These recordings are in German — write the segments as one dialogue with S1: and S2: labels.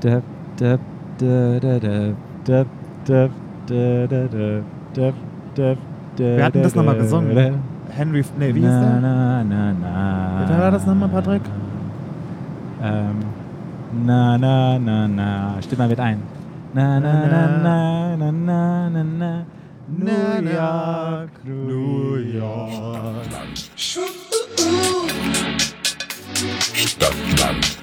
S1: da, da, da, da, da, da, da, da, da, da, da, da, da,
S2: hatten
S1: da,
S2: das nochmal
S1: da,
S2: gesungen.
S1: da.
S2: Henry, F- nee, wie hieß
S1: na,
S2: der?
S1: na, na, na.
S2: Wer war das nochmal, Patrick?
S1: Ähm, na, na, na, na. Stimmt mal mit ein. Na, na, na, na, na, na, na, na. New York, New York.
S3: Stadtland.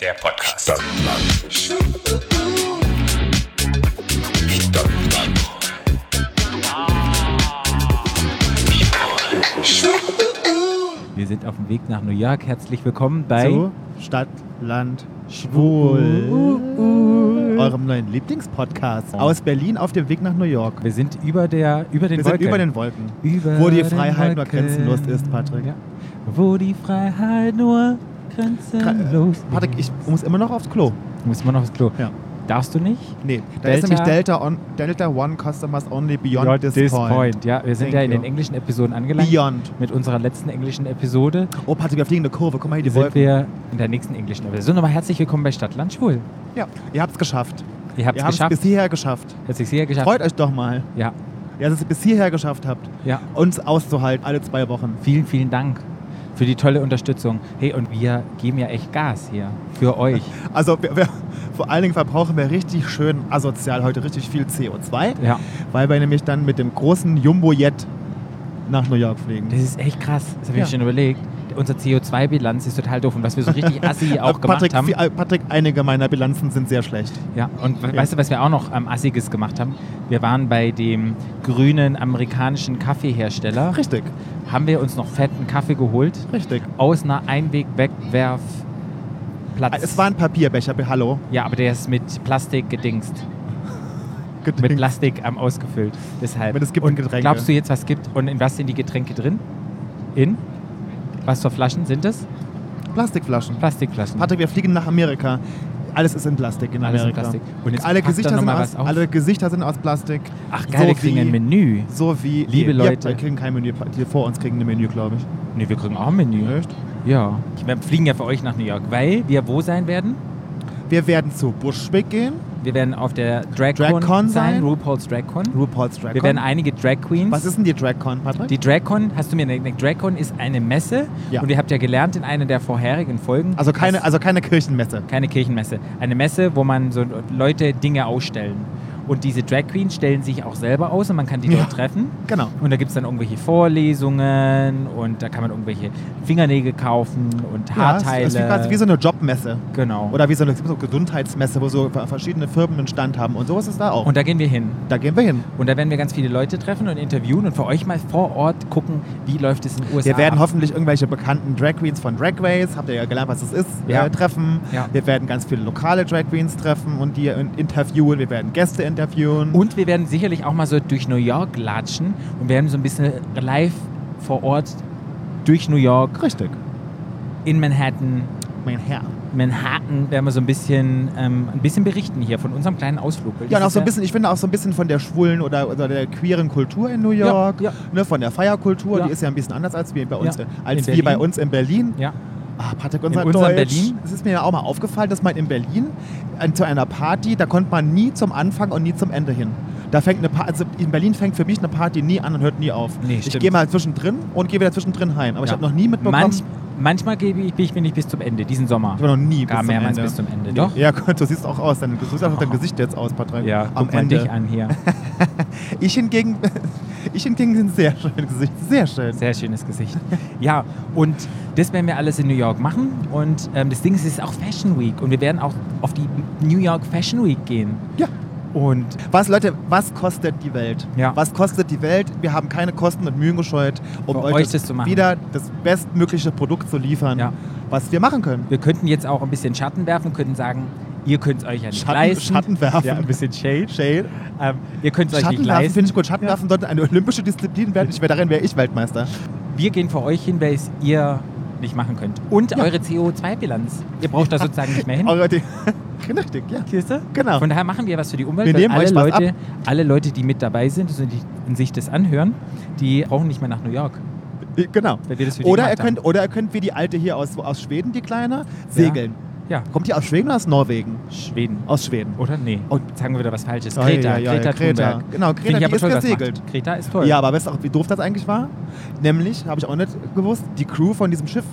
S3: Der Podcast. Stadtland. Stadtland.
S1: Wir sind auf dem Weg nach New York. Herzlich willkommen bei
S2: Zu Stadt, Land, Schwul. Eurem neuen Lieblingspodcast aus Berlin auf dem Weg nach New York.
S1: Oh. Wir sind über der über den
S2: Wir
S1: Wolken.
S2: sind über den Wolken.
S1: Über
S2: Wo die
S1: den
S2: Freiheit nur
S1: Wolken.
S2: grenzenlos ist, Patrick.
S1: Ja. Wo die Freiheit nur grenzenlos ist.
S2: Patrick, ich muss immer noch aufs Klo.
S1: muss man noch aufs Klo.
S2: Ja.
S1: Darfst du nicht?
S2: Nee, da ist
S1: Delta-
S2: nämlich Delta, on, Delta One Customers Only Beyond, this, point.
S1: Ja, wir sind
S2: Thank
S1: ja in
S2: you.
S1: den englischen Episoden angelangt.
S2: Beyond.
S1: Mit unserer letzten englischen Episode
S2: Oh, Patrick, wir fliegen eine Kurve. Guck mal hier, die
S1: sind
S2: Wolken.
S1: wir in der nächsten englischen Episode. So, nochmal herzlich willkommen bei Stadtland Schwul.
S2: Ja, ihr habt's geschafft.
S1: Ihr habt
S2: ihr
S1: es
S2: habt's bis
S1: geschafft.
S2: hierher geschafft.
S1: Hat sich sehr geschafft.
S2: Freut euch doch mal.
S1: Ja,
S2: Ja, dass ihr bis hierher geschafft habt,
S1: ja.
S2: uns auszuhalten, alle zwei Wochen.
S1: Vielen, vielen Dank für die tolle Unterstützung. Hey, und wir geben ja echt Gas hier für euch.
S2: Also wir, wir, vor allen Dingen verbrauchen wir richtig schön asozial heute richtig viel CO2,
S1: Ja,
S2: weil wir nämlich dann mit dem großen Jumbo-Jet nach New York fliegen.
S1: das ist echt krass. Das habe ich
S2: Ja.
S1: mir schon überlegt. Unsere CO2-Bilanz ist total doof und was wir so richtig assi auch gemacht
S2: Patrick,
S1: haben.
S2: vi- äh, Patrick, einige meiner Bilanzen sind sehr schlecht.
S1: Ja, und we- weißt du, was wir auch noch am Assiges gemacht haben? Wir waren bei dem grünen amerikanischen Kaffeehersteller.
S2: Richtig,
S1: Haben wir uns noch fetten Kaffee geholt
S2: richtig.
S1: aus einer Einwegwegwerf. Platz.
S2: Ah, Es war ein Papierbecher, be- hallo.
S1: ja, aber der ist mit Plastik gedingst. Mit
S2: Gedingt.
S1: Plastik ähm, ausgefüllt. Deshalb.
S2: Mit es gibt
S1: und
S2: ein Getränke.
S1: glaubst du jetzt, was gibt und in was sind die Getränke drin? In? Was für Flaschen sind es?
S2: Plastikflaschen.
S1: Plastikflaschen.
S2: Patrick, wir fliegen nach Amerika. Alles ist in Plastik in
S1: Alles in
S2: Amerika.
S1: Plastik. Und jetzt
S2: alle,
S1: packt doch
S2: Gesichter
S1: noch
S2: sind
S1: mal
S2: aus,
S1: was auf.
S2: alle Gesichter sind aus Plastik.
S1: Ach geil, wir kriegen ein Menü.
S2: So wie.
S1: Liebe
S2: wir,
S1: Leute.
S2: Wir kriegen kein Menü. Die vor uns kriegen ein Menü, glaube ich.
S1: Nee, wir kriegen auch ein Menü. Ja. Wir fliegen ja für euch nach New York, weil wir wo sein werden?
S2: Wir werden zu Bushwick gehen.
S1: Wir werden auf der DragCon
S2: DragCon sein.
S1: RuPaul's DragCon.
S2: RuPaul's Drag
S1: Wir
S2: Con.
S1: werden einige Drag Queens.
S2: Was ist denn die DragCon, Patrick?
S1: die DragCon, hast du mir eine DragCon ist eine Messe
S2: Ja.
S1: und ihr habt ja gelernt in einer der vorherigen Folgen.
S2: also, keine,
S1: dass-
S2: also keine Kirchenmesse.
S1: keine Kirchenmesse. Eine Messe, wo man so Leute Dinge ausstellen. Und diese Drag Queens stellen sich auch selber aus und man kann die
S2: Ja.
S1: dort treffen.
S2: Genau.
S1: Und da gibt es dann irgendwelche Vorlesungen und da kann man irgendwelche Fingernägel kaufen und
S2: Ja,
S1: Haarteile.
S2: es ist wie quasi wie so eine Jobmesse.
S1: genau.
S2: Oder wie so eine so Gesundheitsmesse, wo so verschiedene Firmen einen Stand haben. Und so ist es da auch.
S1: und da gehen wir hin.
S2: da gehen wir hin.
S1: Und da werden wir ganz viele Leute treffen und interviewen und für euch mal vor Ort gucken, wie läuft es in den USA.
S2: Wir werden
S1: ab.
S2: hoffentlich irgendwelche bekannten Drag Queens von Drag Race, habt ihr ja gelernt, was das ist,
S1: Ja.
S2: äh, treffen.
S1: Ja.
S2: Wir werden ganz viele lokale Drag Queens treffen und die in- interviewen. Wir werden Gäste interviewen.
S1: Und wir werden sicherlich auch mal so durch New York latschen und werden so ein bisschen live vor Ort durch New York,
S2: richtig,
S1: in Manhattan,
S2: mein Herr.
S1: Manhattan werden wir so ein bisschen, ähm, ein bisschen berichten hier von unserem kleinen Ausflug. Weil
S2: Ja, und
S1: das
S2: auch so ein
S1: ist
S2: bisschen, ich finde auch so ein bisschen von der schwulen oder, oder der queeren Kultur in New York,
S1: ja.
S2: Ne, von der Feierkultur,
S1: Ja.
S2: die ist ja ein bisschen anders als wir bei uns, äh,
S1: Ja.
S2: als
S1: In
S2: wir bei
S1: Berlin.
S2: uns in Berlin.
S1: Ja.
S2: Ah, Patrick, unser
S1: In unserem
S2: Deutsch.
S1: Berlin?
S2: Es ist mir ja auch mal aufgefallen, dass man in Berlin äh, zu einer Party, da kommt man nie zum Anfang und nie zum Ende hin. Da fängt eine Party, also in Berlin fängt für mich eine Party nie an und hört nie auf.
S1: Nee,
S2: ich
S1: stimmt.
S2: gehe mal zwischendrin und gehe wieder zwischendrin heim. Aber ich
S1: Ja.
S2: habe noch nie mitbekommen.
S1: Manch, manchmal gebe ich, bin ich mir nicht bis zum Ende, diesen Sommer.
S2: ich war noch nie bis
S1: Gar
S2: zum
S1: mehrmals
S2: Ende.
S1: bis zum Ende.
S2: Nee.
S1: Doch?
S2: Ja, Gott, du siehst auch aus. Dein, du siehst auch dein Gesicht jetzt aus, Patrick.
S1: Ja,
S2: am
S1: guck mal
S2: Ende.
S1: dich an hier.
S2: Ich hingegen, ich hingegen ein sehr schönes Gesicht. Sehr schön.
S1: Sehr schönes Gesicht. Ja, und das werden wir alles in New York machen. Und ähm, das Ding ist, es ist auch Fashion Week. Und wir werden auch auf die New York Fashion Week gehen.
S2: Ja.
S1: Und
S2: Was, Leute, was kostet die Welt?
S1: Ja.
S2: Was kostet die Welt? Wir haben keine Kosten und Mühen gescheut, um
S1: Für
S2: euch,
S1: euch
S2: das
S1: das zu machen.
S2: wieder das bestmögliche Produkt zu liefern,
S1: Ja.
S2: was wir machen können.
S1: wir könnten jetzt auch ein bisschen Schatten werfen und könnten sagen, ihr könnt es euch ja nicht
S2: Schatten,
S1: leisten.
S2: Schatten werfen.
S1: Ja, ein bisschen Shade.
S2: Shade.
S1: Ähm, ihr könnt es euch
S2: Schatten
S1: nicht
S2: werfen
S1: leisten.
S2: finde ich gut. Schatten werfen sollte eine olympische Disziplin werden. Ich wäre darin, wäre ich Weltmeister.
S1: Wir gehen für euch hin, weil es ihr nicht machen könnt. Und eure CO2-Bilanz. Ihr braucht da sozusagen nicht mehr hin.
S2: Eure die Richtig, ja.
S1: Siehste?
S2: Genau.
S1: Genau. Von daher machen wir was für die Umwelt.
S2: Wir
S1: weil
S2: nehmen
S1: alle
S2: euch was
S1: Leute, alle Leute, die mit dabei sind und die und sich das anhören, die brauchen nicht mehr nach New York.
S2: Genau.
S1: Weil wir das für die
S2: Oder ihr,
S1: gemacht haben.
S2: könnt, oder ihr könnt wie die alte hier aus, aus Schweden, die Kleine, segeln.
S1: Ja.
S2: Kommt die aus Schweden oder aus Norwegen?
S1: Schweden.
S2: Aus Schweden.
S1: Oder? Nee.
S2: Und-
S1: sagen wir wieder was Falsches.
S2: Ja,
S1: Kreta.
S2: ja, ja,
S1: Oh, Greta,
S2: Greta.
S1: Thunberg.
S2: Genau, Greta,
S1: Finde ich
S2: die
S1: aber
S2: ist
S1: toll, was
S2: gesegelt.
S1: macht. Greta ist toll.
S2: Ja, aber weißt du auch, wie doof das eigentlich war? Nämlich, habe ich auch nicht gewusst, die Crew von diesem Schiff,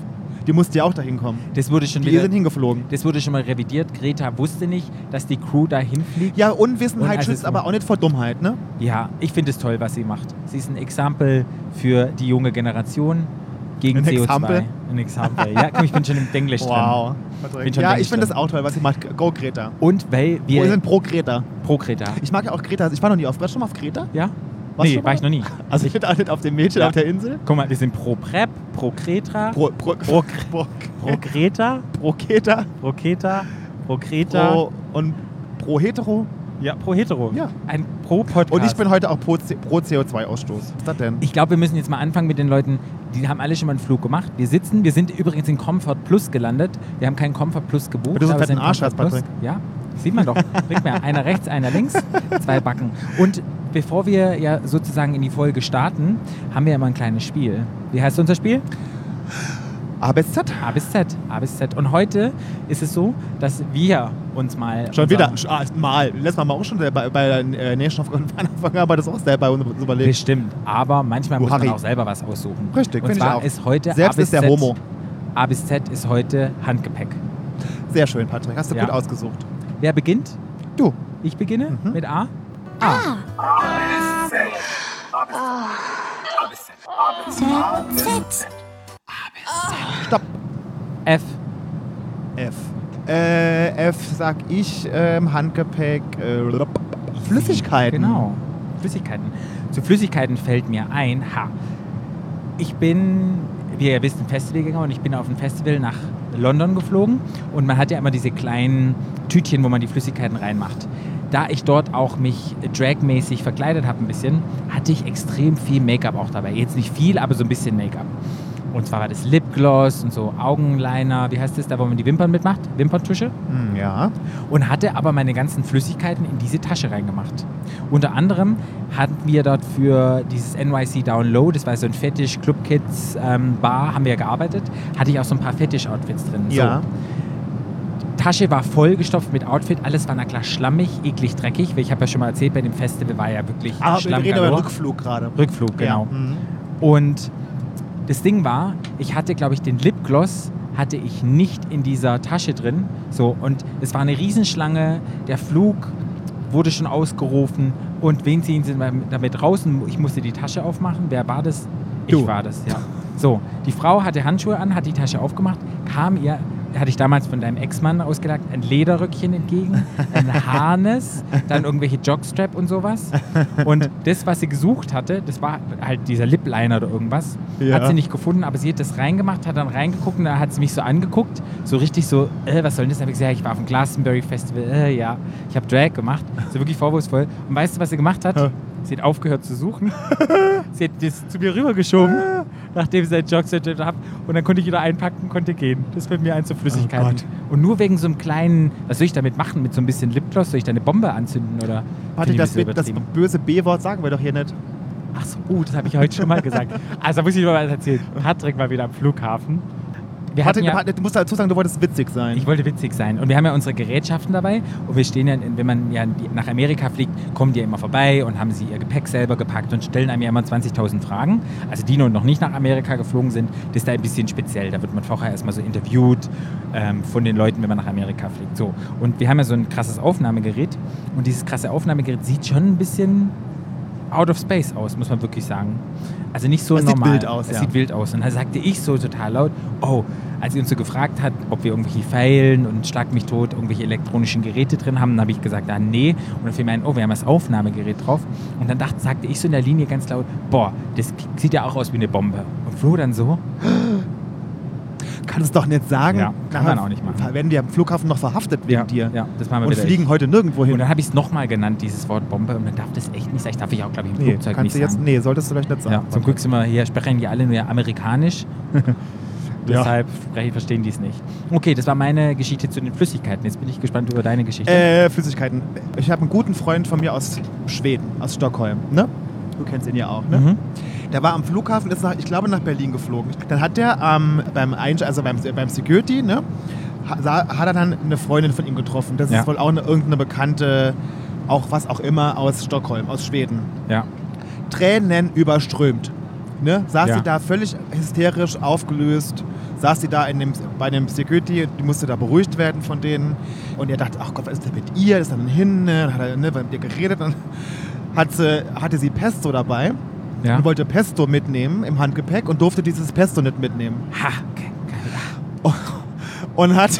S2: die musste ja auch dahin kommen.
S1: das wurde schon
S2: Die
S1: wieder...
S2: sind hingeflogen.
S1: Das wurde schon mal revidiert. Greta wusste nicht, dass die Crew dahin fliegt.
S2: Ja,
S1: Und
S2: Unwissenheit
S1: also
S2: schützt
S1: so-
S2: aber auch nicht vor Dummheit, ne?
S1: Ja, ich finde es toll, was sie macht. Sie ist ein Exempel für die junge Generation gegen
S2: Ein
S1: CO2.
S2: Exempel?
S1: Ein Exempel. Ja, komm, ich bin schon im Denglisch drin.
S2: Wow.
S1: Bin schon
S2: Ja,
S1: längst
S2: ich finde
S1: drin.
S2: das auch toll, was sie macht. Go Greta.
S1: Und weil
S2: Wir
S1: wir
S2: sind pro Greta.
S1: pro Greta.
S2: Ich mag ja auch Greta. Ich war noch nie auf. Warst du schon mal auf Greta?
S1: Ja?
S2: Warst du
S1: nee,
S2: schon
S1: war
S2: mal?
S1: ich noch nie.
S2: Also ich bin auch nicht auf dem Mädchen
S1: Ja.
S2: auf der Insel.
S1: Guck mal, wir sind pro Prep, pro Greta,
S2: Pro, pro, pro, pro,
S1: pro Greta,
S2: pro Greta.
S1: pro Greta, pro Greta.
S2: Pro, und pro Hetero.
S1: ja, pro Hetero.
S2: Ja.
S1: Ein pro Podcast.
S2: Und ich bin heute auch pro, C- pro CO2-Ausstoß. Was ist das denn?
S1: Ich glaube, wir müssen jetzt mal anfangen mit den Leuten, die haben alle schon mal einen Flug gemacht. Wir sitzen, wir sind übrigens in Comfort Plus gelandet. Wir haben keinen Comfort Plus gebucht.
S2: Du hast einen
S1: aber wir sind
S2: fetten Arsch,
S1: Comfort
S2: Patrick.
S1: Plus. Ja, sieht man doch. Bringt mir einer rechts, einer links, zwei Backen. Und bevor wir ja sozusagen in die Folge starten, haben wir immer ein kleines Spiel. Wie heißt unser Spiel?
S2: A bis Z.
S1: A bis Z. A bis Z. Und heute ist es so, dass wir uns mal.
S2: Schon
S1: unser-
S2: wieder. Sch- Ah, mal. Letztes Mal haben wir auch schon bei, bei der äh, Nation of angefangen, aber das auch selber uns überlegt.
S1: Bestimmt. Aber manchmal
S2: Du
S1: muss man
S2: Harry.
S1: auch selber was aussuchen.
S2: Richtig,
S1: Und
S2: finde ich
S1: zwar
S2: auch.
S1: ist heute A
S2: Selbst
S1: bis
S2: ist der
S1: Z.
S2: Homo.
S1: A bis Z ist heute Handgepäck.
S2: Sehr schön, Patrick. Hast du
S1: Ja.
S2: gut ausgesucht.
S1: Wer beginnt?
S2: Du.
S1: Ich beginne
S2: Mhm.
S1: mit A. A.
S2: Stopp.
S1: F.
S2: F. Äh, F sag ich, ähm, Handgepäck, äh, Flüssigkeiten.
S1: Genau. Flüssigkeiten. Zu Flüssigkeiten fällt mir ein H. Ich bin, wie ihr wisst, ein Festivalgänger und ich bin auf ein Festival nach London geflogen und man hat ja immer diese kleinen Tütchen, wo man die Flüssigkeiten reinmacht. Da ich dort auch mich dragmäßig verkleidet habe ein bisschen, hatte ich extrem viel Make-up auch dabei. Jetzt nicht viel, aber so ein bisschen Make-up. Und zwar war das Lipgloss und so Augenliner, wie heißt das da, wo man die Wimpern mitmacht? Wimperntusche?
S2: Hm, ja.
S1: und hatte aber meine ganzen Flüssigkeiten in diese Tasche reingemacht. Unter anderem hatten wir dort für dieses NYC Down Low, das war so ein Fetisch Club Kids ähm, Bar, haben wir gearbeitet, hatte ich auch so ein paar Fetisch Outfits drin.
S2: Ja.
S1: So, Tasche war vollgestopft mit Outfit, alles war na klar schlammig, eklig, dreckig, weil ich habe ja schon mal erzählt, bei dem Festival war ja wirklich
S2: Aber Ah, wir
S1: Schlamm
S2: reden über
S1: galore.
S2: Rückflug gerade.
S1: Rückflug, genau.
S2: Ja. Mhm.
S1: Und das Ding war, ich hatte, glaube ich, den Lipgloss hatte ich nicht in dieser Tasche drin. So, und es war eine Riesenschlange. Der Flug wurde schon ausgerufen. Und wen ziehen sie damit raus? Und Ich musste die Tasche aufmachen. Wer war das? Ich
S2: Du.
S1: war das, ja. So, die Frau hatte Handschuhe an, hat die Tasche aufgemacht, kam ihr, hatte ich damals von deinem Ex-Mann ausgelagt, ein Lederröckchen entgegen, ein Harness, dann irgendwelche Jogstrap und sowas. Und das, was sie gesucht hatte, das war halt dieser Lip-Liner oder irgendwas,
S2: Ja.
S1: hat sie nicht gefunden, aber sie hat das reingemacht, hat dann reingeguckt und dann hat sie mich so angeguckt, so richtig so, äh, was soll denn das? Dann habe ich gesagt, ja, ich war auf dem Glastonbury Festival, äh, ja, ich habe Drag gemacht, so wirklich vorwurfsvoll. Und weißt du, was sie gemacht hat?
S2: Hä?
S1: Sie hat aufgehört zu suchen. sie hat das zu mir rübergeschoben, nachdem sie ein Jogset hat. Und dann konnte ich wieder einpacken, konnte gehen. Das wird mir ein zu Flüssigkeiten.
S2: Oh Gott.
S1: und nur wegen so einem kleinen, was soll ich damit machen? Mit so ein bisschen Lipgloss? Soll ich da eine Bombe anzünden? Oder Finde
S2: Patrick,
S1: ich
S2: das,
S1: ein bisschen
S2: wird- das
S1: übertrieben.
S2: böse B-Wort sagen wir doch hier nicht.
S1: Ach so, oh, das habe ich heute schon mal gesagt. Also da muss ich mal was erzählen. Patrick war wieder am Flughafen. Wir hatten
S2: Patrick,
S1: ja,
S2: Patrick, du musst dazu sagen, du wolltest witzig sein.
S1: ich wollte witzig sein. Und wir haben ja unsere Gerätschaften dabei. Und wir stehen ja, wenn man ja nach Amerika fliegt, kommen die ja immer vorbei und haben sie ihr Gepäck selber gepackt und stellen einem ja immer 20.000 Fragen. Also die, die noch nicht nach Amerika geflogen sind, das ist da ein bisschen speziell. Da wird man vorher erstmal so interviewt ähm, von den Leuten, wenn man nach Amerika fliegt. So. Und wir haben ja so ein krasses Aufnahmegerät. Und dieses krasse Aufnahmegerät sieht schon ein bisschen out of space aus, muss man wirklich sagen. Also nicht so
S2: Es sieht
S1: normal.
S2: wild aus,
S1: es
S2: ja.
S1: sieht wild aus. Und da sagte ich so total laut, oh, als sie uns so gefragt hat, ob wir irgendwelche Pfeilen und Schlag mich tot, irgendwelche elektronischen Geräte drin haben, dann habe ich gesagt, ah, nee. Und dann fiel mir ein, oh, wir haben das Aufnahmegerät drauf. Und dann dachte, sagte ich so in der Linie ganz laut, boah, das sieht ja auch aus wie eine Bombe. Und Flo dann so,
S2: kann es doch nicht sagen.
S1: Ja, kann
S2: Nachher
S1: man auch nicht machen.
S2: Werden wir am Flughafen noch verhaftet wegen dir.
S1: ja, das machen wir
S2: Und
S1: wieder.
S2: fliegen heute nirgendwo
S1: und
S2: hin.
S1: dann habe ich es nochmal genannt, dieses Wort Bombe. Und dann darf das echt nicht sein. Ich darf ich auch, glaube ich, im
S2: Nee,
S1: Flugzeug
S2: kannst
S1: halt nicht
S2: du jetzt,
S1: sagen.
S2: nee, solltest du vielleicht nicht sagen.
S1: Ja, zum Glück sind wir hier, sprechen die alle nur amerikanisch. Deshalb spreche- verstehen die es nicht. Okay, das war meine Geschichte zu den Flüssigkeiten. Jetzt bin ich gespannt über deine Geschichte.
S2: Äh, Flüssigkeiten. Ich habe einen guten Freund von mir aus Schweden, aus Stockholm. Ne? Du kennst ihn ja auch, ne?
S1: Mhm.
S2: Der war am Flughafen, ist nach, ich glaube nach Berlin geflogen. Dann hat der ähm, beim Einsch also beim, beim Security, ne? ha- sah- hat er dann eine Freundin von ihm getroffen. Das
S1: Ja.
S2: ist wohl auch eine, irgendeine Bekannte, auch was auch immer, aus Stockholm, aus Schweden.
S1: Ja.
S2: Tränen überströmt. Ne? Saß
S1: Ja.
S2: sie da völlig hysterisch aufgelöst, saß sie da in dem, bei dem Security, die musste da beruhigt werden von denen. Und er dachte, ach Gott, was ist denn mit ihr? Ist dann hin, ne? Dann hat er ne, mit ihr geredet. Dann hat sie, hatte sie Pesto dabei
S1: Ja.
S2: und wollte Pesto mitnehmen im Handgepäck und durfte dieses Pesto nicht mitnehmen.
S1: Ha.
S2: Und hat,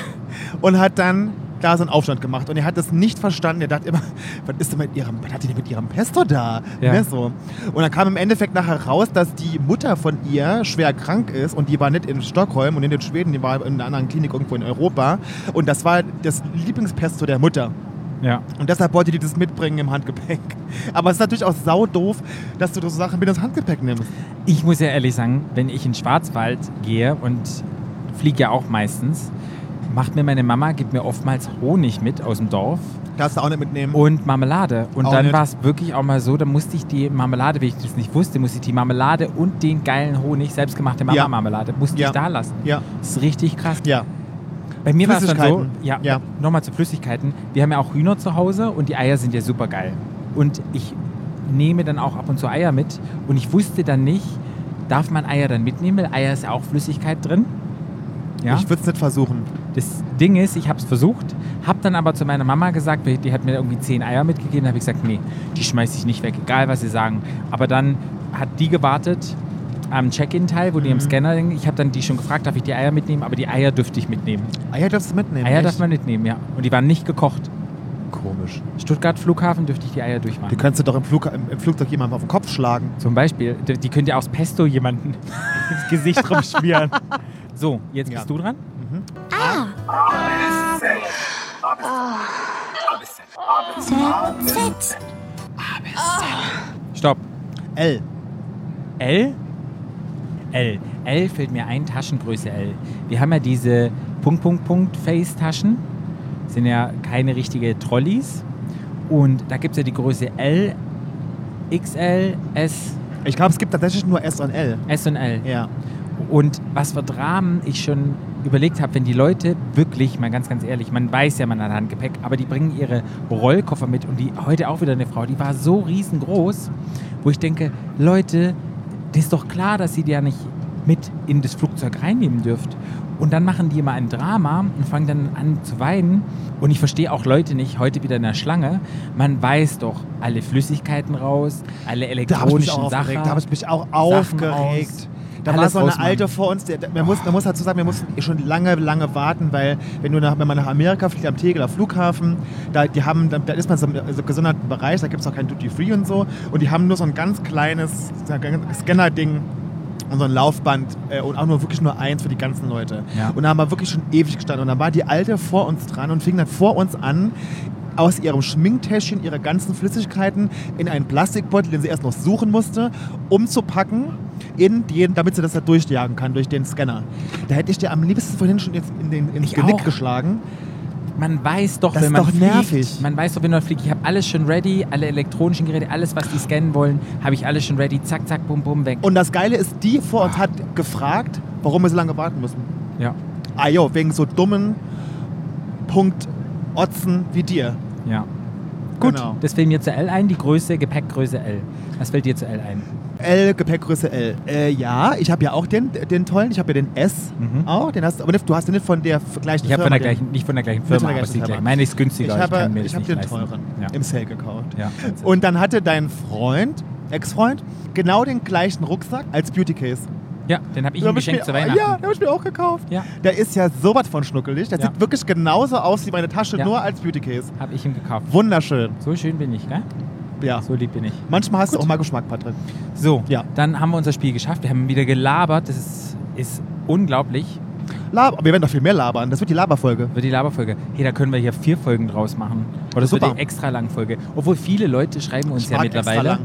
S2: und hat dann da so einen Aufstand gemacht. Und er hat das nicht verstanden. Er dachte immer, was ist denn mit ihrem, was hat die denn mit ihrem Pesto da?
S1: Ja.
S2: Ne, so. Und dann kam im Endeffekt nachher raus, dass die Mutter von ihr schwer krank ist und die war nicht in Stockholm und nicht in Schweden, die war in einer anderen Klinik irgendwo in Europa. Und das war das Lieblingspesto der Mutter.
S1: Ja.
S2: Und deshalb wollte die das mitbringen im Handgepäck. Aber es ist natürlich auch sau doof, dass du so Sachen mit ins Handgepäck nimmst.
S1: Ich muss ja ehrlich sagen, wenn ich in den Schwarzwald gehe und fliege ja auch meistens, macht mir meine Mama, gibt mir oftmals Honig mit aus dem Dorf
S2: Darfst du auch nicht mitnehmen.
S1: und Marmelade. Und
S2: Mhm. Auch
S1: dann
S2: nicht.
S1: war es wirklich auch mal so, da musste ich die Marmelade, wenn ich das nicht wusste, musste ich die Marmelade und den geilen Honig, selbstgemachte
S2: Ja.
S1: Mama-Marmelade, musste
S2: Ja.
S1: ich da lassen.
S2: Ja,
S1: Das ist richtig krass.
S2: ja.
S1: Bei mir war es dann so,
S2: Flüssigkeiten.
S1: ja,
S2: Ja.
S1: nochmal zu Flüssigkeiten. Wir haben ja auch Hühner zu Hause und die Eier sind ja super geil. Und ich nehme dann auch ab und zu Eier mit und ich wusste dann nicht, darf man Eier dann mitnehmen, weil Eier ist ja auch Flüssigkeit drin. Ja.
S2: Ich würde es nicht versuchen.
S1: das Ding ist, ich habe es versucht, habe dann aber zu meiner Mama gesagt, weil die hat mir irgendwie zehn Eier mitgegeben, habe ich gesagt, nee, die schmeiße ich nicht weg, egal was sie sagen. Aber dann hat die gewartet am Check-in-Teil, wo die im
S2: Mhm.
S1: Scanner, hing. ich habe dann die schon gefragt, darf ich die Eier mitnehmen, aber die Eier dürfte ich mitnehmen.
S2: Eier darfst du mitnehmen.
S1: Eier
S2: echt?
S1: darf man mitnehmen, ja. Und die waren nicht gekocht.
S2: Komisch.
S1: Stuttgart Flughafen dürfte ich die Eier
S2: Die
S1: durchmachen.
S2: kannst du doch im, Flug, im, im Flugzeug jemandem auf den Kopf schlagen.
S1: Zum Beispiel, die, die könnt ihr aus Pesto jemanden ins Gesicht rumschmieren. So, jetzt
S2: Ja. Mhm.
S1: bist du dran.
S4: Z.
S1: Stopp.
S2: L.
S1: L? L. L fällt mir ein, Taschengröße L. Wir haben ja diese Punkt, Punkt, Punkt Face-Taschen. Sind ja keine richtige Trolleys. Und da gibt es ja die Größe L, XL, S,
S2: Ich glaube, es gibt tatsächlich nur S und L.
S1: S und L.
S2: Ja.
S1: Und was für Dramen ich schon überlegt habe, wenn die Leute wirklich, mal ganz, ganz ehrlich, man weiß ja, man hat Handgepäck, aber die bringen ihre Rollkoffer mit und die heute auch wieder eine Frau, die war so riesengroß, wo ich denke, Leute, das ist doch klar, dass sie die ja nicht mit in das Flugzeug reinnehmen dürft. Und dann machen die immer ein Drama und fangen dann an zu weinen. Und ich verstehe auch Leute nicht, heute wieder in der Schlange, man weiß doch alle Flüssigkeiten raus, alle
S2: Da habe ich mich
S1: elektronischen
S2: auch
S1: Sachen.
S2: aufgeregt. Da habe ich mich auch
S1: aus.
S2: aufgeregt. Da war
S1: Alles
S2: so eine
S1: raus, Mann.
S2: alte vor uns, der, der, man, muss, man muss dazu sagen, wir mussten eh schon lange, lange warten, weil wenn, du nach, wenn man nach Amerika fliegt, am Tegeler Flughafen, da, die haben, da, da ist man so im so gesonderten Bereich, da gibt es auch kein Duty-Free und so und die haben nur so ein ganz kleines so ein Scanner-Ding und so ein Laufband äh, und auch nur wirklich nur eins für die ganzen Leute.
S1: Ja.
S2: Und da haben wir wirklich schon ewig gestanden und da war die alte vor uns dran und fing dann vor uns an, aus ihrem Schminktäschchen ihre ganzen Flüssigkeiten in einen Plastikbeutel, den sie erst noch suchen musste, umzupacken, in den, damit sie das da durchjagen kann, durch den Scanner. Da hätte ich dir am liebsten vorhin schon jetzt in den, ins
S1: Ich
S2: Genick
S1: auch.
S2: geschlagen.
S1: Man weiß doch,
S2: Das
S1: wenn
S2: ist
S1: man
S2: doch
S1: fliegt,
S2: nervig.
S1: man weiß doch, wenn man fliegt, ich habe alles schon ready, alle elektronischen Geräte, alles, was die scannen wollen, habe ich alles schon ready, zack, zack, bum, bum, weg.
S2: Und das Geile ist, die vor uns hat gefragt, warum wir so lange warten müssen.
S1: ja,
S2: Ah jo, wegen so dummen Punkt Otzen wie dir.
S1: ja. Gut,
S2: Genau.
S1: das fällt mir zu L ein, die Größe, Gepäckgröße L. Was fällt dir zu L ein?
S2: L, Gepäckgröße L. Äh, ja, ich habe ja auch den, den tollen, ich habe ja den S
S1: Mhm.
S2: auch, den hast du, aber du hast den nicht von der gleichen
S1: Ich habe
S2: Firma.
S1: von der
S2: den-
S1: gleichen, nicht von der gleichen
S2: von der
S1: Firma, aber
S2: gleichen
S1: sie gleich.
S2: Firma.
S1: Meine ist
S2: Ich
S1: günstiger, ich,
S2: habe,
S1: kann mir das
S2: ich habe
S1: nicht
S2: den
S1: leisten.
S2: teuren
S1: Ja.
S2: im Sale gekauft.
S1: Ja.
S2: Und dann hatte dein Freund, Ex-Freund, genau den gleichen Rucksack als Beauty Case.
S1: ja, den habe ich
S2: Den
S1: ihm
S2: hab
S1: geschenkt
S2: mir,
S1: zu Weihnachten.
S2: Ja, den habe ich mir auch gekauft.
S1: Ja.
S2: Der ist ja sowas von schnuckelig. Der
S1: Ja.
S2: sieht wirklich genauso aus wie meine Tasche,
S1: Ja.
S2: nur als Beauty Case.
S1: Habe ich ihm gekauft.
S2: Wunderschön.
S1: So schön bin ich, gell?
S2: Ja.
S1: So lieb bin ich.
S2: Manchmal hast du auch mal Geschmack, Patrick.
S1: So,
S2: Ah. Ja.
S1: dann haben wir unser Spiel geschafft. Wir haben wieder gelabert. Das ist, ist unglaublich.
S2: Lab aber wir werden doch viel mehr labern. Das wird die Laberfolge.
S1: Wird die Laberfolge. Hey, da können wir hier vier Folgen draus machen. Oder das
S2: Super.
S1: wird die extra lang Folge. Obwohl viele Leute schreiben uns
S2: Ich
S1: ja
S2: mag extra
S1: mittlerweile.
S2: lang.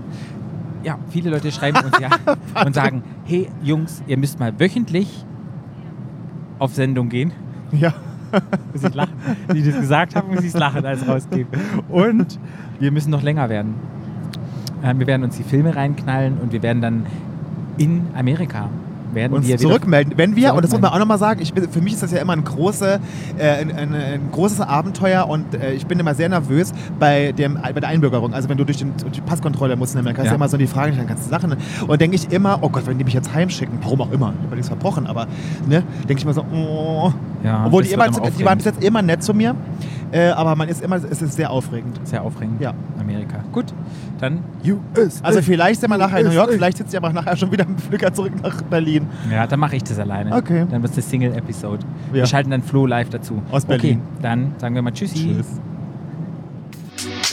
S1: Ja, viele Leute schreiben uns ja und sagen, hey Jungs, ihr müsst mal wöchentlich auf Sendung gehen.
S2: Ja.
S1: Muss ich lachen. Wie die das gesagt haben, muss ich es lachen als rausgeben. Und wir müssen noch länger werden. Ähm, Äh, Wir werden uns die Filme reinknallen und wir werden dann in Amerika werden
S5: uns
S1: wir wieder
S5: zurückmelden. Wenn wir, und das muss man
S1: zurückmelden.
S5: auch nochmal sagen, ich bin, für mich ist das ja immer ein, große, äh, ein, ein, ein großes Abenteuer und äh, ich bin immer sehr nervös bei, dem, bei der Einbürgerung. Also wenn du durch, den, durch die Passkontrolle musst, ne, dann kannst du
S1: Ja.
S5: ja immer so die Fragen stellen, ganze Sachen. ne? Und denke ich immer, oh Gott, wenn die mich jetzt heimschicken, warum auch immer, ich habe nichts verbrochen, aber ne, denke ich immer so, oh.
S1: Ja,
S5: Obwohl
S1: Ah,
S5: die, immer,
S1: das wird
S5: die waren
S1: aufregend.
S5: bis jetzt immer nett zu mir, äh, aber man ist immer, es ist sehr aufregend.
S1: Sehr aufregend.
S5: Ja.
S1: Amerika. Gut, dann.
S5: Also vielleicht sind wir nachher in New York, vielleicht sitzt ihr aber nachher schon wieder im Flüger zurück nach Berlin.
S1: Ja, dann mache ich das alleine.
S5: Okay.
S1: Dann wird es Single-Episode.
S5: Ja.
S1: Wir schalten dann Flo live dazu.
S5: Aus Berlin.
S1: Okay, dann sagen wir mal Tschüssi.
S5: Tschüss.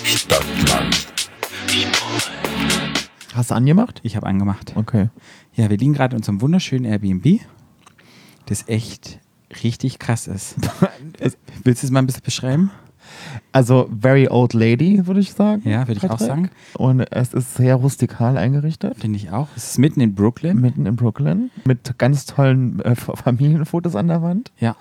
S6: Stadtland
S5: Hast du angemacht?
S1: Ich habe angemacht.
S5: Okay.
S1: Ja, wir liegen gerade in unserem wunderschönen Airbnb, das echt richtig krass ist. Willst du es mal ein bisschen beschreiben?
S2: Also very old lady, würde ich sagen.
S1: Ja, würde ich auch
S2: Patrick.
S1: sagen.
S2: Und es ist sehr rustikal eingerichtet.
S1: Finde ich auch. Es ist mitten in Brooklyn.
S2: Mitten in Brooklyn. Mit ganz tollen äh, F- Familienfotos an der Wand.
S1: Ja.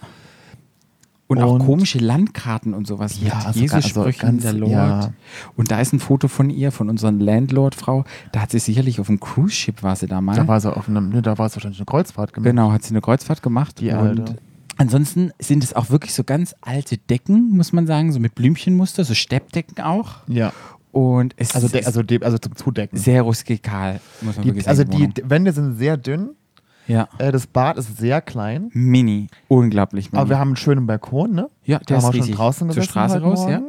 S1: Und, auch
S2: Und-
S1: komische Landkarten und sowas.
S2: Ja,
S1: mit
S2: also ga- also
S1: Jesus-Sprüchen,
S2: ganz-
S1: der Lord.
S2: ja.
S1: Und da ist ein Foto von ihr, von unserer Landlord-Frau. Da hat sie sicherlich auf dem Cruise-Ship, war sie da mal.
S2: Da war sie auf einem, ne, da war es wahrscheinlich eine Kreuzfahrt gemacht.
S1: Genau, hat sie eine Kreuzfahrt gemacht.
S2: Hm. Die
S1: und
S2: alte.
S1: ansonsten sind es auch wirklich so ganz alte Decken, muss man sagen, so mit Blümchenmuster, so Steppdecken auch.
S2: Ja.
S1: Und es
S2: Also, de,
S1: Genau. ist
S2: also, de, also zum Zudecken.
S1: sehr rustikal, muss man
S2: die,
S1: wirklich sagen.
S2: also die
S1: Wohnung.
S2: D- Wände sind sehr dünn.
S1: ja.
S2: Äh, das Bad ist sehr klein.
S1: Mini, unglaublich mini.
S2: Aber wir haben einen schönen Balkon, ne?
S1: Mhm. ja,
S2: da
S1: der
S2: haben
S1: ist
S2: wir schon
S1: riesig.
S2: draußen
S1: Zur
S2: gesessen
S1: Straße
S2: heute
S1: raus,
S2: Morgen.
S1: ja.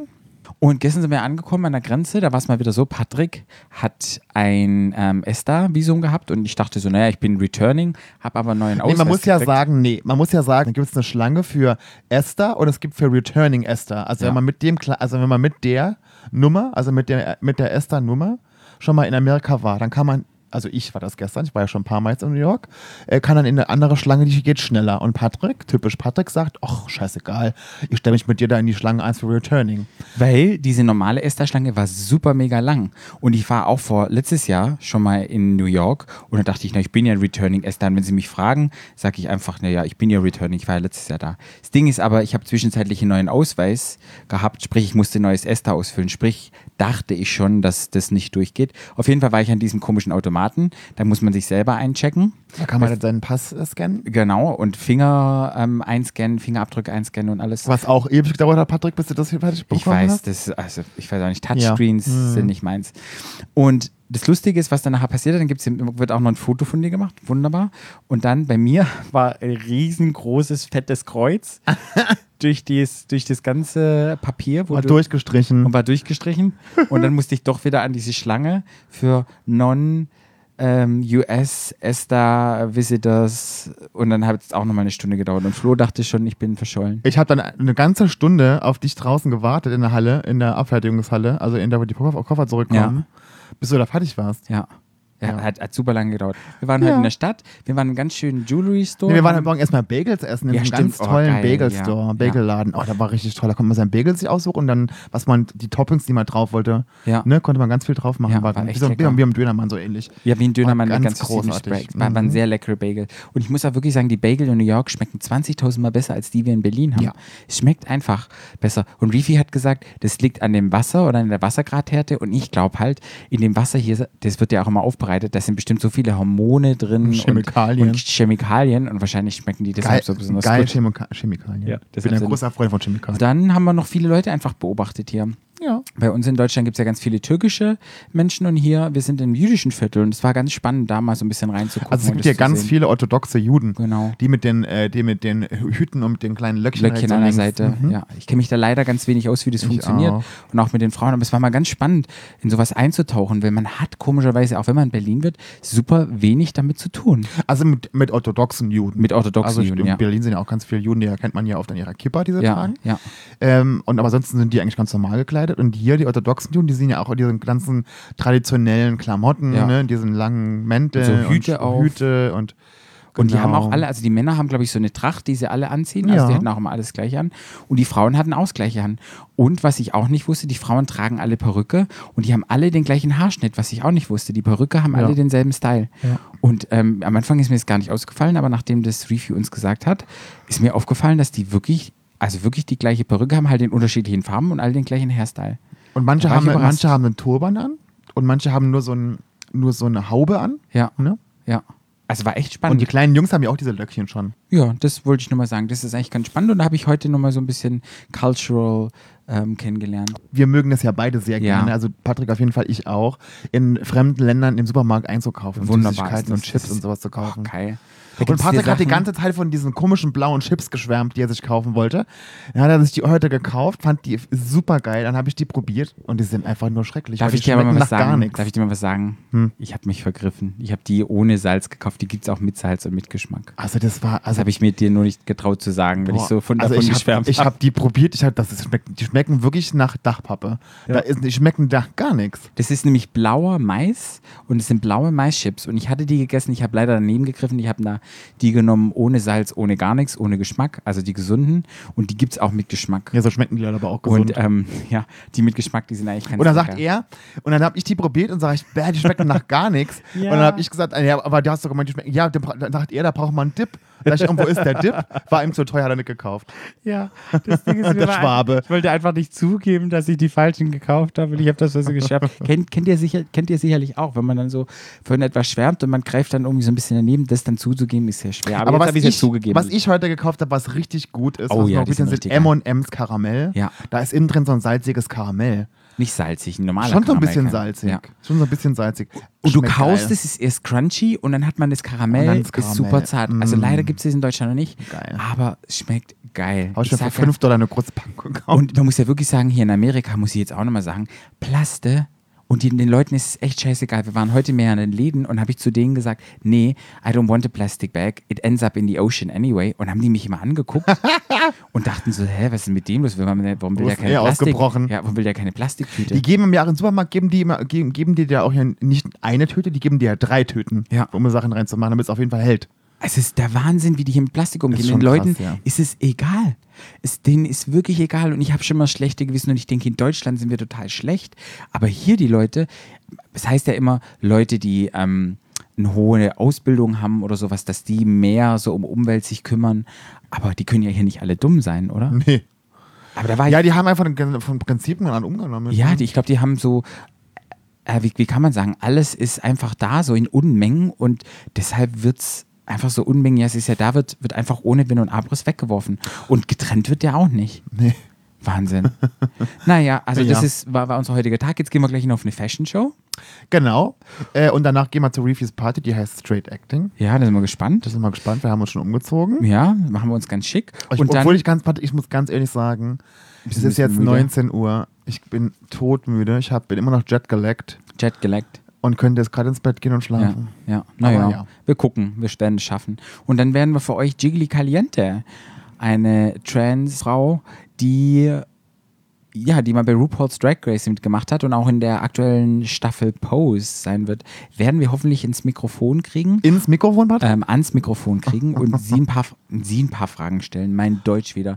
S1: Und gestern sind wir angekommen an der Grenze, da war es mal wieder so, Patrick hat ein ähm, ESTA-Visum gehabt und ich dachte so, naja, ich bin returning, habe aber einen neuen Ausweis
S2: Nee, man muss ja
S1: gekriegt.
S2: sagen, nee, man muss ja sagen, da gibt es eine Schlange für Esther und es gibt für Returning Esther. Also
S1: Ja.
S2: wenn man mit dem, Kle- also wenn man mit der Nummer, also mit der mit der Esther Nummer schon mal in Amerika war, dann kann man, also ich war das gestern, ich war ja schon ein paar Mal jetzt in New York, äh, kann dann in eine andere Schlange, die geht schneller. Und Patrick, typisch Patrick, sagt, ach scheißegal, ich stelle mich mit dir da in die Schlange 1 für Returning.
S1: Weil diese normale Esther-Schlange war super mega lang. Und ich war auch vor letztes Jahr schon mal in New York und da dachte ich, na, ich bin ja Returning Esther. Und wenn sie mich fragen, sage ich einfach, naja, ich bin ja Returning, ich war ja letztes Jahr da. Das Ding ist aber, ich habe zwischenzeitlich einen neuen Ausweis gehabt, sprich, ich musste ein neues Esther ausfüllen. Sprich, dachte ich schon, dass das nicht durchgeht. Auf jeden Fall war ich an diesem komischen Automaten. Da muss man sich selber einchecken.
S2: Da kann man dann seinen Pass äh, scannen.
S1: Genau, und Finger ähm, einscannen, Fingerabdrücke einscannen und alles.
S2: Was auch ewig gedauert hat, Patrick, bis du das hier fertig bekommen
S1: Ich weiß,
S2: hast.
S1: das, also ich weiß auch nicht, Touchscreens sind nicht meins. Und das Lustige ist, was dann nachher passiert, dann gibt's, wird auch noch ein Foto von dir gemacht, wunderbar. Und dann bei mir war ein riesengroßes, fettes Kreuz durch, dies, durch das ganze Papier, wo
S2: Mal
S1: du-
S2: durchgestrichen.
S1: und war durchgestrichen. und dann musste ich doch wieder an diese Schlange für non ähm, US Esther Visitors und dann hat es auch nochmal eine Stunde gedauert. Und Flo dachte schon, ich bin verschollen.
S2: Ich habe dann eine ganze Stunde auf dich draußen gewartet in der Halle, in der Abfertigungshalle, also in der, wo die Koffer, Koffer zurückkommen, bis du da fertig warst.
S1: Ja. Ja,
S2: Ja.
S1: Hat, hat super lange gedauert. Wir waren halt
S2: Ja.
S1: in der Stadt, wir waren in einem ganz schönen Jewelry Store.
S2: Nee, wir waren heute Morgen erstmal Bagels essen in
S1: Ja,
S2: einem
S1: stimmt.
S2: ganz
S1: Oh,
S2: tollen
S1: geil,
S2: Bagelstore,
S1: ja.
S2: Bagelladen. Oh, da war richtig toll. Da konnte man seinen Bagel sich aussuchen und dann, was man, die Toppings, die man drauf wollte,
S1: Ja.
S2: ne, konnte man ganz viel drauf machen.
S1: Ja, war
S2: wie
S1: echt
S2: so ein,
S1: lecker.
S2: wie am Dönermann so ähnlich.
S1: ja, wie ein Dönermann
S2: War
S1: mit ganz
S2: Oh, ganz
S1: großen
S2: großartig.
S1: Speck. War, waren
S2: Mhm.
S1: sehr leckere Bagel. Und ich muss auch wirklich sagen, die Bagel in New York schmecken 20.000 Mal besser, als die wir in Berlin haben.
S2: Ja.
S1: Es schmeckt einfach besser. Und Rifi hat gesagt, das liegt an dem Wasser oder an der Wassergradhärte. Und ich glaube halt, in dem Wasser hier, das wird ja auch immer aufbereitet, da sind bestimmt so viele Hormone drin. und-
S2: Chemikalien.
S1: Und Chemikalien. Und wahrscheinlich schmecken die deshalb
S2: Geil,
S1: so besonders
S2: geil
S1: gut.
S2: Chemika Chemikalien.
S1: Ja,
S2: ich
S1: das
S2: bin
S1: ist
S2: ein
S1: so-
S2: großer Freund von Chemikalien.
S1: Dann haben wir noch viele Leute einfach beobachtet hier.
S2: Ja.
S1: Bei uns in Deutschland gibt es ja ganz viele türkische Menschen und hier, wir sind im jüdischen Viertel und es war ganz spannend, da mal so ein bisschen reinzugucken.
S2: Also es
S1: und
S2: gibt
S1: um das
S2: hier
S1: zu
S2: ganz
S1: sehen.
S2: viele orthodoxe Juden,
S1: Genau.
S2: die mit den, äh, die mit den Hüten und mit den kleinen Löckchen,
S1: Löckchen
S2: rechts und
S1: an der
S2: links.
S1: Seite.
S2: Mhm.
S1: Ja, ich kenne mich da leider ganz wenig aus, wie das funktioniert
S2: auch.
S1: und auch mit den Frauen. Aber es war mal ganz spannend, in sowas einzutauchen, weil man hat komischerweise, auch wenn man in Berlin wird, super wenig damit zu tun.
S2: Also mit, mit orthodoxen Juden.
S1: Mit orthodoxen
S2: also
S1: Juden,
S2: In
S1: ja.
S2: Berlin sind ja auch ganz viele Juden, die erkennt man ja oft an ihrer Kippa, die sie
S1: Ja,
S2: tragen.
S1: ja.
S2: Ähm, und aber ansonsten sind die eigentlich ganz normal gekleidet. Und hier, die orthodoxen Juden, die sehen ja auch in diesen ganzen traditionellen Klamotten,
S1: Ja.
S2: ne, in diesen langen Mänteln.
S1: Und so Hüte
S2: und
S1: auf.
S2: Hüte und
S1: Und die
S2: genau.
S1: haben auch alle, also die Männer haben, glaube ich, so eine Tracht, die sie alle anziehen. Also
S2: Ja.
S1: die hatten auch immer alles gleich an. Und die Frauen hatten auch das gleiche an. Und was ich auch nicht wusste, die Frauen tragen alle Perücke und die haben alle den gleichen Haarschnitt, was ich auch nicht wusste. Die Perücke haben alle
S2: Ja.
S1: denselben Style.
S2: Ja.
S1: Und ähm, am Anfang ist mir das gar nicht ausgefallen, aber nachdem das Review uns gesagt hat, ist mir aufgefallen, dass die wirklich, also wirklich die gleiche Perücke haben, halt in unterschiedlichen Farben und alle den gleichen Hairstyle.
S2: Und manche
S1: Da war ich
S2: haben,
S1: überrascht.
S2: manche haben einen Turban an und manche haben nur so, ein, nur so eine Haube an.
S1: Ja.
S2: Ne?
S1: Ja. Also war echt
S2: Und die
S1: spannend.
S2: kleinen Jungs haben ja auch diese Löckchen schon.
S1: ja, das wollte ich nur mal sagen. Das ist eigentlich ganz spannend und da habe ich heute noch mal so ein bisschen cultural ähm, kennengelernt.
S2: wir mögen das ja beide sehr
S1: Ja.
S2: gerne. Also Patrick auf jeden Fall, ich auch. In fremden Ländern im Supermarkt einzukaufen. und
S1: Wunderbar ist
S2: Süßigkeiten
S1: das.
S2: und Chips
S1: Das
S2: und sowas zu
S1: Oh,
S2: kaufen.
S1: geil. Da
S2: und
S1: gibt's hier
S2: Patrick hat die
S1: Sachen-
S2: ganze Zeit von diesen komischen blauen Chips geschwärmt, die er sich kaufen wollte. Dann hat er sich die heute gekauft, fand die super geil. Dann habe ich die probiert und die sind einfach nur schrecklich.
S1: Darf
S2: weil
S1: ich
S2: die
S1: dir aber
S2: schmecken
S1: mal was
S2: nach Gar Hm.
S1: sagen?
S2: nichts.
S1: Darf ich dir mal was sagen? Ich habe mich vergriffen. Ich habe die ohne Salz gekauft. Die gibt es auch mit Salz und mit Geschmack.
S2: also das war
S1: Das
S2: also
S1: habe ich mir dir nur nicht getraut zu sagen, weil ich
S2: Boah,
S1: so von
S2: also
S1: davon
S2: ich hab-
S1: geschwärmt
S2: Ich habe die probiert, ich hab, das ist, schmecken- die schmecken wirklich nach Dachpappe. Da ist, die schmecken da gar nichts.
S1: Das ist nämlich blauer Mais und es sind blaue Maischips. Und ich hatte die gegessen, ich habe leider daneben gegriffen. Ich habe da die genommen ohne Salz, ohne gar nichts, ohne Geschmack, also die gesunden. Und die gibt es auch mit Geschmack.
S2: Ja, so schmecken die leider aber auch gesund.
S1: und ähm, ja, die mit Geschmack, die sind eigentlich ganz
S2: Und dann sagt
S1: lecker.
S2: er, und dann habe ich die probiert und sage ich, bäh, die schmecken nach gar nichts.
S7: Ja.
S2: Und dann habe ich gesagt, ja, aber du hast doch gemeint, die schmecken. Ja, dann bra- dann sagt er, da braucht man einen Dip. Sag ich, und wo ist der Dip? War ihm zu teuer, hat er nicht gekauft.
S1: Ja, das Ding ist,
S2: Der
S1: mir war-
S2: Schwabe.
S1: Ich wollte einfach nicht zugeben, dass ich die falschen gekauft habe und ich habe das was geschafft. kennt, kennt, ihr sicher, kennt ihr sicherlich auch, wenn man dann so von etwas schwärmt und man greift dann irgendwie so ein bisschen daneben, das dann zuzugeben, ist sehr schwer. Aber, jetzt habe ich es ja zugegeben.
S2: was ich heute gekauft habe, was richtig gut ist,
S1: Oh
S2: was
S1: ja,
S2: noch
S1: die sind
S2: gut sind, sind
S1: richtig geil.
S2: M&M's Karamell.
S1: Ja.
S2: Da ist innen drin so ein salziges Karamell.
S1: nicht salzig, ein normaler
S2: Schon so ein
S1: Karamell
S2: bisschen
S1: kann-
S2: salzig.
S1: Ja.
S2: Schon so ein bisschen salzig.
S1: Und du
S2: Schmeckt
S1: kaust
S2: geil.
S1: es, es ist crunchy und dann hat man das
S2: Und
S1: Karamell,
S2: dann
S1: ist
S2: das Karamell.
S1: super zart. Also
S2: Mm.
S1: leider gibt es das in Deutschland noch nicht,
S2: Geil.
S1: aber es schmeckt geil.
S2: Habe ich mir für
S1: sag ja,
S2: 5 Dollar eine große Packung gekauft.
S1: Und man muss ja wirklich sagen, hier in Amerika muss ich jetzt auch nochmal sagen, Plaste. Und den, den Leuten ist es echt scheißegal. Wir waren heute mehr in den Läden und habe ich zu denen gesagt, nee, I don't want a plastic bag. It ends up in the ocean anyway. Und haben die mich immer angeguckt und dachten so, hä, was ist denn mit dem los? Warum, warum will
S2: Wo
S1: der
S2: ist
S1: keine
S2: der
S1: Plastik?
S2: ausgebrochen?
S1: Ja, warum will der keine Plastiktüte?
S2: Die geben im Jahr im Supermarkt, geben die, immer, geben, geben die dir auch ja nicht eine Tüte, die geben dir ja drei Tüten,
S1: Ja.
S2: um Sachen reinzumachen, damit es auf jeden Fall hält.
S1: Es ist der Wahnsinn, wie die hier mit Plastik umgehen.
S2: Ist
S1: Den
S2: schon
S1: Leuten
S2: krass, ja.
S1: ist es egal. Es, denen ist wirklich egal. Und ich habe schon mal schlechte Gewissen und ich denke, in Deutschland sind wir total schlecht. Aber hier die Leute, es heißt ja immer, Leute, die ähm, eine hohe Ausbildung haben oder sowas, dass die mehr so um Umwelt sich kümmern. Aber die können ja hier nicht alle dumm sein, oder?
S2: Nee.
S1: Aber da war
S2: Ja,
S1: ich,
S2: die haben einfach den- von Prinzipien an umgenommen.
S1: ja, die, ich glaube, die haben so, äh, wie, wie kann man sagen, alles ist einfach da, so in Unmengen und deshalb wird es einfach so Unmengen, ja, es ist ja da, wird, wird einfach ohne Bin und Abriss weggeworfen. Und getrennt wird der auch nicht.
S2: Nee.
S1: Wahnsinn. naja, also das
S2: Ja.
S1: ist, war, war unser heutiger Tag. Jetzt gehen wir gleich noch auf eine Fashion Show.
S2: Genau. Äh, und danach gehen wir zu Reefys Party, die heißt Straight Acting.
S1: Ja, da sind wir gespannt.
S2: Da sind wir gespannt, wir haben uns schon umgezogen.
S1: ja, machen wir uns ganz schick.
S2: Ich,
S1: und dann,
S2: obwohl ich ganz, ich muss ganz ehrlich sagen, es ist jetzt
S1: müde.
S2: 19 Uhr, ich bin todmüde, ich hab, bin immer noch jetgeleckt
S1: Jet geleckt.
S2: und könnte jetzt gerade ins Bett gehen und
S1: Ja,
S2: schlafen.
S1: ja. Naja,
S2: Also. Aber ja.
S1: wir gucken, wir werden es schaffen. Und dann werden wir für euch Jiggly Caliente, eine Transfrau, die ja, die mal bei RuPaul's Drag Race mitgemacht hat und auch in der aktuellen Staffel Pose sein wird, werden wir hoffentlich ins Mikrofon kriegen,
S2: Ins Mikrofon, Patrick?
S1: ähm, ans Mikrofon kriegen und sie ein paar, sie ein paar Fragen stellen. Mein Deutsch wieder.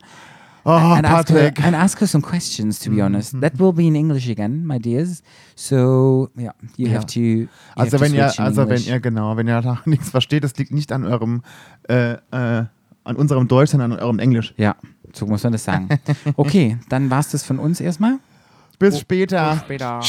S2: oh,
S1: and, ask her,
S2: Patrick. Mhm.
S1: and ask her some questions, to be honest. That will be in English again, my dears. So, yeah, you have to. You
S2: Also
S1: have
S2: wenn
S1: to
S2: ihr,
S1: switch in
S2: also wenn
S1: English.
S2: ihr, genau, wenn ihr da nichts versteht, das liegt nicht an eurem, äh, äh, an unserem Deutsch, sondern an eurem Englisch.
S1: Ja, so muss man das sagen. Okay, dann war's das von uns erstmal.
S2: Bis
S1: Oh.
S2: später.
S1: Später.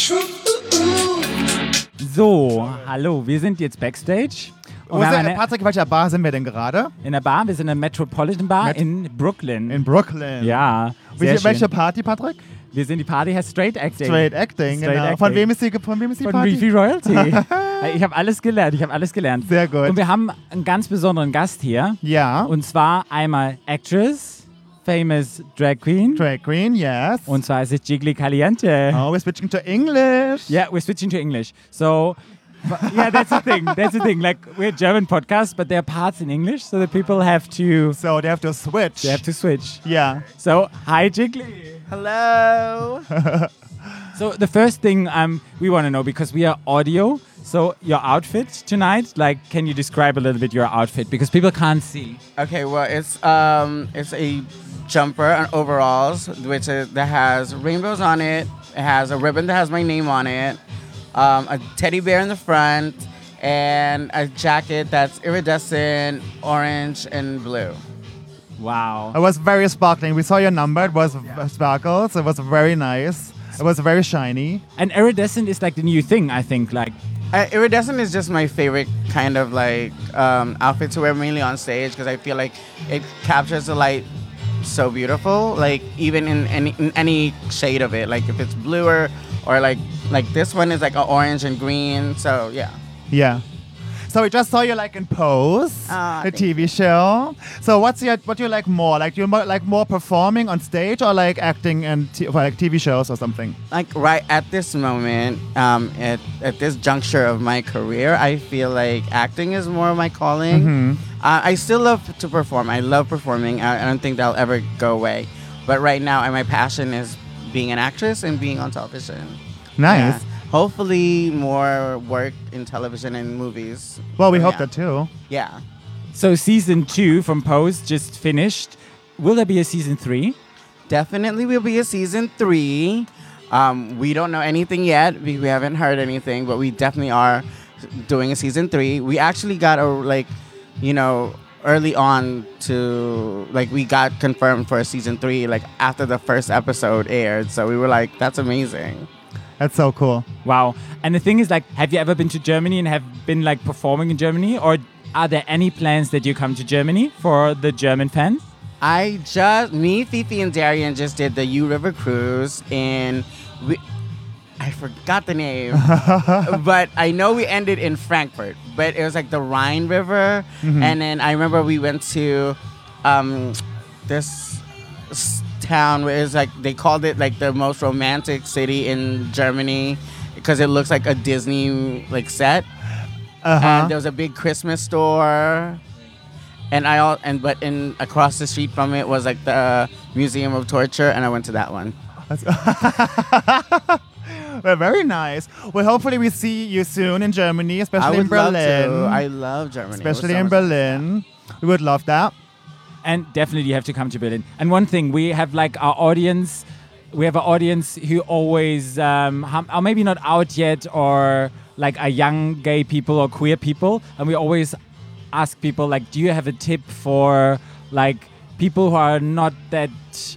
S1: So, hallo, wir sind jetzt Backstage. Und
S2: Wo
S1: wir
S2: sind,
S1: haben
S2: äh,
S1: eine,
S2: Patrick, in welcher Bar sind wir denn gerade?
S1: in der Bar, wir sind in der Metropolitan Bar
S2: Met-
S1: in Brooklyn.
S2: In Brooklyn.
S1: ja,
S2: Wie,
S1: sehr
S2: welche
S1: schön.
S2: Party, Patrick?
S1: Wir sind die Party, heißt Straight Acting.
S2: Straight Acting.
S1: Straight
S2: genau.
S1: Acting.
S2: Von wem ist die, von wem ist die
S1: Von
S2: Party?
S1: Beefy Royalty. Äh, ich habe alles gelernt, ich habe alles gelernt.
S2: Sehr gut.
S1: Und wir haben einen ganz besonderen Gast hier.
S2: ja.
S1: Und zwar einmal Actress, famous Drag Queen.
S2: Drag Queen, yes.
S1: und zwar ist es Jiggly Caliente.
S2: oh, we're switching to English.
S1: Yeah, we're switching to English. So, but- yeah, that's the thing. That's the thing. Like, we're a German podcast, but there are parts in English, so the people have to
S2: So they have to switch.
S1: they have to switch.
S2: yeah.
S1: So, hi, Jiggly. Hello. so, the first thing um, we want to know because we are audio. So, your outfit tonight, like, can you describe a little bit your outfit because people can't see?
S8: Okay, well, it's um, it's a jumper and overalls, which is, that has rainbows on it. It has a ribbon that has my name on it, um, a teddy bear in the front, and a jacket that's iridescent, orange, and blue.
S1: Wow.
S2: It was very sparkling. We saw your number. It was sparkles. It was very nice. It was very shiny.
S1: And iridescent is like the new thing, I think. Like,
S8: Uh, iridescent is just my favorite kind of like um, outfit to wear mainly on stage because I feel like it captures the light so beautiful. Like even in any in any shade of it, like if it's bluer or like like this one is like a orange and green. So yeah.
S2: Yeah. So we just saw you like in Pose,
S8: Ah,
S2: the
S8: thank
S2: TV show. So what's your what do you like more? Like do you mo- like more performing on stage or like acting and t- like TV shows or something?
S8: like right at this moment, um, at, at this juncture of my career, I feel like acting is more my calling.
S2: Mm-hmm.
S8: Uh, I still love to perform. I love performing. I, I don't think that'll ever go away. But right now, and my passion is being an actress and being on television.
S2: Nice.
S8: Yeah. Hopefully, more work in television and movies.
S2: Well, we
S8: Oh, Yeah.
S2: hope that too.
S8: Yeah.
S1: So season two from Pose just finished. Will there be a season three?
S8: definitely will be a season three. Um, we don't know anything yet. We, we haven't heard anything, but we definitely are doing a season three. We actually got a like, you know, early on to like we got confirmed for a season three like after the first episode aired. So we were like, that's amazing.
S2: That's so cool.
S1: Wow. And the thing is, like, have you ever been to Germany and have been like performing in Germany, or are there any plans that you come to Germany for the German fans?
S8: I just me, Fifi, and Darian just did the U River cruise, and we. I forgot the name, but I know we ended in Frankfurt. But it was like the Rhine River, and then I remember we went to um, this s- town where it's like they called it like the most romantic city in Germany because it looks like a Disney like set and there was a big Christmas store. And I all and but in across the street from it was like the Museum of Torture, and I went to that one.
S2: Well, very nice. Well, hopefully we see you soon in Germany,
S8: I
S2: especially in
S8: would
S2: Berlin.
S8: love to. I love Germany. It was
S2: especially
S8: so
S2: in
S8: much-
S2: Berlin. We would love that.
S1: and definitely you have to come to Berlin. And one thing we have like our audience, we have an audience who always um, hum- are maybe not out yet or like are young gay people or queer people, and we always ask people like, do you have a tip for like people who are not that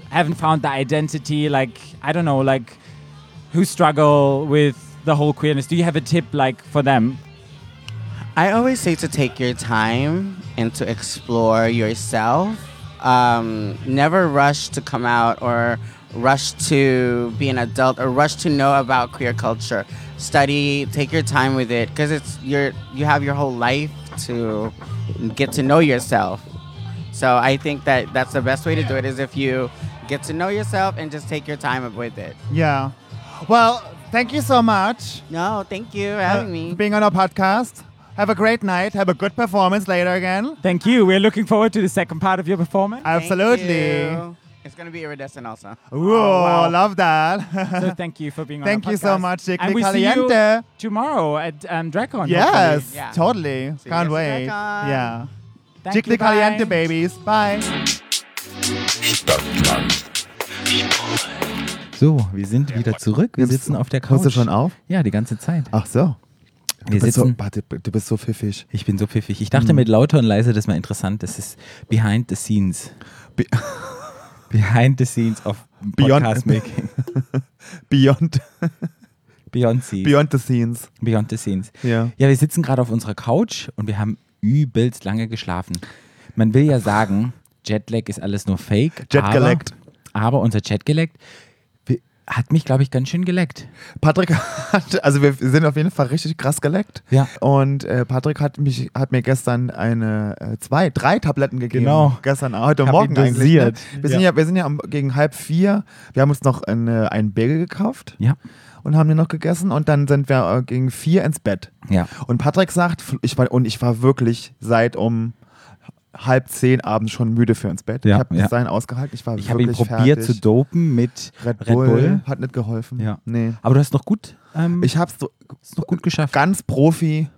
S1: haven't found their identity? Like I don't know, like who struggle with the whole queerness. Do you have a tip like for them?
S8: I always say to take your time and to explore yourself. Um, never rush to come out or rush to be an adult or rush to know about queer culture. Study, take your time with it because it's your you have your whole life to get to know yourself. So I think that that's the best way to do it is if you get to know yourself and just take your time with it.
S2: Yeah. Well, thank you so much
S8: No, thank you for
S2: uh,
S8: having me.
S2: being on our podcast. Have a great night. Have a good performance later again.
S1: Thank you. We're looking forward to the second part of your performance.
S8: Thank
S2: Absolutely.
S8: you. It's gonna be iridescent also.
S2: Ooh,
S1: wow.
S2: love that.
S1: So thank you for being on.
S2: Thank
S1: our
S2: you so
S1: podcast.
S2: much, Dick
S1: and we see you
S2: Caliente.
S1: tomorrow at um, DragCon. hopefully.
S2: yes,
S8: Yeah.
S2: totally.
S8: See you
S2: Can't
S8: guys
S2: wait.
S8: back on.
S2: Yeah.
S1: Thank you,
S2: Jiggly
S1: bye.
S2: Caliente, babies. Bye.
S9: Stadtland.
S10: So, wir sind wieder zurück. Wir sitzen auf der Couch.
S2: Hast du schon auf?
S10: Ja, die ganze Zeit.
S2: Ach so.
S10: Wir sitzen.
S2: warte, du bist so Mhm. pfiffig.
S10: Ich bin so pfiffig. Ich dachte mit lauter und leise, das ist mal interessant. Das ist behind the scenes.
S2: Be-
S10: behind the scenes of
S2: Beyond-
S10: podcast making.
S2: Beyond,
S10: Beyond, scenes.
S2: beyond the scenes.
S10: Beyond the scenes.
S2: Ja.
S10: Ja, wir sitzen gerade auf unserer Couch und wir haben übelst lange geschlafen. Man will ja sagen, Jetlag ist alles nur Fake.
S2: Jet
S10: aber-
S2: geleckt.
S10: Aber unser Jet geleckt wir- hat mich, glaube ich, ganz schön geleckt.
S2: Patrick hat, also wir sind auf jeden Fall richtig krass geleckt.
S10: Ja.
S2: Und äh, Patrick hat mich, hat mir gestern eine, äh, zwei, drei Tabletten gegeben.
S10: Genau.
S2: Gestern, heute
S10: Hab
S2: Morgen
S10: ihn dosiert.
S2: eigentlich. Ne? Wir, sind ja. wir sind ja um, gegen halb vier. Wir haben uns noch eine, einen Bagel gekauft
S10: Ja.
S2: und haben den noch gegessen und dann sind wir äh, gegen vier ins Bett.
S10: Ja.
S2: Und Patrick sagt, ich war, und ich war wirklich seit um halb zehn abends schon müde für ins Bett.
S10: Ja,
S2: ich habe
S10: ja.
S2: bis dahin ausgehalten. Ich war
S10: Ich habe
S2: wirklich
S10: ihn probiert
S2: fertig.
S10: zu dopen mit
S2: Red Bull, hat nicht geholfen.
S10: Ja.
S2: Nee.
S10: Aber du hast noch gut, ähm,
S2: Ich hab's so
S10: hast noch gut geschafft.
S2: ganz Profi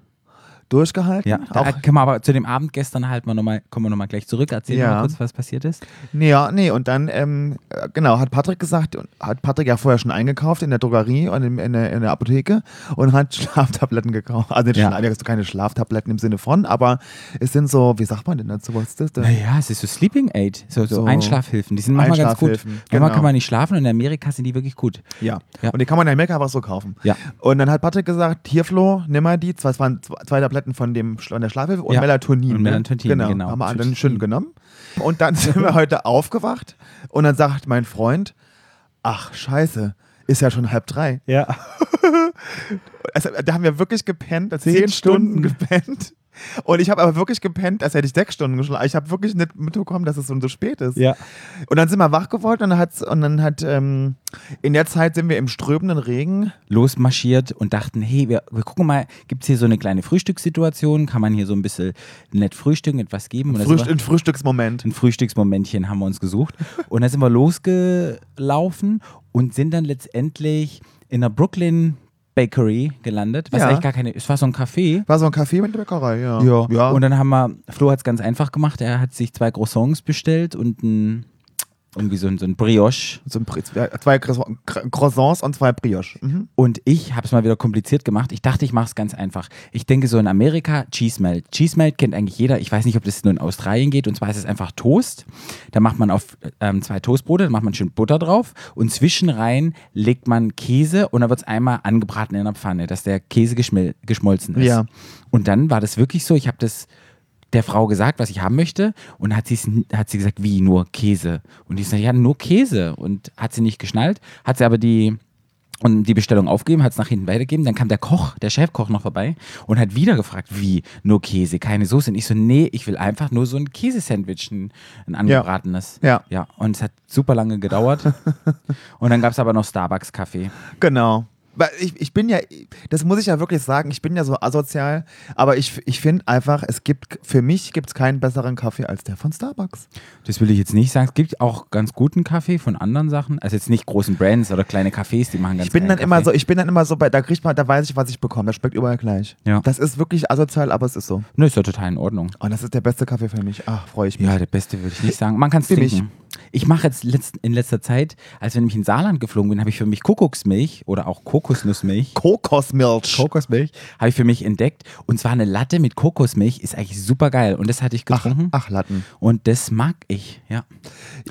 S4: durchgehalten.
S10: Ja, da
S4: auch,
S10: können wir aber zu dem Abend gestern halt mal nochmal, kommen wir nochmal gleich zurück, erzählen wir
S4: Ja.
S10: mal kurz, was passiert ist.
S4: nee, ja, nee, und dann, ähm, äh, genau, hat Patrick gesagt, und hat Patrick ja vorher schon eingekauft in der Drogerie und in, in, der, in der Apotheke und hat Schlaftabletten gekauft. Also nicht
S10: Ja.
S4: Schlaf, also keine Schlaftabletten im Sinne von, aber es sind so, wie sagt man denn dazu? Was ist das denn?
S10: Naja, es ist so Sleeping Aid, so, so,
S4: So
S10: Einschlafhilfen. Die sind manchmal ganz gut.
S4: Einschlafhilfen,
S10: Manchmal
S4: genau.
S10: kann man nicht schlafen und in Amerika sind die wirklich gut.
S4: Ja.
S10: Ja.
S4: Und die kann man in Amerika einfach so kaufen.
S10: Ja.
S4: Und dann hat Patrick gesagt, hier Flo, nimm mal die, zwei, es waren zwei, zwei Tabletten von, dem, Schla- von der Schlafhilfe und
S10: Ja.
S4: Melatonin.
S10: Und
S4: ne?
S10: Melatonin,
S4: genau.
S10: genau.
S4: Haben wir
S10: Tütütü.
S4: dann schön genommen. Und dann sind wir heute aufgewacht und dann sagt mein Freund, ach scheiße, ist ja schon halb drei.
S1: Ja.
S4: Also, da haben wir wirklich gepennt, zehn,
S1: Zehn
S4: Stunden.
S1: Stunden.
S4: gepennt. Und ich habe aber wirklich gepennt, als hätte ich sechs Stunden geschlafen. Ich habe wirklich nicht mitbekommen, dass es schon so spät ist.
S1: Ja.
S4: Und dann sind wir wach geworden und dann, hat's, und dann hat, ähm, in der Zeit sind wir im strömenden Regen
S10: Losmarschiert und dachten, hey, wir, wir gucken mal, gibt es hier so eine kleine Frühstückssituation? Kann man hier so ein bisschen nett frühstücken, etwas geben? Und da sind
S4: Frühst
S10: wir-
S4: ein Frühstücksmoment.
S10: ein Frühstücksmomentchen haben wir uns gesucht. Und dann sind wir losgelaufen und sind dann letztendlich in der Brooklyn Bakery gelandet. Was
S4: Ja.
S10: eigentlich gar keine, es war so ein Café.
S4: War so ein Kaffee mit der Bäckerei, ja. ja.
S10: Und dann haben wir, Flo hat es ganz einfach gemacht. Er hat sich zwei Croissants bestellt und ein, irgendwie so ein, so ein Brioche.
S4: so ein, Pri- zwei- zwei Croissant- Cro- Croissants und zwei Brioche. Mhm.
S10: Und ich habe es mal wieder kompliziert gemacht. Ich dachte, ich mache es ganz einfach. Ich denke so in Amerika Cheese Melt. Cheese Melt kennt eigentlich jeder. Ich weiß nicht, ob das nur in Australien geht. Und zwar ist es einfach Toast. Da macht man auf ähm, zwei Toastbrote, da macht man schön Butter drauf und zwischen rein legt man Käse und dann wird es einmal angebraten in der Pfanne, dass der Käse geschmil- geschmolzen ist.
S4: Ja.
S10: Und dann war das wirklich so. Ich habe das der Frau gesagt, was ich haben möchte, und hat, sie's, hat sie gesagt, wie nur Käse. Und ich sage, ja, nur Käse. Und hat sie nicht geschnallt, hat sie aber die, und die Bestellung aufgegeben, hat es nach hinten weitergegeben. Dann kam der Koch, der Chefkoch noch vorbei und hat wieder gefragt, wie nur Käse, keine Soße. Und ich so, nee, ich will einfach nur so ein Käsesandwich, ein, ein angebratenes.
S4: Ja.
S10: ja. Und es hat super lange gedauert. und dann gab es aber noch Starbucks-Kaffee.
S4: Genau. Weil ich, ich bin ja, das muss ich ja wirklich sagen, ich bin ja so asozial, aber ich, ich finde einfach, es gibt, für mich gibt es keinen besseren Kaffee als der von Starbucks.
S10: Das will ich jetzt nicht sagen. Es gibt auch ganz guten Kaffee von anderen Sachen. Also jetzt nicht großen Brands oder kleine Cafés, die machen ganz
S4: Ich bin
S10: geilen
S4: dann immer
S10: Kaffee.
S4: so, ich bin dann immer so bei, da kriegt man, da weiß ich, was ich bekomme, das schmeckt überall gleich.
S10: Ja.
S4: Das ist wirklich asozial, aber es ist so.
S10: Nö, ist ja total in Ordnung.
S4: Und das ist der beste Kaffee für mich. Ach, freue ich mich.
S10: Ja, der beste würde ich nicht sagen. Man kann es
S4: Für mich.
S10: trinken. Ich mache jetzt letzt, in letzter Zeit, als wir nämlich in Saarland geflogen bin, habe ich für mich Kuckucksmilch oder auch Kokosnussmilch.
S4: Kokosmilch.
S10: Kokosmilch habe ich für mich entdeckt. Und zwar eine Latte mit Kokosmilch ist eigentlich super geil. Und das hatte ich
S4: Ach,
S10: getrunken.
S4: ach, Latten.
S10: Und das mag ich, ja.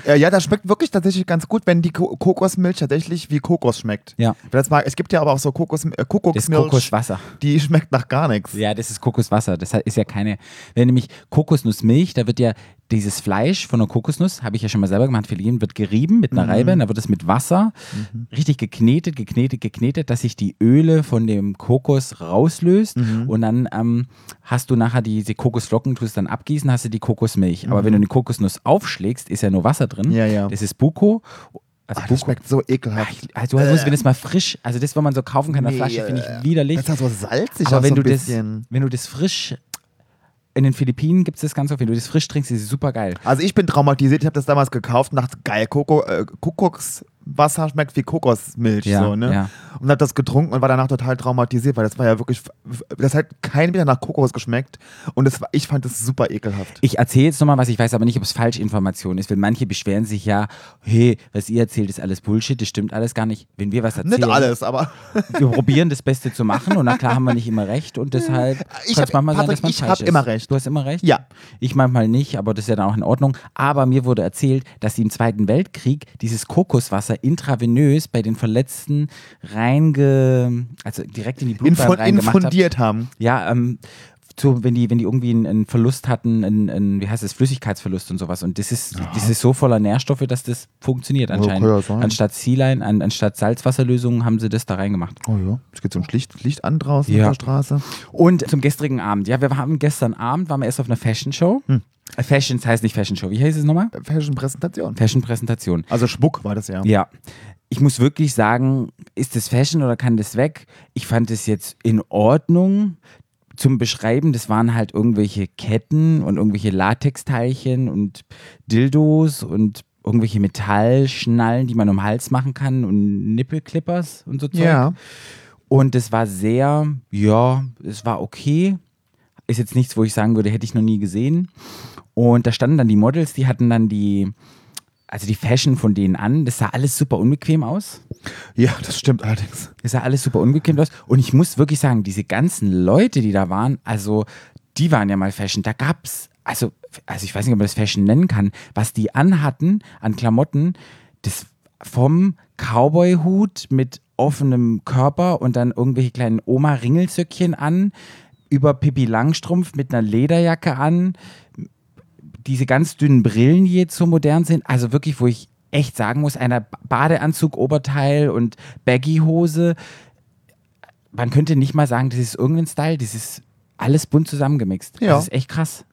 S4: Äh, ja, das schmeckt wirklich tatsächlich ganz gut, wenn die Ko Kokosmilch tatsächlich wie Kokos schmeckt.
S10: Ja.
S4: Das mag, es gibt ja aber auch so Kokos, äh,
S10: Das ist
S4: Kokosmilch,
S10: Kokoswasser.
S4: die schmeckt nach gar nichts.
S10: Ja, das ist Kokoswasser. Das ist ja keine. Wenn nämlich Kokosnussmilch, da wird ja dieses Fleisch von der Kokosnuss, habe ich ja schon mal selber gemacht, Filet, wird gerieben mit
S4: Mhm.
S10: einer Reibe, und dann wird es mit Wasser richtig geknetet, geknetet, geknetet, dass sich die Öle von dem Kokos rauslöst
S4: Mhm.
S10: und dann ähm, hast du nachher diese Kokosflocken, tust dann abgießen, hast du die Kokosmilch. Aber wenn du eine Kokosnuss aufschlägst, ist ja nur Wasser drin.
S4: Mhm. Ja, ja.
S10: Das ist Buko. Also
S4: Ach, Ah, das
S10: Buko.
S4: schmeckt so
S10: Ach,
S4: ekelhaft.
S10: ich- Also, du musst, wenn das mal frisch, also das, was man so kaufen kann in der
S4: Nee,
S10: Flasche, finde
S4: äh,
S10: ich widerlich.
S4: Das ist ja so salzig
S10: Aber
S4: auch
S10: wenn,
S4: so
S10: du
S4: ein
S10: das,
S4: bisschen.
S10: wenn du das frisch. In den Philippinen gibt es das ganz oft. Wenn du das frisch trinkst, ist es super geil.
S4: Also ich bin traumatisiert, ich habe das damals gekauft und dachte, geil, Koko, äh, Kuckuckswasser schmeckt wie Kokosmilch.
S10: Ja,
S4: so, ne?
S10: ja.
S4: Und habe das getrunken und war danach total traumatisiert, weil das war ja wirklich, das hat kein wieder nach Kokos geschmeckt und das war, ich fand das super ekelhaft.
S10: Ich erzähle jetzt nochmal was, ich weiß aber nicht, ob es Falschinformation ist, weil manche beschweren sich ja, hey, was ihr erzählt, ist alles Bullshit, das stimmt alles gar nicht. Wenn wir was erzählen,
S4: Nicht alles, aber
S10: wir probieren das Beste zu machen und na klar haben wir nicht immer recht und deshalb
S4: Ich
S10: kann es
S4: hab-
S10: manchmal sein,
S4: Patrick,
S10: dass man
S4: ich
S10: falsch
S4: hab
S10: ist.
S4: immer recht.
S10: Du hast immer recht?
S4: Ja.
S10: Ich manchmal nicht, aber das ist ja dann auch in Ordnung. Aber mir wurde erzählt, dass sie im Zweiten Weltkrieg dieses Kokoswasser intravenös bei den Verletzten reinge... also direkt in die Blutbahn
S4: infun-
S10: reingemacht haben.
S4: infundiert haben.
S10: Ja, ähm, zu, wenn, die, wenn die irgendwie einen, einen Verlust hatten, einen, einen, wie heißt es, Flüssigkeitsverlust und sowas. Und das ist, das ist so voller Nährstoffe, dass das funktioniert anscheinend.
S4: kann ja sein.
S10: anstatt Sealine, an, anstatt Salzwasserlösungen haben sie das da reingemacht.
S4: Oh ja, es geht so ein Licht, Licht an draußen
S10: Ja.
S4: auf der Straße.
S10: Und zum gestrigen Abend. Ja, wir haben gestern Abend, waren wir erst auf einer Fashion Show.
S4: Hm.
S10: Äh, Fashion, das heißt nicht Fashion Show. Wie heißt es nochmal?
S4: Fashion Präsentation.
S10: Fashion Präsentation.
S4: Also Schmuck war das ja.
S10: Ja. Ich muss wirklich sagen, ist das Fashion oder kann das weg? Ich fand es jetzt in Ordnung zum Beschreiben. Das waren halt irgendwelche Ketten und irgendwelche Latexteilchen und Dildos und irgendwelche Metallschnallen, die man um den Hals machen kann und Nippelclippers und so Zeug.
S4: Ja.
S10: Und es war sehr, ja, es war okay. Ist jetzt nichts, wo ich sagen würde, hätte ich noch nie gesehen. Und da standen dann die Models, die hatten dann die, also die Fashion von denen an. Das sah alles super unbequem aus.
S4: Ja, das stimmt allerdings.
S10: Es sah alles super ungekämmt aus. Und ich muss wirklich sagen, diese ganzen Leute, die da waren, also die waren ja mal Fashion. Da gab's, also, also ich weiß nicht, ob man das Fashion nennen kann, was die anhatten an Klamotten, das vom Cowboy-Hut mit offenem Körper und dann irgendwelche kleinen Oma-Ringelzöckchen an, über Pippi Langstrumpf mit einer Lederjacke an, diese ganz dünnen Brillen, die jetzt so modern sind, also wirklich, wo ich echt sagen muss, einer Ba- Badeanzug, Oberteil und Baggy-Hose, man könnte nicht mal sagen, das ist irgendein Style, das ist alles bunt zusammengemixt.
S4: Ja.
S10: Das ist echt krass.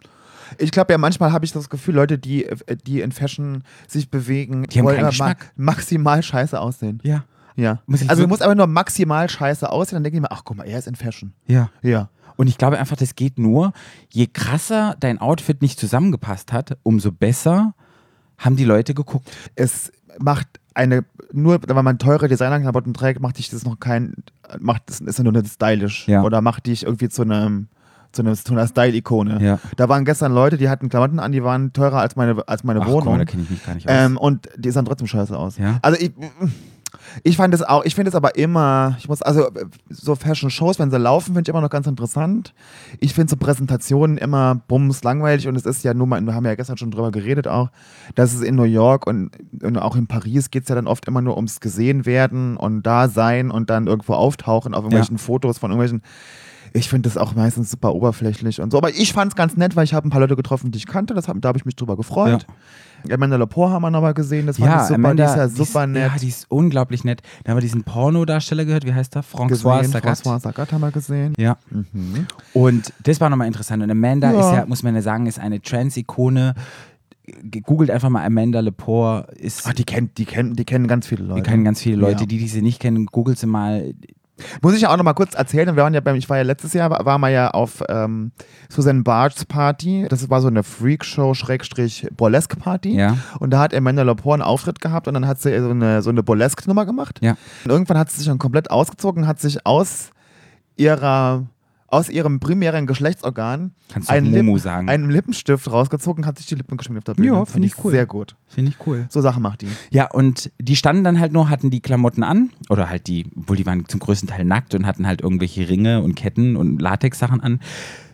S4: Ich glaube ja, manchmal habe ich das Gefühl, Leute, die, äh, die in Fashion sich bewegen,
S10: Die haben
S4: wollen
S10: keinen
S4: immer ma-
S10: Geschmack.
S4: maximal scheiße aussehen.
S10: Ja.
S4: Ja.
S10: Muss ich
S4: also
S10: wirklich-
S4: du musst aber nur maximal scheiße aussehen, dann denke ich mir, ach guck mal, er ist in Fashion.
S10: Ja.
S4: Ja.
S10: Und ich glaube einfach, das geht nur, je krasser dein Outfit nicht zusammengepasst hat, umso besser haben die Leute geguckt.
S4: es macht eine, nur wenn man teure Designerklamotten trägt, macht dich das noch kein, macht das ist ja nur nicht stylisch.
S10: Ja.
S4: Oder macht dich irgendwie zu einem zu, einem, zu einer Style-Ikone.
S10: Ja.
S4: Da waren gestern Leute, die hatten Klamotten an, die waren teurer als meine, als meine
S10: Ach, guck
S4: Wohnung.
S10: mal, da kenne ich mich gar nicht aus.
S4: Ähm, und die sahen trotzdem scheiße aus.
S10: Ja.
S4: Also ich, ich fand das auch, ich finde es aber immer, ich muss, also so Fashion-Shows, wenn sie laufen, finde ich immer noch ganz interessant. Ich finde so Präsentationen immer bums langweilig und es ist ja nun mal, wir haben ja gestern schon drüber geredet auch, dass es in New York und, und auch in Paris geht es ja dann oft immer nur ums gesehen werden und da sein und dann irgendwo auftauchen auf irgendwelchen Fotos von irgendwelchen ich finde das auch meistens super oberflächlich und so. Aber ich fand es ganz nett, weil ich habe ein paar Leute getroffen, die ich kannte. Das hab, da habe ich mich drüber gefreut. Amanda Lepore haben wir nochmal gesehen. Das fand ich super. die ist ja
S10: die ist-
S4: super nett.
S10: Ja, die ist unglaublich nett. Da haben wir diesen Pornodarsteller gehört, wie heißt er? François
S4: gesehen.
S10: Sagat.
S4: François Sagat haben wir gesehen.
S10: Ja. Und das war nochmal interessant. Und Amanda
S4: Ja.
S10: ist ja, muss man ja sagen, ist eine Trans-Ikone. G- Googelt einfach mal Amanda Lepore. Ist,
S4: Ah, die, kennt, die, kennt, die kennen ganz viele Leute.
S10: die kennen ganz viele Leute,
S4: Ja.
S10: die diese nicht kennen. Googelt sie mal.
S4: Muss ich ja auch nochmal kurz erzählen. Wir waren ja beim, ich war ja letztes Jahr, war- waren wir ja auf ähm, Susan Bart's Party. Das war so eine Freakshow, Schrägstrich, Burlesque-Party.
S10: Ja.
S4: Und da hat Amanda Lepore einen Auftritt gehabt und dann hat sie so eine, so eine Burlesque-Nummer gemacht.
S10: Ja.
S4: Und irgendwann hat sie sich dann komplett ausgezogen, hat sich aus ihrer aus ihrem primären Geschlechtsorgan
S10: Kannst du auch
S4: einen,
S10: Momo sagen.
S4: einen Lippenstift rausgezogen, hat sich die Lippen geschminkt auf der Bühne.
S10: Ja,
S4: Das fand
S10: finde ich cool.
S4: Sehr gut.
S10: Finde ich cool.
S4: So Sachen macht die.
S10: Ja, und die standen dann halt nur, hatten die Klamotten an. Oder halt die, obwohl die waren zum größten Teil nackt und hatten halt irgendwelche Ringe und Ketten und Latex-Sachen an.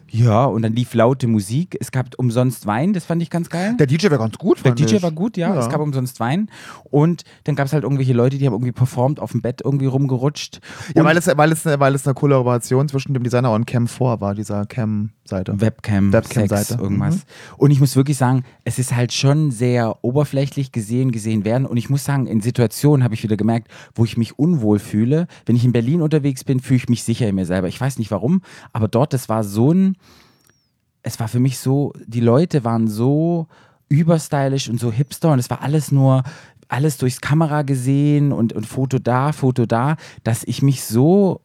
S10: Ja, und dann lief laute Musik. Es gab umsonst Wein, das fand ich ganz geil.
S4: Der DJ war ganz gut.
S10: Der
S4: fand
S10: DJ
S4: ich.
S10: war gut, ja. Es gab umsonst Wein. Und dann gab es halt irgendwelche Leute, die haben irgendwie performt, auf dem Bett irgendwie rumgerutscht.
S4: ja, weil es, weil, es, weil es eine Kollaboration zwischen dem Designer und Cam 4 war, dieser Cam-Seite.
S10: Webcam, Webcam Sex,
S4: Webcam-Seite.
S10: irgendwas. Und ich muss wirklich sagen, es ist halt schon sehr oberflächlich gesehen, gesehen werden. Und ich muss sagen, in Situationen habe ich wieder gemerkt, wo ich mich unwohl fühle. Wenn ich in Berlin unterwegs bin, fühle ich mich sicher in mir selber. Ich weiß nicht warum, aber dort, das war so ein, es war für mich so, die Leute waren so überstylisch und so hipster und es war alles nur, alles durchs Kamera gesehen und, und Foto da, Foto da, dass ich mich so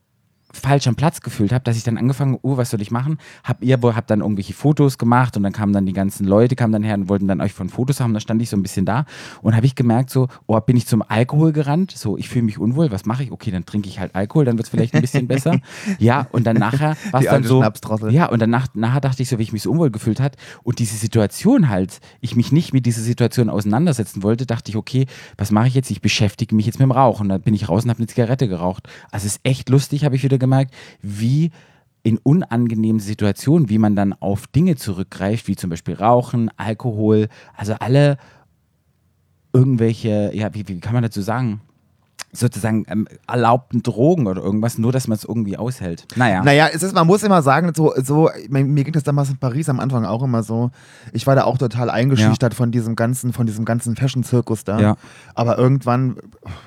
S10: falsch am Platz gefühlt habe, dass ich dann angefangen, oh, was soll ich machen? Hab ihr wohl, hab dann irgendwelche Fotos gemacht und dann kamen dann die ganzen Leute, kamen dann her und wollten dann euch von Fotos haben. Da stand ich so ein bisschen da und habe ich gemerkt, so, oh, bin ich zum Alkohol gerannt? So, ich fühle mich unwohl, was mache ich? Okay, dann trinke ich halt Alkohol, dann wird es vielleicht ein bisschen besser. Ja, und dann nachher war es
S4: Die
S10: dann
S4: alte
S10: so.
S4: Schnapsdrossel.
S10: Ja, und danach, nachher dachte ich so, wie ich mich so unwohl gefühlt hat und diese Situation halt, ich mich nicht mit dieser Situation auseinandersetzen wollte, dachte ich, okay, was mache ich jetzt? Ich beschäftige mich jetzt mit dem Rauchen. Dann bin ich raus und habe eine Zigarette geraucht. Also es ist echt lustig, habe ich wieder gemerkt, wie in unangenehmen Situationen, wie man dann auf Dinge zurückgreift, wie zum Beispiel Rauchen, Alkohol, also alle irgendwelche, ja, wie, wie kann man dazu sagen? Sozusagen ähm, erlaubten Drogen oder irgendwas, nur dass man es irgendwie aushält. Naja.
S4: Naja, es ist, man muss immer sagen, so, so, mir, mir ging das damals in Paris am Anfang auch immer so. Ich war da auch total eingeschüchtert von diesem ganzen, von diesem ganzen Fashion-Zirkus da.
S10: Ja.
S4: Aber irgendwann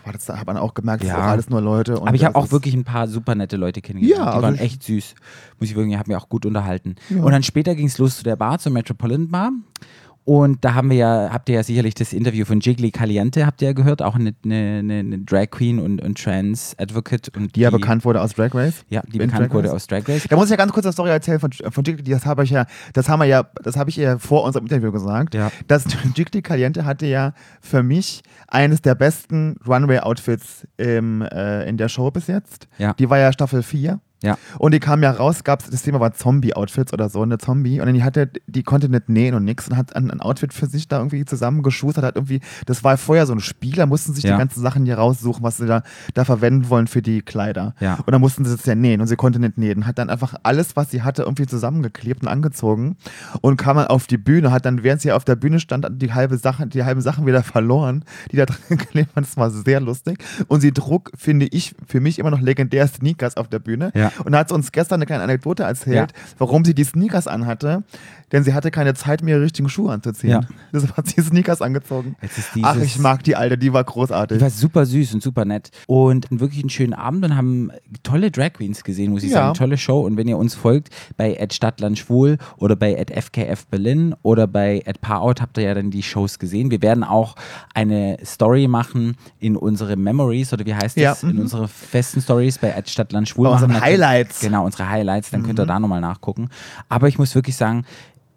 S4: war das, da hat man auch gemerkt, es
S10: Ja.
S4: sind alles nur Leute. Und
S10: Aber ich habe
S4: das
S10: auch
S4: ist-
S10: wirklich ein paar super nette Leute kennengelernt.
S4: Ja,
S10: die
S4: also
S10: waren
S4: ich-
S10: echt süß. Muss ich wirklich, haben mir auch gut unterhalten. Und dann später ging es los zu der Bar, zur Metropolitan Bar. Und da haben wir ja, habt ihr ja sicherlich das Interview von Jiggly Caliente, habt ihr ja gehört, auch eine, eine, eine, eine Drag Queen und, und Trans Advocate und
S4: Die ja bekannt wurde aus Drag Race.
S10: ja, die
S4: In
S10: bekannt
S4: Drag
S10: wurde
S4: Race.
S10: aus Drag Race.
S4: Da muss ich ja ganz kurz eine Story erzählen von, äh, von Jiggly. Das habe ich ja, das haben wir ja, das habe ich ihr vor unserem Interview gesagt.
S10: Ja.
S4: Dass Jiggly Caliente hatte ja für mich eines der besten Runway-Outfits im, äh, in der Show bis jetzt.
S10: Ja.
S4: Die war ja Staffel 4.
S10: Ja.
S4: Und die kam ja raus, gab's, das Thema war Zombie-Outfits oder so, eine Zombie. Und dann die hatte, die konnte nicht nähen und nix und hat ein, ein Outfit für sich da irgendwie zusammengeschustert, hat irgendwie, das war vorher so ein Spiel, da mussten sich
S10: Ja.
S4: die ganzen Sachen hier raussuchen, was sie da, da verwenden wollen für die Kleider.
S10: Ja.
S4: Und dann mussten sie es ja nähen und sie konnte nicht nähen. Hat dann einfach alles, was sie hatte, irgendwie zusammengeklebt und angezogen und kam dann auf die Bühne, hat dann, während sie auf der Bühne stand, die halbe Sache, die halben Sachen wieder verloren, die da dran geklebt waren. Das war sehr lustig. Und sie trug, finde ich, für mich immer noch legendär Sneakers auf der Bühne.
S10: Ja.
S4: Und da hat sie uns gestern eine kleine Anekdote erzählt, warum sie die Sneakers anhatte. Denn sie hatte keine Zeit, mir ihre richtigen Schuhe anzuziehen.
S10: Ja.
S4: Deshalb hat sie Sneakers angezogen.
S10: Jetzt ist
S4: Ach,
S10: dieses-
S4: ich mag die alte, die war großartig.
S10: Die war super süß und super nett. Und wirklich einen schönen Abend und haben tolle Drag Queens gesehen, muss ich
S4: Ja.
S10: sagen. Tolle Show. Und wenn ihr uns folgt bei Stadtland Schwul oder bei FKF Berlin oder bei Parout, habt ihr ja dann die Shows gesehen. Wir werden auch eine Story machen in unsere Memories oder wie heißt
S4: Ja,
S10: das? In
S4: mhm.
S10: unsere festen Stories bei Stadtland Schwul.
S4: Bei unseren
S10: machen natürlich-
S4: Highlights. Mhm.
S10: Genau, unsere Highlights. Dann könnt ihr da nochmal nachgucken. Aber ich muss wirklich sagen,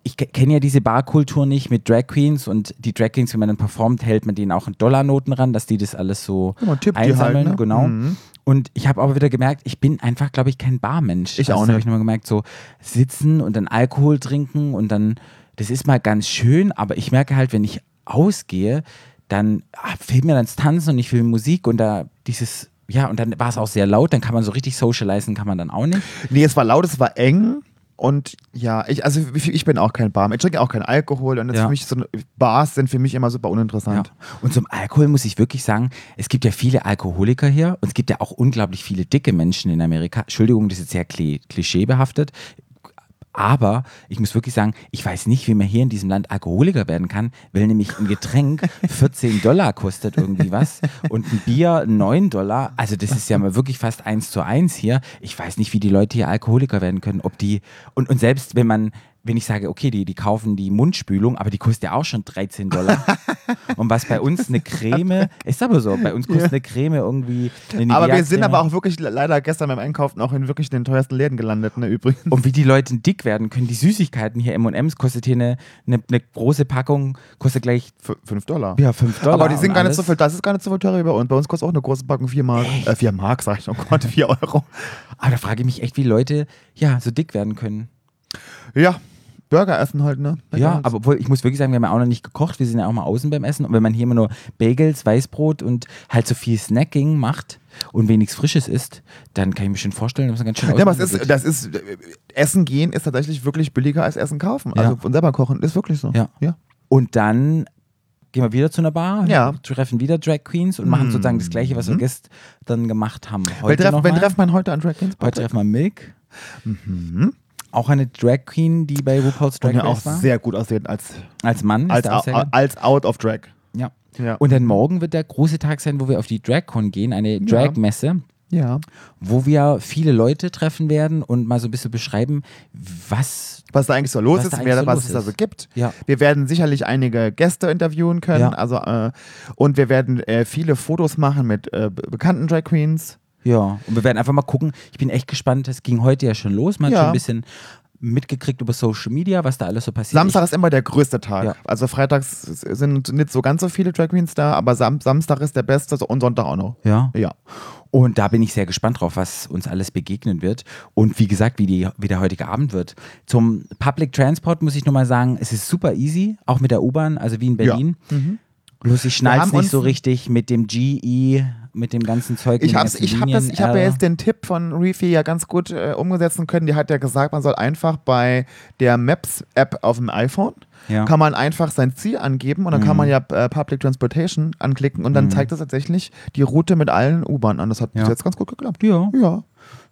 S10: ich ke- kenne ja diese Barkultur nicht mit Drag Queens und die Drag Queens, wenn man dann performt, hält man denen auch in Dollarnoten ran, dass die das alles so
S4: Ja, man tippt die
S10: einsammeln.
S4: halt, ne?
S10: Genau.
S4: Mhm.
S10: Und ich habe aber wieder gemerkt, ich bin einfach, glaube ich, kein Barmensch. Also
S4: Ich auch
S10: Das habe
S4: nicht.
S10: ich nochmal gemerkt, so sitzen und dann Alkohol trinken und dann, das ist mal ganz schön, aber ich merke halt, wenn ich ausgehe, dann ah, fehlt mir dann das Tanzen und ich will Musik und da dieses, ja, und dann war es auch sehr laut, dann kann man so richtig socializen, kann man dann auch nicht.
S4: Nee, es war laut, es war eng. Und ja, ich, also ich ich bin auch kein Barmann. Ich trinke auch keinen Alkohol. Und das
S10: Ja.
S4: für mich so, Bars sind für mich immer super uninteressant.
S10: Ja. Und zum Alkohol muss ich wirklich sagen, es gibt ja viele Alkoholiker hier und es gibt ja auch unglaublich viele dicke Menschen in Amerika. Entschuldigung, das ist jetzt sehr kli- klischeebehaftet. Aber ich muss wirklich sagen, ich weiß nicht, wie man hier in diesem Land Alkoholiker werden kann, weil nämlich ein Getränk 14 Dollar kostet irgendwie was und ein Bier 9 Dollar. Also das ist ja mal wirklich fast eins zu eins hier. Ich weiß nicht, wie die Leute hier Alkoholiker werden können, ob die und, und selbst wenn man wenn ich sage, okay, die, die kaufen die Mundspülung, aber die kostet ja auch schon 13 Dollar. Und was bei uns eine Creme, ist aber so, bei uns kostet eine Creme irgendwie. Eine
S4: Aber wir sind
S10: Nivea-Creme.
S4: aber auch wirklich le- leider gestern beim Einkaufen auch in wirklich den teuersten Läden gelandet, ne, übrigens.
S10: Und wie die Leute dick werden können, die Süßigkeiten hier, M&M's, kostet hier eine, eine, eine große Packung, kostet gleich
S4: F- Fünf Dollar.
S10: Oh. ja, 5 Dollar.
S4: Aber die sind
S10: und
S4: gar nicht
S10: alles.
S4: so viel, das ist gar nicht so viel teurer wie bei uns. Bei uns kostet auch eine große Packung 4 Mark. Äh, 4 Mark, sag ich, oh Gott, 4 Euro.
S10: Aber da frage ich mich echt, wie Leute ja so dick werden können.
S4: Ja, Burger essen halt, ne?
S10: Ja, aber obwohl, ich muss wirklich sagen, wir haben ja auch noch nicht gekocht, wir sind ja auch mal außen beim Essen. Und wenn man hier immer nur Bagels, Weißbrot und halt so viel Snacking macht und wenig Frisches isst, dann kann ich mir schon vorstellen, dass man ganz schön
S4: Ja, aber es
S10: auseinander
S4: ist,
S10: geht.
S4: das ist, äh, Essen gehen ist tatsächlich wirklich billiger als Essen kaufen.
S10: Ja.
S4: Also von selber kochen ist wirklich so.
S10: Ja.
S4: ja.
S10: Und dann gehen wir wieder zu einer Bar,
S4: Ja.
S10: treffen wieder Drag Queens und machen sozusagen das Gleiche, was wir gestern gemacht haben.
S4: Wen
S10: Heute
S4: treff-
S10: noch
S4: wen
S10: mal.
S4: trefft man heute an Drag Kings?
S10: Heute treffen wir Milk. Mhm. Auch eine Drag Queen, die bei RuPaul's Drag
S4: Und ja auch
S10: Race war.
S4: sehr gut aussehen als,
S10: als Mann.
S4: als,
S10: ist er auch sehr
S4: au-
S10: geil.
S4: als out of drag.
S10: ja.
S4: Ja.
S10: Und dann morgen wird der große Tag sein, wo wir auf die DragCon gehen, eine Drag-Messe,
S4: ja.
S10: wo wir viele Leute treffen werden und mal so ein bisschen beschreiben, was
S4: Was da eigentlich so los
S10: Was da
S4: ist,
S10: eigentlich
S4: wer,
S10: so
S4: was
S10: los
S4: es da so
S10: ist.
S4: gibt.
S10: Ja.
S4: Wir werden sicherlich einige Gäste interviewen können.
S10: Ja.
S4: Also, äh, und wir werden äh, viele Fotos machen mit äh, be- bekannten Drag Queens.
S10: Ja, und wir werden einfach mal gucken. Ich bin echt gespannt. Es ging heute ja schon los. Man
S4: Ja.
S10: hat schon ein bisschen mitgekriegt über Social Media, was da alles so passiert.
S4: Samstag ist immer der größte Tag.
S10: Ja.
S4: Also freitags sind nicht so ganz so viele Drag Queens da, aber Sam Samstag ist der beste so- und Sonntag auch noch.
S10: Ich, ja.
S4: Ja.
S10: Und da bin ich sehr gespannt drauf, was uns alles begegnen wird. Und wie gesagt, wie, die, wie der heutige Abend wird. Zum Public Transport muss ich nur mal sagen, es ist super easy, auch mit der U-Bahn, also wie in Berlin. Bloß ich
S4: Mhm. Wir
S10: schneid's
S4: haben
S10: nicht
S4: uns-
S10: so richtig mit dem GE, mit dem ganzen Zeug.
S4: Ich
S10: mit den
S4: habe ich
S10: ganzen
S4: hab das,
S10: Linien,
S4: ich habe ja
S10: R.
S4: jetzt den Tipp von Reefy ja ganz gut äh, umgesetzt können. Die hat ja gesagt, man soll einfach bei der Maps App auf dem iPhone
S10: Ja. Mhm.
S4: kann man einfach sein Ziel angeben und dann kann man ja äh, Public Transportation anklicken und dann zeigt das tatsächlich die Route mit allen U-Bahnen an. Das hat bis
S10: Ja.
S4: jetzt ganz gut geklappt.
S10: Ja,
S4: Ja.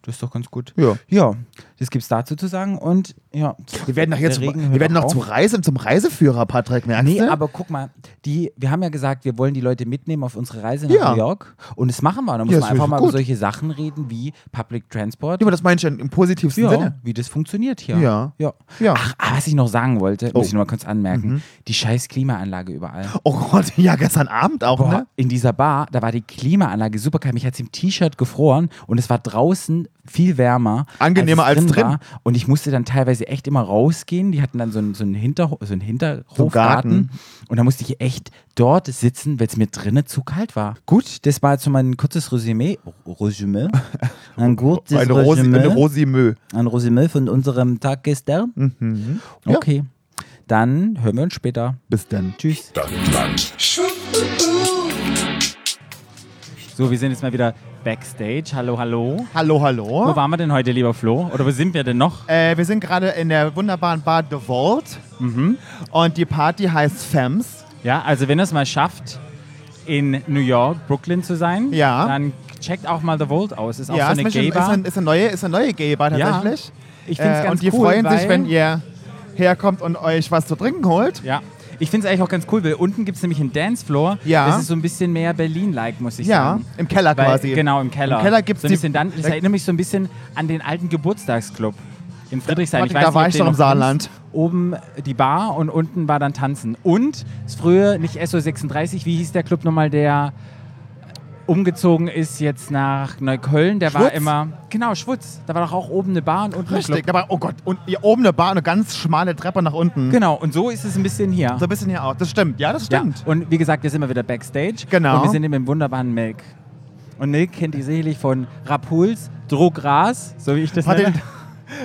S10: das ist doch ganz gut.
S4: Ja.
S10: Ja, das gibt's dazu zu sagen. Und ja,
S4: Wir werden noch
S10: Der
S4: jetzt
S10: Regen
S4: wir
S10: hört
S4: werden noch
S10: auch
S4: zu
S10: auf.
S4: Reise zum Reiseführer Patrick merkst
S10: Nee,
S4: du?
S10: aber guck mal, die, wir haben ja gesagt, wir wollen die Leute mitnehmen auf unsere Reise nach
S4: Ja.
S10: New York. Und das machen wir. Da muss man
S4: Ja, das
S10: einfach
S4: ist
S10: mal
S4: gut.
S10: über solche Sachen reden wie Public Transport.
S4: Ja, aber das meine ich ja im positivsten
S10: Ja,
S4: Sinne.
S10: wie das funktioniert hier.
S4: Ja.
S10: ja.
S4: Ja.
S10: Ach, ah, was ich noch sagen wollte,
S4: Oh. Mhm.
S10: muss ich noch mal kurz anmerken: die scheiß Klimaanlage überall.
S4: Oh Gott, ja, gestern Abend auch,
S10: Boah,
S4: ne?
S10: in dieser Bar, da war die Klimaanlage super kalt. Mich hat es im T-Shirt gefroren und es war draußen viel wärmer.
S2: Angenehmer als drin.
S10: war. Und ich musste dann teilweise echt immer rausgehen. Die hatten dann so einen, so einen, Hinterho so einen Hinterhofgarten.
S2: Garten.
S10: Und da musste ich echt dort sitzen, weil es mir drinnen zu kalt war. Gut, das war jetzt so mein kurzes Resümee. Resümee? Ein gutes
S2: Eine, Rosi, eine Rosimö.
S10: ein Resümee von unserem Tag gestern. Okay. Dann hören wir uns später.
S2: Bis dann.
S10: Tschüss.
S11: Stadtland.
S1: So, wir sind jetzt mal wieder backstage. Hallo, hallo.
S2: Hallo,
S1: Wo
S2: hallo.
S1: waren wir denn heute, lieber Flo? Oder wo sind wir denn noch?
S2: Äh, wir sind gerade in der wunderbaren Bar The Vault.
S1: Mhm.
S2: Und die Party heißt Fems.
S1: Ja, also wenn ihr es mal schafft, in New York, Brooklyn zu sein,
S2: Ja.
S1: dann checkt auch mal The Vault aus. Ist auch so
S2: ist,
S1: eine
S2: ein- ist,
S1: Gay-Bar.
S2: ein, ist, eine neue, ist eine neue Gay-Bar
S1: Ja.
S2: tatsächlich.
S1: Ich finde es
S2: äh,
S1: ganz
S2: und die
S1: cool,
S2: freuen sich,
S1: weil-
S2: wenn ihr herkommt und euch was zu trinken holt.
S1: Ja. Ich finde es eigentlich auch ganz cool, weil unten gibt es nämlich einen Dancefloor.
S2: Ja.
S1: Das ist so ein bisschen mehr Berlin-like, muss ich
S2: Ja,
S1: sagen.
S2: im Keller
S1: Weil,
S2: Ah, quasi.
S1: Genau, im Keller.
S2: Im Keller gibt's
S1: so ein
S2: die-
S1: bisschen dann, Das
S2: da-
S1: erinnert mich so ein bisschen an den alten Geburtstagsclub in Friedrichshain.
S2: Patrick, da war
S1: ob
S2: ich
S1: du
S2: doch
S1: den
S2: im
S1: noch
S2: Saarland.
S1: kennst. Oben die Bar und unten war dann Tanzen. Und es früher nicht SO36, wie hieß der Club nochmal, der umgezogen ist jetzt nach Neukölln. Der war
S2: Schwutz?
S1: immer, genau, Schwutz. Da war doch auch oben eine Bar und unten ein
S2: Richtig,
S1: Club.
S2: aber oh Gott, und hier oben eine Bar, eine ganz schmale Treppe nach unten.
S1: Genau, und so ist es ein bisschen hier.
S2: So ein bisschen hier auch. Das stimmt, ja, das
S1: Ja,
S2: stimmt.
S1: und wie gesagt, wir sind immer wieder Backstage.
S2: Genau.
S1: Und wir sind eben im wunderbaren Milk. Und Milk kennt ihr sicherlich von Rapuls, Drogras, so wie ich das
S2: Warte,
S1: nenne.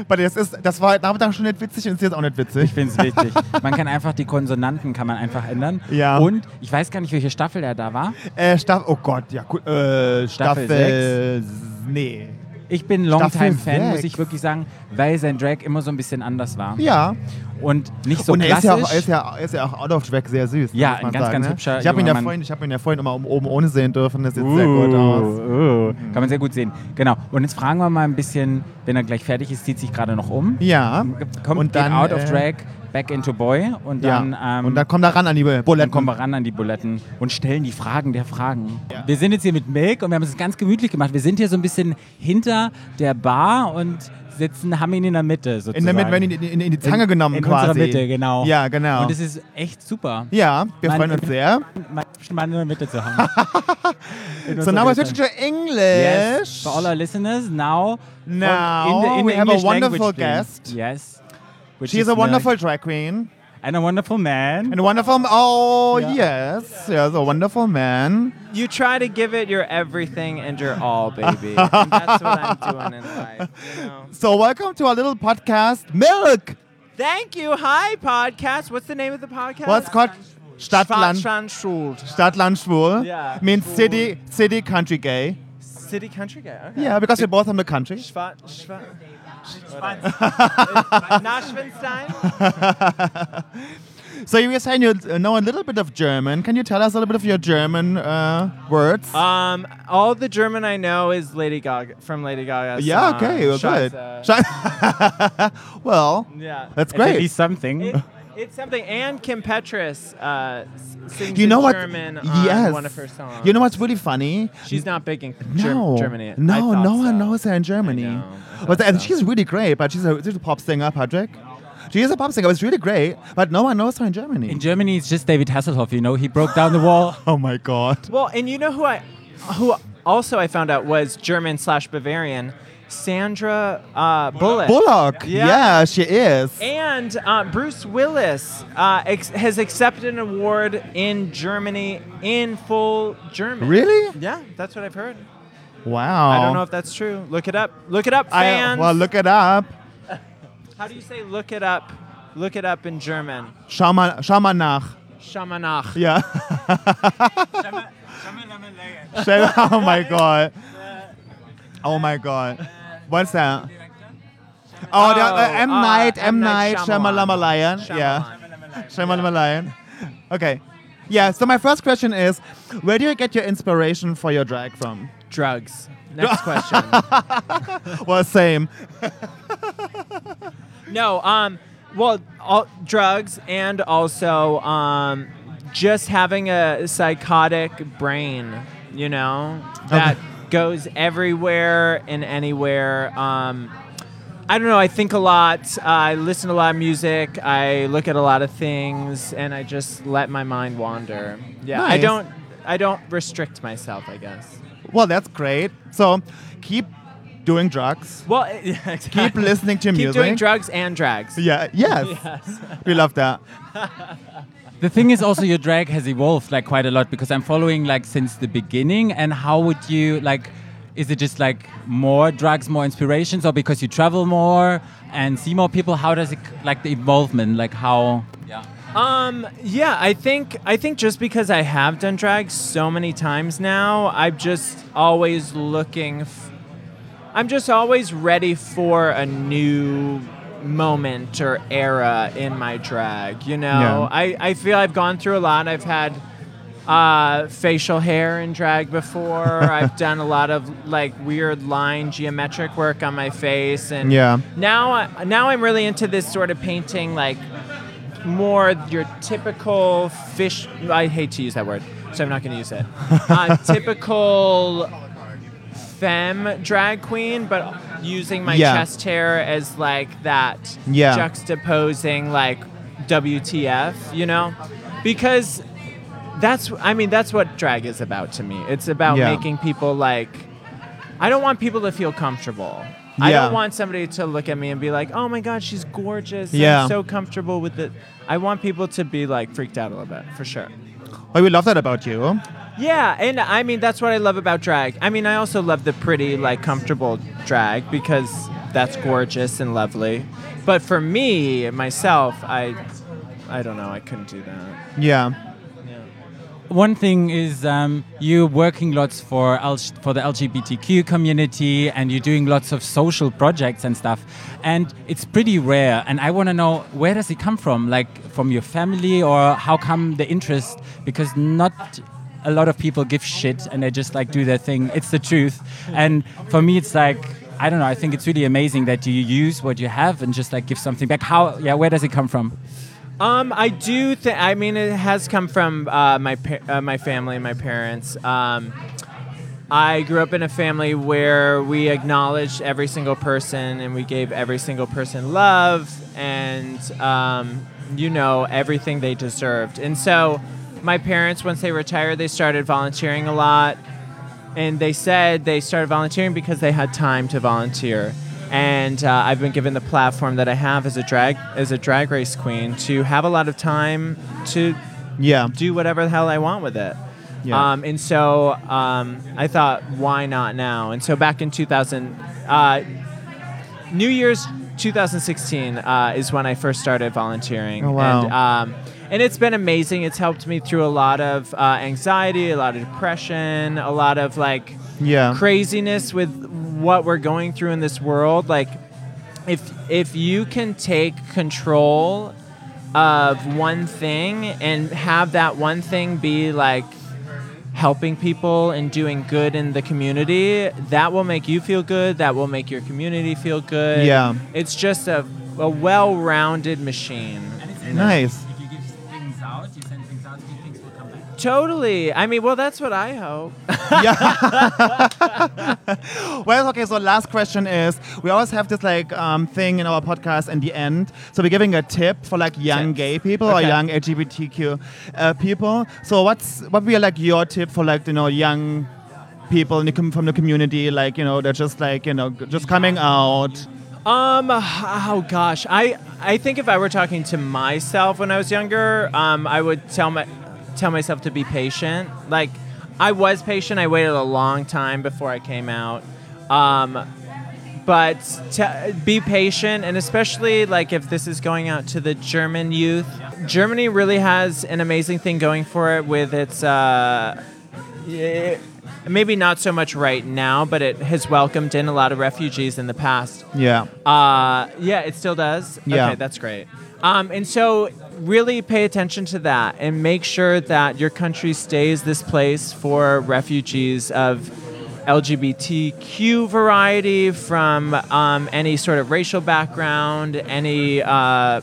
S2: warte, das, ist, das war heute Nachmittag schon nicht witzig und ist jetzt auch nicht
S1: Ich
S2: witzig.
S1: finde es wichtig. Man kann einfach die Konsonanten kann man einfach ändern.
S2: Ja.
S1: Und ich weiß gar nicht, welche Staffel er da war.
S2: Äh, Staff, oh Gott, ja, cool. Äh,
S1: Staffel
S2: Staffel.
S1: sechs.
S2: nee.
S1: Ich bin Longtime-Fan,
S2: Staffel
S1: muss ich
S2: sechs.
S1: wirklich sagen, weil sein Drag immer so ein bisschen anders war.
S2: Ja,
S1: Und nicht so
S2: und er ist,
S1: klassisch.
S2: ja auch, er, ist ja, er ist ja auch out of track sehr süß.
S1: Ja,
S2: muss man
S1: ein ganz, ganz
S2: ne?
S1: hübscher
S2: Ich habe ihn,
S1: junger
S2: ja
S1: Mann.
S2: vorhin- ich hab ihn ja vorhin immer um- oben ohne sehen dürfen, das sieht sehr gut aus.
S1: Uh, uh. Kann man sehr gut sehen. Genau. Und jetzt fragen wir mal ein bisschen, wenn er gleich fertig ist, zieht sich gerade noch um.
S2: Ja,
S1: Kommt
S2: und dann,
S1: geht out of
S2: äh,
S1: drag, back into boy und
S2: ja.
S1: dann, ähm,
S2: und dann kommt er ran an die
S1: dann
S2: Buletten.
S1: kommen wir ran an die Buletten und stellen die Fragen der Fragen. Wir sind jetzt hier mit Milk und wir haben es ganz gemütlich gemacht. Wir sind hier so ein bisschen hinter der Bar und sitzen, haben ihn in der Mitte sozusagen.
S2: in der Mitte, wenn ihn in, in, in die Zange
S1: In-
S2: genommen
S1: in
S2: quasi.
S1: unserer Mitte, genau.
S2: Ja, genau.
S1: Und es ist echt super,
S2: ja, wir
S1: Mann,
S2: freuen
S1: in-
S2: uns sehr.
S1: meinen Mann in der Mitte zu haben. In
S2: So
S1: unserer
S2: now I
S1: Mitte.
S2: switch to English.
S1: Yes, for all our listeners, now,
S2: Now
S1: in the, in
S2: we
S1: the
S2: have a
S1: English
S2: wonderful
S1: language, please.
S2: guest.
S1: Yes. Which
S2: She is a
S1: Milk.
S2: wonderful drag queen.
S1: and a wonderful man.
S2: And a wonderful, oh,
S1: Yeah.
S2: yes. Yes, a wonderful man.
S12: You try to give it your everything and your all, baby. and that's what I'm doing in life. You know?
S2: So welcome to our little podcast, Milk.
S12: Thank you. Hi, podcast. What's the name of the podcast?
S2: What's called Stadtland,
S12: Schwarzschanschuld.
S2: Stadtland Schwul.
S12: Yeah,
S2: Means
S12: schwul.
S2: city, city, country gay.
S12: City Country Guy. Okay.
S2: Yeah, because we're both from the country.
S12: Schwa- Schwa- Nachschwinstein?
S2: So you were saying you uh, know a little bit of German. Can you tell us a little bit of your German uh, words?
S12: Um, all the German I know is Lady Gaga from Lady Gaga.
S2: yeah, okay, well, good. Sch- well,
S12: yeah.
S2: that's
S1: At
S2: great.
S1: least something.
S12: It- it's something. And Kim Petras uh, s- sings
S2: You know
S12: in
S2: what?
S12: German on
S2: Yes.
S12: one of her songs.
S2: You know what's really funny?
S12: She's not big in Ger-
S2: No,
S12: Germany. I
S2: no,
S12: thought
S2: no one
S12: so.
S2: knows her in Germany.
S12: know, I
S2: But
S12: thought
S2: and
S12: so.
S2: she's really great, but she's a, she's a pop singer, Patrick. She is a pop singer. It's really great, but no one knows her in Germany.
S1: In Germany, it's just David Hasselhoff, you know, he broke down the wall.
S2: oh my god!
S12: Well, and you know who I, who also I found out was German slash Bavarian, Sandra uh, Bullock.
S2: Bullock.
S12: Yeah.
S2: Yeah, she is.
S12: And uh, Bruce Willis uh, ex- has accepted an award in Germany in full German.
S2: Really?
S12: Yeah, that's what I've heard.
S2: Wow.
S12: I don't know if that's true. Look it up. Look it up,
S2: I-
S12: fans.
S2: well, look it up.
S12: How do you say look it up? Look it up in German.
S2: Schau mal, schau mal nach.
S12: Shamanach.
S2: Yeah. Shame- oh my god. Oh my god. What's that? Oh, the, uh, M.
S12: uh,
S2: Night, M.
S12: M.
S2: Night,
S12: Night
S2: Shyamalamayan. Yeah. Shyamalamayan. Okay. Yeah, so my first question is where do you get your inspiration for your drag from?
S12: Drugs. Next question.
S2: Well, same.
S12: No, um, well, all, drugs and also um, just having a psychotic brain, you know, that goes everywhere and anywhere. Um, I don't know. I think a lot. uh, I listen to a lot of music. I look at a lot of things, and I just let my mind wander. Yeah, I
S2: Nice.
S12: don't. I don't restrict myself. I guess.
S2: Well, that's great. So keep doing drugs.
S12: Well, yeah, exactly.
S2: Keep listening to
S12: Keep
S2: music.
S12: doing drugs and drags.
S2: Yeah. Yes. We love that.
S1: The thing is also your drag has evolved like quite a lot because I'm following like since the beginning and how would you like is it just like more drugs, more inspirations or because you travel more and see more people how does it like the involvement like how yeah
S12: Um, yeah, I think I think just because I have done drag so many times now, I'm just always looking. F- I'm just always ready for a new moment or era in my drag. You know,
S2: Yeah.
S12: I I feel I've gone through a lot. I've had uh, facial hair in drag before. I've done a lot of like weird line geometric work on my face, and
S2: Yeah.
S12: now I, now I'm really into this sort of painting like more your typical fish. I hate to use that word, so I'm not going to use it. Uh, typical femme drag queen, but using my
S2: Yeah.
S12: chest hair as like that
S2: Yeah.
S12: juxtaposing like WTF, you know? Because that's I mean that's what drag is about to me. It's about
S2: Yeah.
S12: making people like I don't want people to feel comfortable. I
S2: Yeah.
S12: don't want somebody to look at me and be like, "Oh my god, she's gorgeous.
S2: Yeah.
S12: I'm so comfortable with it." I want people to be like freaked out a little bit, for sure.
S2: Well, Oh, we love that about you.
S12: Yeah, and I mean that's what I love about drag. I mean, I also love the pretty, like comfortable drag because that's gorgeous and lovely. But for me, myself, I I don't know, I couldn't do that.
S2: Yeah.
S1: one thing is um, you're working lots for L- for the LGBTQ community, and you're doing lots of social projects and stuff. And it's pretty rare. And I want to know where does it come from? Like from your family, or how come the interest? Because not a lot of people give shit, and they just like do their thing. It's the truth. And for me, it's like. I don't know. I think it's really amazing that you use what you have and just like give something back. How? Yeah, where does it come from?
S12: Um, I do. Th- I mean, it has come from uh, my pa- uh, my family, my parents. Um, I grew up in a family where we acknowledged every single person and we gave every single person love and, um, you know, everything they deserved. And so my parents, once they retired, they started volunteering a lot. And they said they started volunteering because they had time to volunteer. And uh, I've been given the platform that I have as a drag as a drag race queen to have a lot of time to
S2: Yeah.
S12: do whatever the hell I want with it.
S2: Yeah.
S12: Um, and so um, I thought, why not now? And so back in 2000, uh, New Year's 2016 uh, is when I first started volunteering.
S2: Oh, wow.
S12: And, um, and it's been amazing. It's helped me through a lot of uh, anxiety, a lot of depression, a lot of like
S2: Yeah.
S12: craziness with what we're going through in this world. Like, if if you can take control of one thing and have that one thing be like helping people and doing good in the community, that will make you feel good. That will make your community feel good.
S2: Yeah.
S12: It's just a, a well rounded machine.
S2: Nice.
S1: If you give things out, you send things out, good things will come back.
S12: Totally. I mean, well, that's what I hope.
S2: Well, okay, so last question is we always have this like um, thing in our podcast in the end. So we're giving a tip for like young
S12: Tips.
S2: gay people or
S12: Okay.
S2: young LGBTQ uh, people. So what's what would be like your tip for like you know young people in the com- from the community like you know they're just like you know g- just coming out.
S12: Um. Oh gosh. I I think if I were talking to myself when I was younger, um, I would tell my tell myself to be patient. Like I was patient. I waited a long time before I came out. Um, but t- be patient, and especially like if this is going out to the German youth. Germany really has an amazing thing going for it with its. Uh, eh, Maybe not so much right now, but it has welcomed in a lot of refugees in the past.
S2: Yeah.
S12: Uh, yeah, it still does.
S2: Yeah.
S12: Okay, that's great. Um, and so really pay attention to that and make sure that your country stays this place for refugees of LGBTQ variety from um, any sort of racial background, any uh,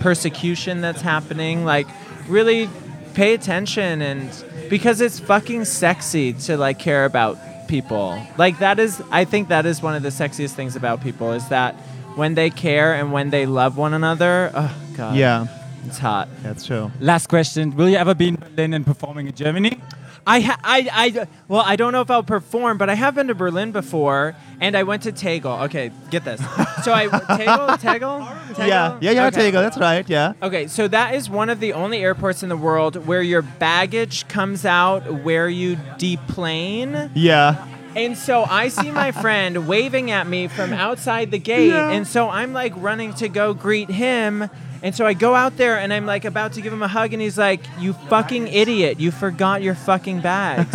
S12: persecution that's happening. Like, really pay attention and because it's fucking sexy to like care about people. Like that is, I think that is one of the sexiest things about people is that when they care and when they love one another. Oh god,
S2: Yeah.
S12: it's hot.
S2: That's true.
S1: Last question: Will you ever be in Berlin and performing in Germany?
S12: I, ha- I, I, well, I don't know if I'll perform, but I have been to Berlin before, and I went to Tegel. Okay, get this. So I Tegel, Tegel, Tegel?
S2: Yeah, yeah, yeah,
S12: Okay.
S2: Tego, that's right, yeah.
S12: Okay, so that is one of the only airports in the world where your baggage comes out where you deplane.
S2: Yeah.
S12: And so I see my friend waving at me from outside the gate. And so I'm like running to go greet him. And so I go out there and I'm like about to give him a hug. And he's like, You fucking idiot. You forgot your fucking bags.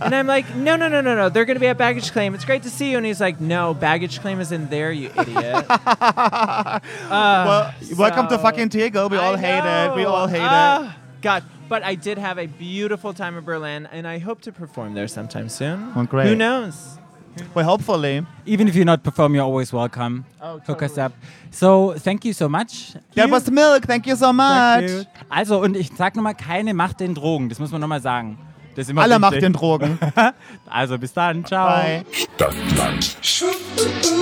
S12: and I'm like, No, no, no, no, no. They're going to be at baggage claim. It's great to see you. And he's like, No, baggage claim is in there, you idiot.
S2: well, welcome to
S12: so-
S2: fucking Tego. We all
S12: I
S2: hate it. We
S12: know.
S2: all hate it.
S12: Ah, God. But I did have a beautiful time in Berlin, and I hope to perform there sometime soon.
S2: Well, great.
S12: Who knows?
S2: Well, hopefully.
S1: Even if you're not perform, you're always welcome. Hook us up. So, thank you so much.
S2: That was milk. Thank you so much.
S1: Also, und ich sag nochmal, keine macht den Drogen. Das muss man nochmal sagen. Das ist immer
S2: Alle
S1: wichtig.
S2: macht den Drogen.
S1: Also, bis dann. Ciao.
S2: Bye.
S13: Stadtland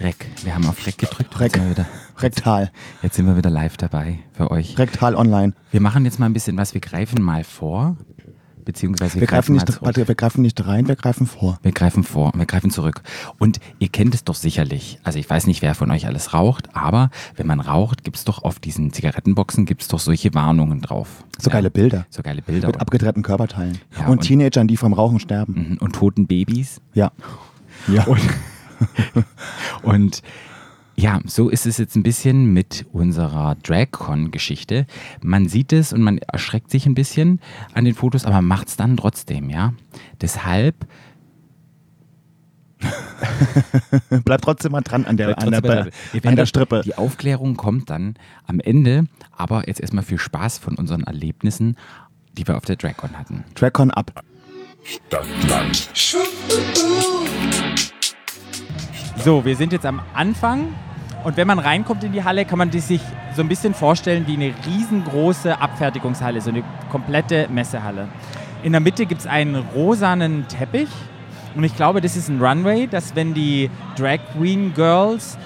S14: Rec. Wir haben auf Rec gedrückt.
S4: Rec.
S14: Jetzt sind wir wieder,
S4: Rektal.
S14: jetzt sind wir wieder live dabei für euch.
S4: Rektal online.
S14: Wir machen jetzt mal ein bisschen was. Wir greifen mal vor. Beziehungsweise wir,
S4: Wir greifen,
S14: mal
S4: nicht,
S14: zurück.
S4: warte, wir greifen nicht rein, wir greifen vor.
S14: Wir greifen vor, wir greifen zurück. Und ihr kennt es doch sicherlich. Also ich weiß nicht, wer von euch alles raucht, aber wenn man raucht, gibt's doch auf diesen Zigarettenboxen gibt's doch solche Warnungen drauf.
S4: So geile Bilder.
S14: So geile Bilder.
S4: Mit abgetrennten Körperteilen.
S14: Ja,
S4: und,
S14: und-
S4: Teenagern, die vom Rauchen sterben.
S14: Mhm. und, und toten Babys.
S4: Ja. Ja.
S14: Und ja, so ist es jetzt ein bisschen mit unserer DragCon-Geschichte. Man sieht es und man erschreckt sich ein bisschen an den Fotos, aber macht's dann trotzdem, ja. Deshalb
S4: Bleib trotzdem mal dran an der,
S14: Bleibt
S4: an der,
S14: trotzdem bei
S4: an
S14: der- Ihr
S4: der, an der
S14: werdet-
S4: Strippe.
S14: Die Aufklärung kommt dann am Ende, aber jetzt erstmal viel Spaß von unseren Erlebnissen, die wir auf der DragCon hatten.
S4: Trackon ab.
S13: Stadtland
S1: So, wir sind jetzt am Anfang und wenn man reinkommt in die Halle, kann man die sich so ein bisschen vorstellen wie eine riesengroße Abfertigungshalle, so eine komplette Messehalle. In der Mitte gibt es einen rosanen Teppich und ich glaube, das ist ein Runway, dass wenn die Drag Queen Girls,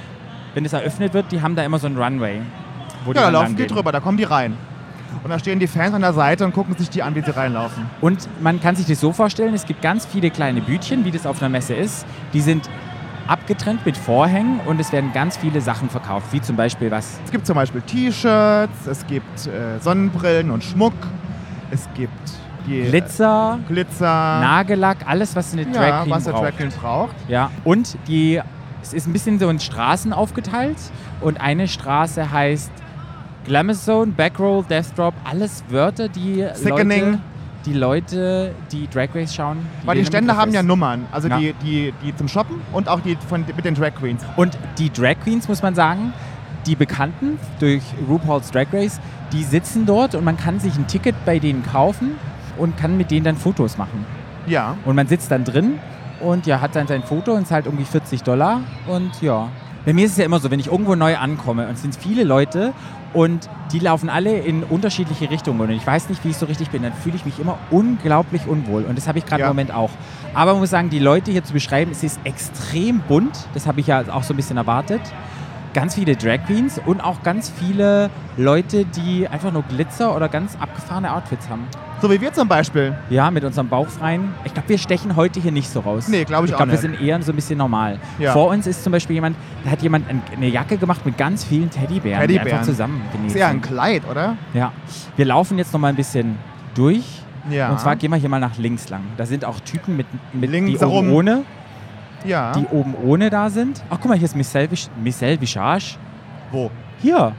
S1: wenn es eröffnet wird, die haben da immer so einen Runway. Wo
S2: Ja, da
S1: dann
S2: laufen die
S1: langgehen.
S2: drüber, da kommen die rein. Und da stehen die Fans an der Seite und gucken sich die an, wie sie reinlaufen.
S1: Und man kann sich das so vorstellen, es gibt ganz viele kleine Bütchen, wie das auf einer Messe ist. Die sind abgetrennt mit Vorhängen und es werden ganz viele Sachen verkauft, wie zum Beispiel was
S2: Es gibt zum Beispiel T-Shirts, es gibt äh, Sonnenbrillen und Schmuck, es gibt die äh,
S1: Glitzer,
S2: Glitzer
S1: Nagellack, alles, was eine Drag
S2: ja,
S1: Queen
S2: was der
S1: braucht.
S2: Drag Queen braucht.
S1: Ja, und die, es ist ein bisschen so in Straßen aufgeteilt und eine Straße heißt Glamazone, Backroll, Deathdrop, alles Wörter, die
S2: Sickening.
S1: Leute, die Leute, die Drag Race schauen.
S2: Weil
S1: denen
S2: die
S1: im
S2: Stände
S1: Griff
S2: haben ja
S1: ist.
S2: Nummern, also
S1: Ja.
S2: Die, die, die zum Shoppen und auch die von, mit den Drag Queens.
S1: Und die Drag Queens, muss man sagen, die Bekannten durch RuPaul's Drag Race, die sitzen dort und man kann sich ein Ticket bei denen kaufen und kann mit denen dann Fotos machen.
S2: Ja.
S1: Und man sitzt dann drin und ja, hat dann sein Foto und zahlt irgendwie 40 Dollar. Und ja. Bei mir ist es ja immer so, wenn ich irgendwo neu ankomme und es sind viele Leute und die laufen alle in unterschiedliche Richtungen und ich weiß nicht, wie ich so richtig bin, dann fühle ich mich immer unglaublich unwohl und das habe ich gerade
S2: Ja.
S1: im Moment auch. Aber man muss sagen, die Leute hier zu beschreiben, es ist extrem bunt, das habe ich ja auch so ein bisschen erwartet. Ganz viele Drag Queens und auch ganz viele Leute, die einfach nur Glitzer oder ganz abgefahrene Outfits haben.
S2: So wie wir zum Beispiel.
S1: Ja, mit unserem Bauchfreien. Ich glaube, wir stechen heute hier nicht so raus.
S2: Nee, glaub ich auch
S1: glaube, wir
S2: nicht.
S1: sind eher so ein bisschen normal.
S2: Ja.
S1: Vor uns ist zum Beispiel jemand, da hat jemand ein- eine Jacke gemacht mit ganz vielen Teddybären, die
S2: Teddybären.
S1: einfach zusammen
S2: Ist eher ein
S1: sind.
S2: Kleid, oder?
S1: Ja. Wir laufen jetzt noch mal ein bisschen durch.
S2: Ja.
S1: Und zwar gehen wir hier mal nach links lang. Da sind auch Typen mit, mit
S2: Links
S1: die oben
S2: rum.
S1: ohne,
S2: ja.
S1: die oben ohne da sind. Ach, guck mal, hier ist Michelle, Visch- Michelle Visage.
S2: Wo?
S1: Hier.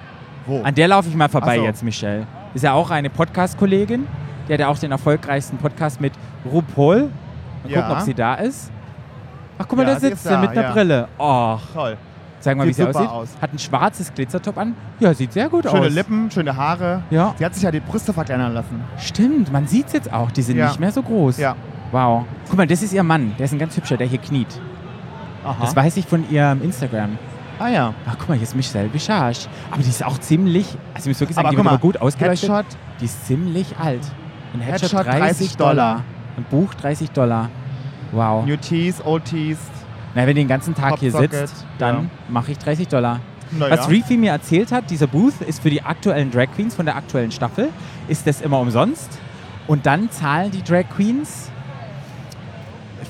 S2: Wo?
S1: An der laufe ich mal vorbei
S2: Ach so.
S1: jetzt, Michelle. Ist ja auch eine Podcast-Kollegin. Die hat ja auch den erfolgreichsten Podcast mit RuPaul. Mal
S2: Ja.
S1: gucken, ob sie da ist. Ach, guck mal,
S2: Ja,
S1: da
S2: sie
S1: sitzt
S2: ist
S1: sie
S2: da,
S1: mit einer
S2: ja.
S1: Brille. Och,
S2: Toll.
S1: sag mal, wie
S2: Sieht
S1: sie
S2: super
S1: aussieht.
S2: aus.
S1: Hat ein schwarzes Glitzertop an. Ja, sieht sehr gut
S2: Schöne
S1: aus.
S2: Lippen, schöne Haare.
S1: Ja,
S2: Sie hat sich ja die Brüste verkleinern lassen.
S1: stimmt. Man sieht es jetzt auch. Die sind
S2: Ja.
S1: nicht mehr so groß.
S2: Ja.
S1: Wow. Guck mal, das ist ihr Mann. Der ist ein ganz hübscher, der hier kniet.
S2: Aha.
S1: Das weiß ich von ihrem Instagram.
S2: ah ja.
S1: Ach, guck mal, hier ist Michelle Visage. Aber die ist auch ziemlich... Also, ich muss wirklich sagen,
S2: Aber
S1: die wird
S2: guck mal,
S1: aber gut ausgeleuchtet.
S2: Headshot,
S1: Die ist ziemlich alt. Ein Headshot,
S2: Headshot
S1: 30,
S2: 30
S1: Dollar. Ein Buch 30 Dollar. Wow.
S2: New Tees, Old Tees.
S1: Na, wenn du den ganzen Tag hier
S2: Popsocket,
S1: sitzt, dann
S2: ja.
S1: mache ich 30 Dollar.
S2: Naja.
S1: Was Reefy mir erzählt hat, dieser Booth ist für die aktuellen Drag Queens von der aktuellen Staffel. Ist das immer umsonst? Und dann zahlen die Drag Queens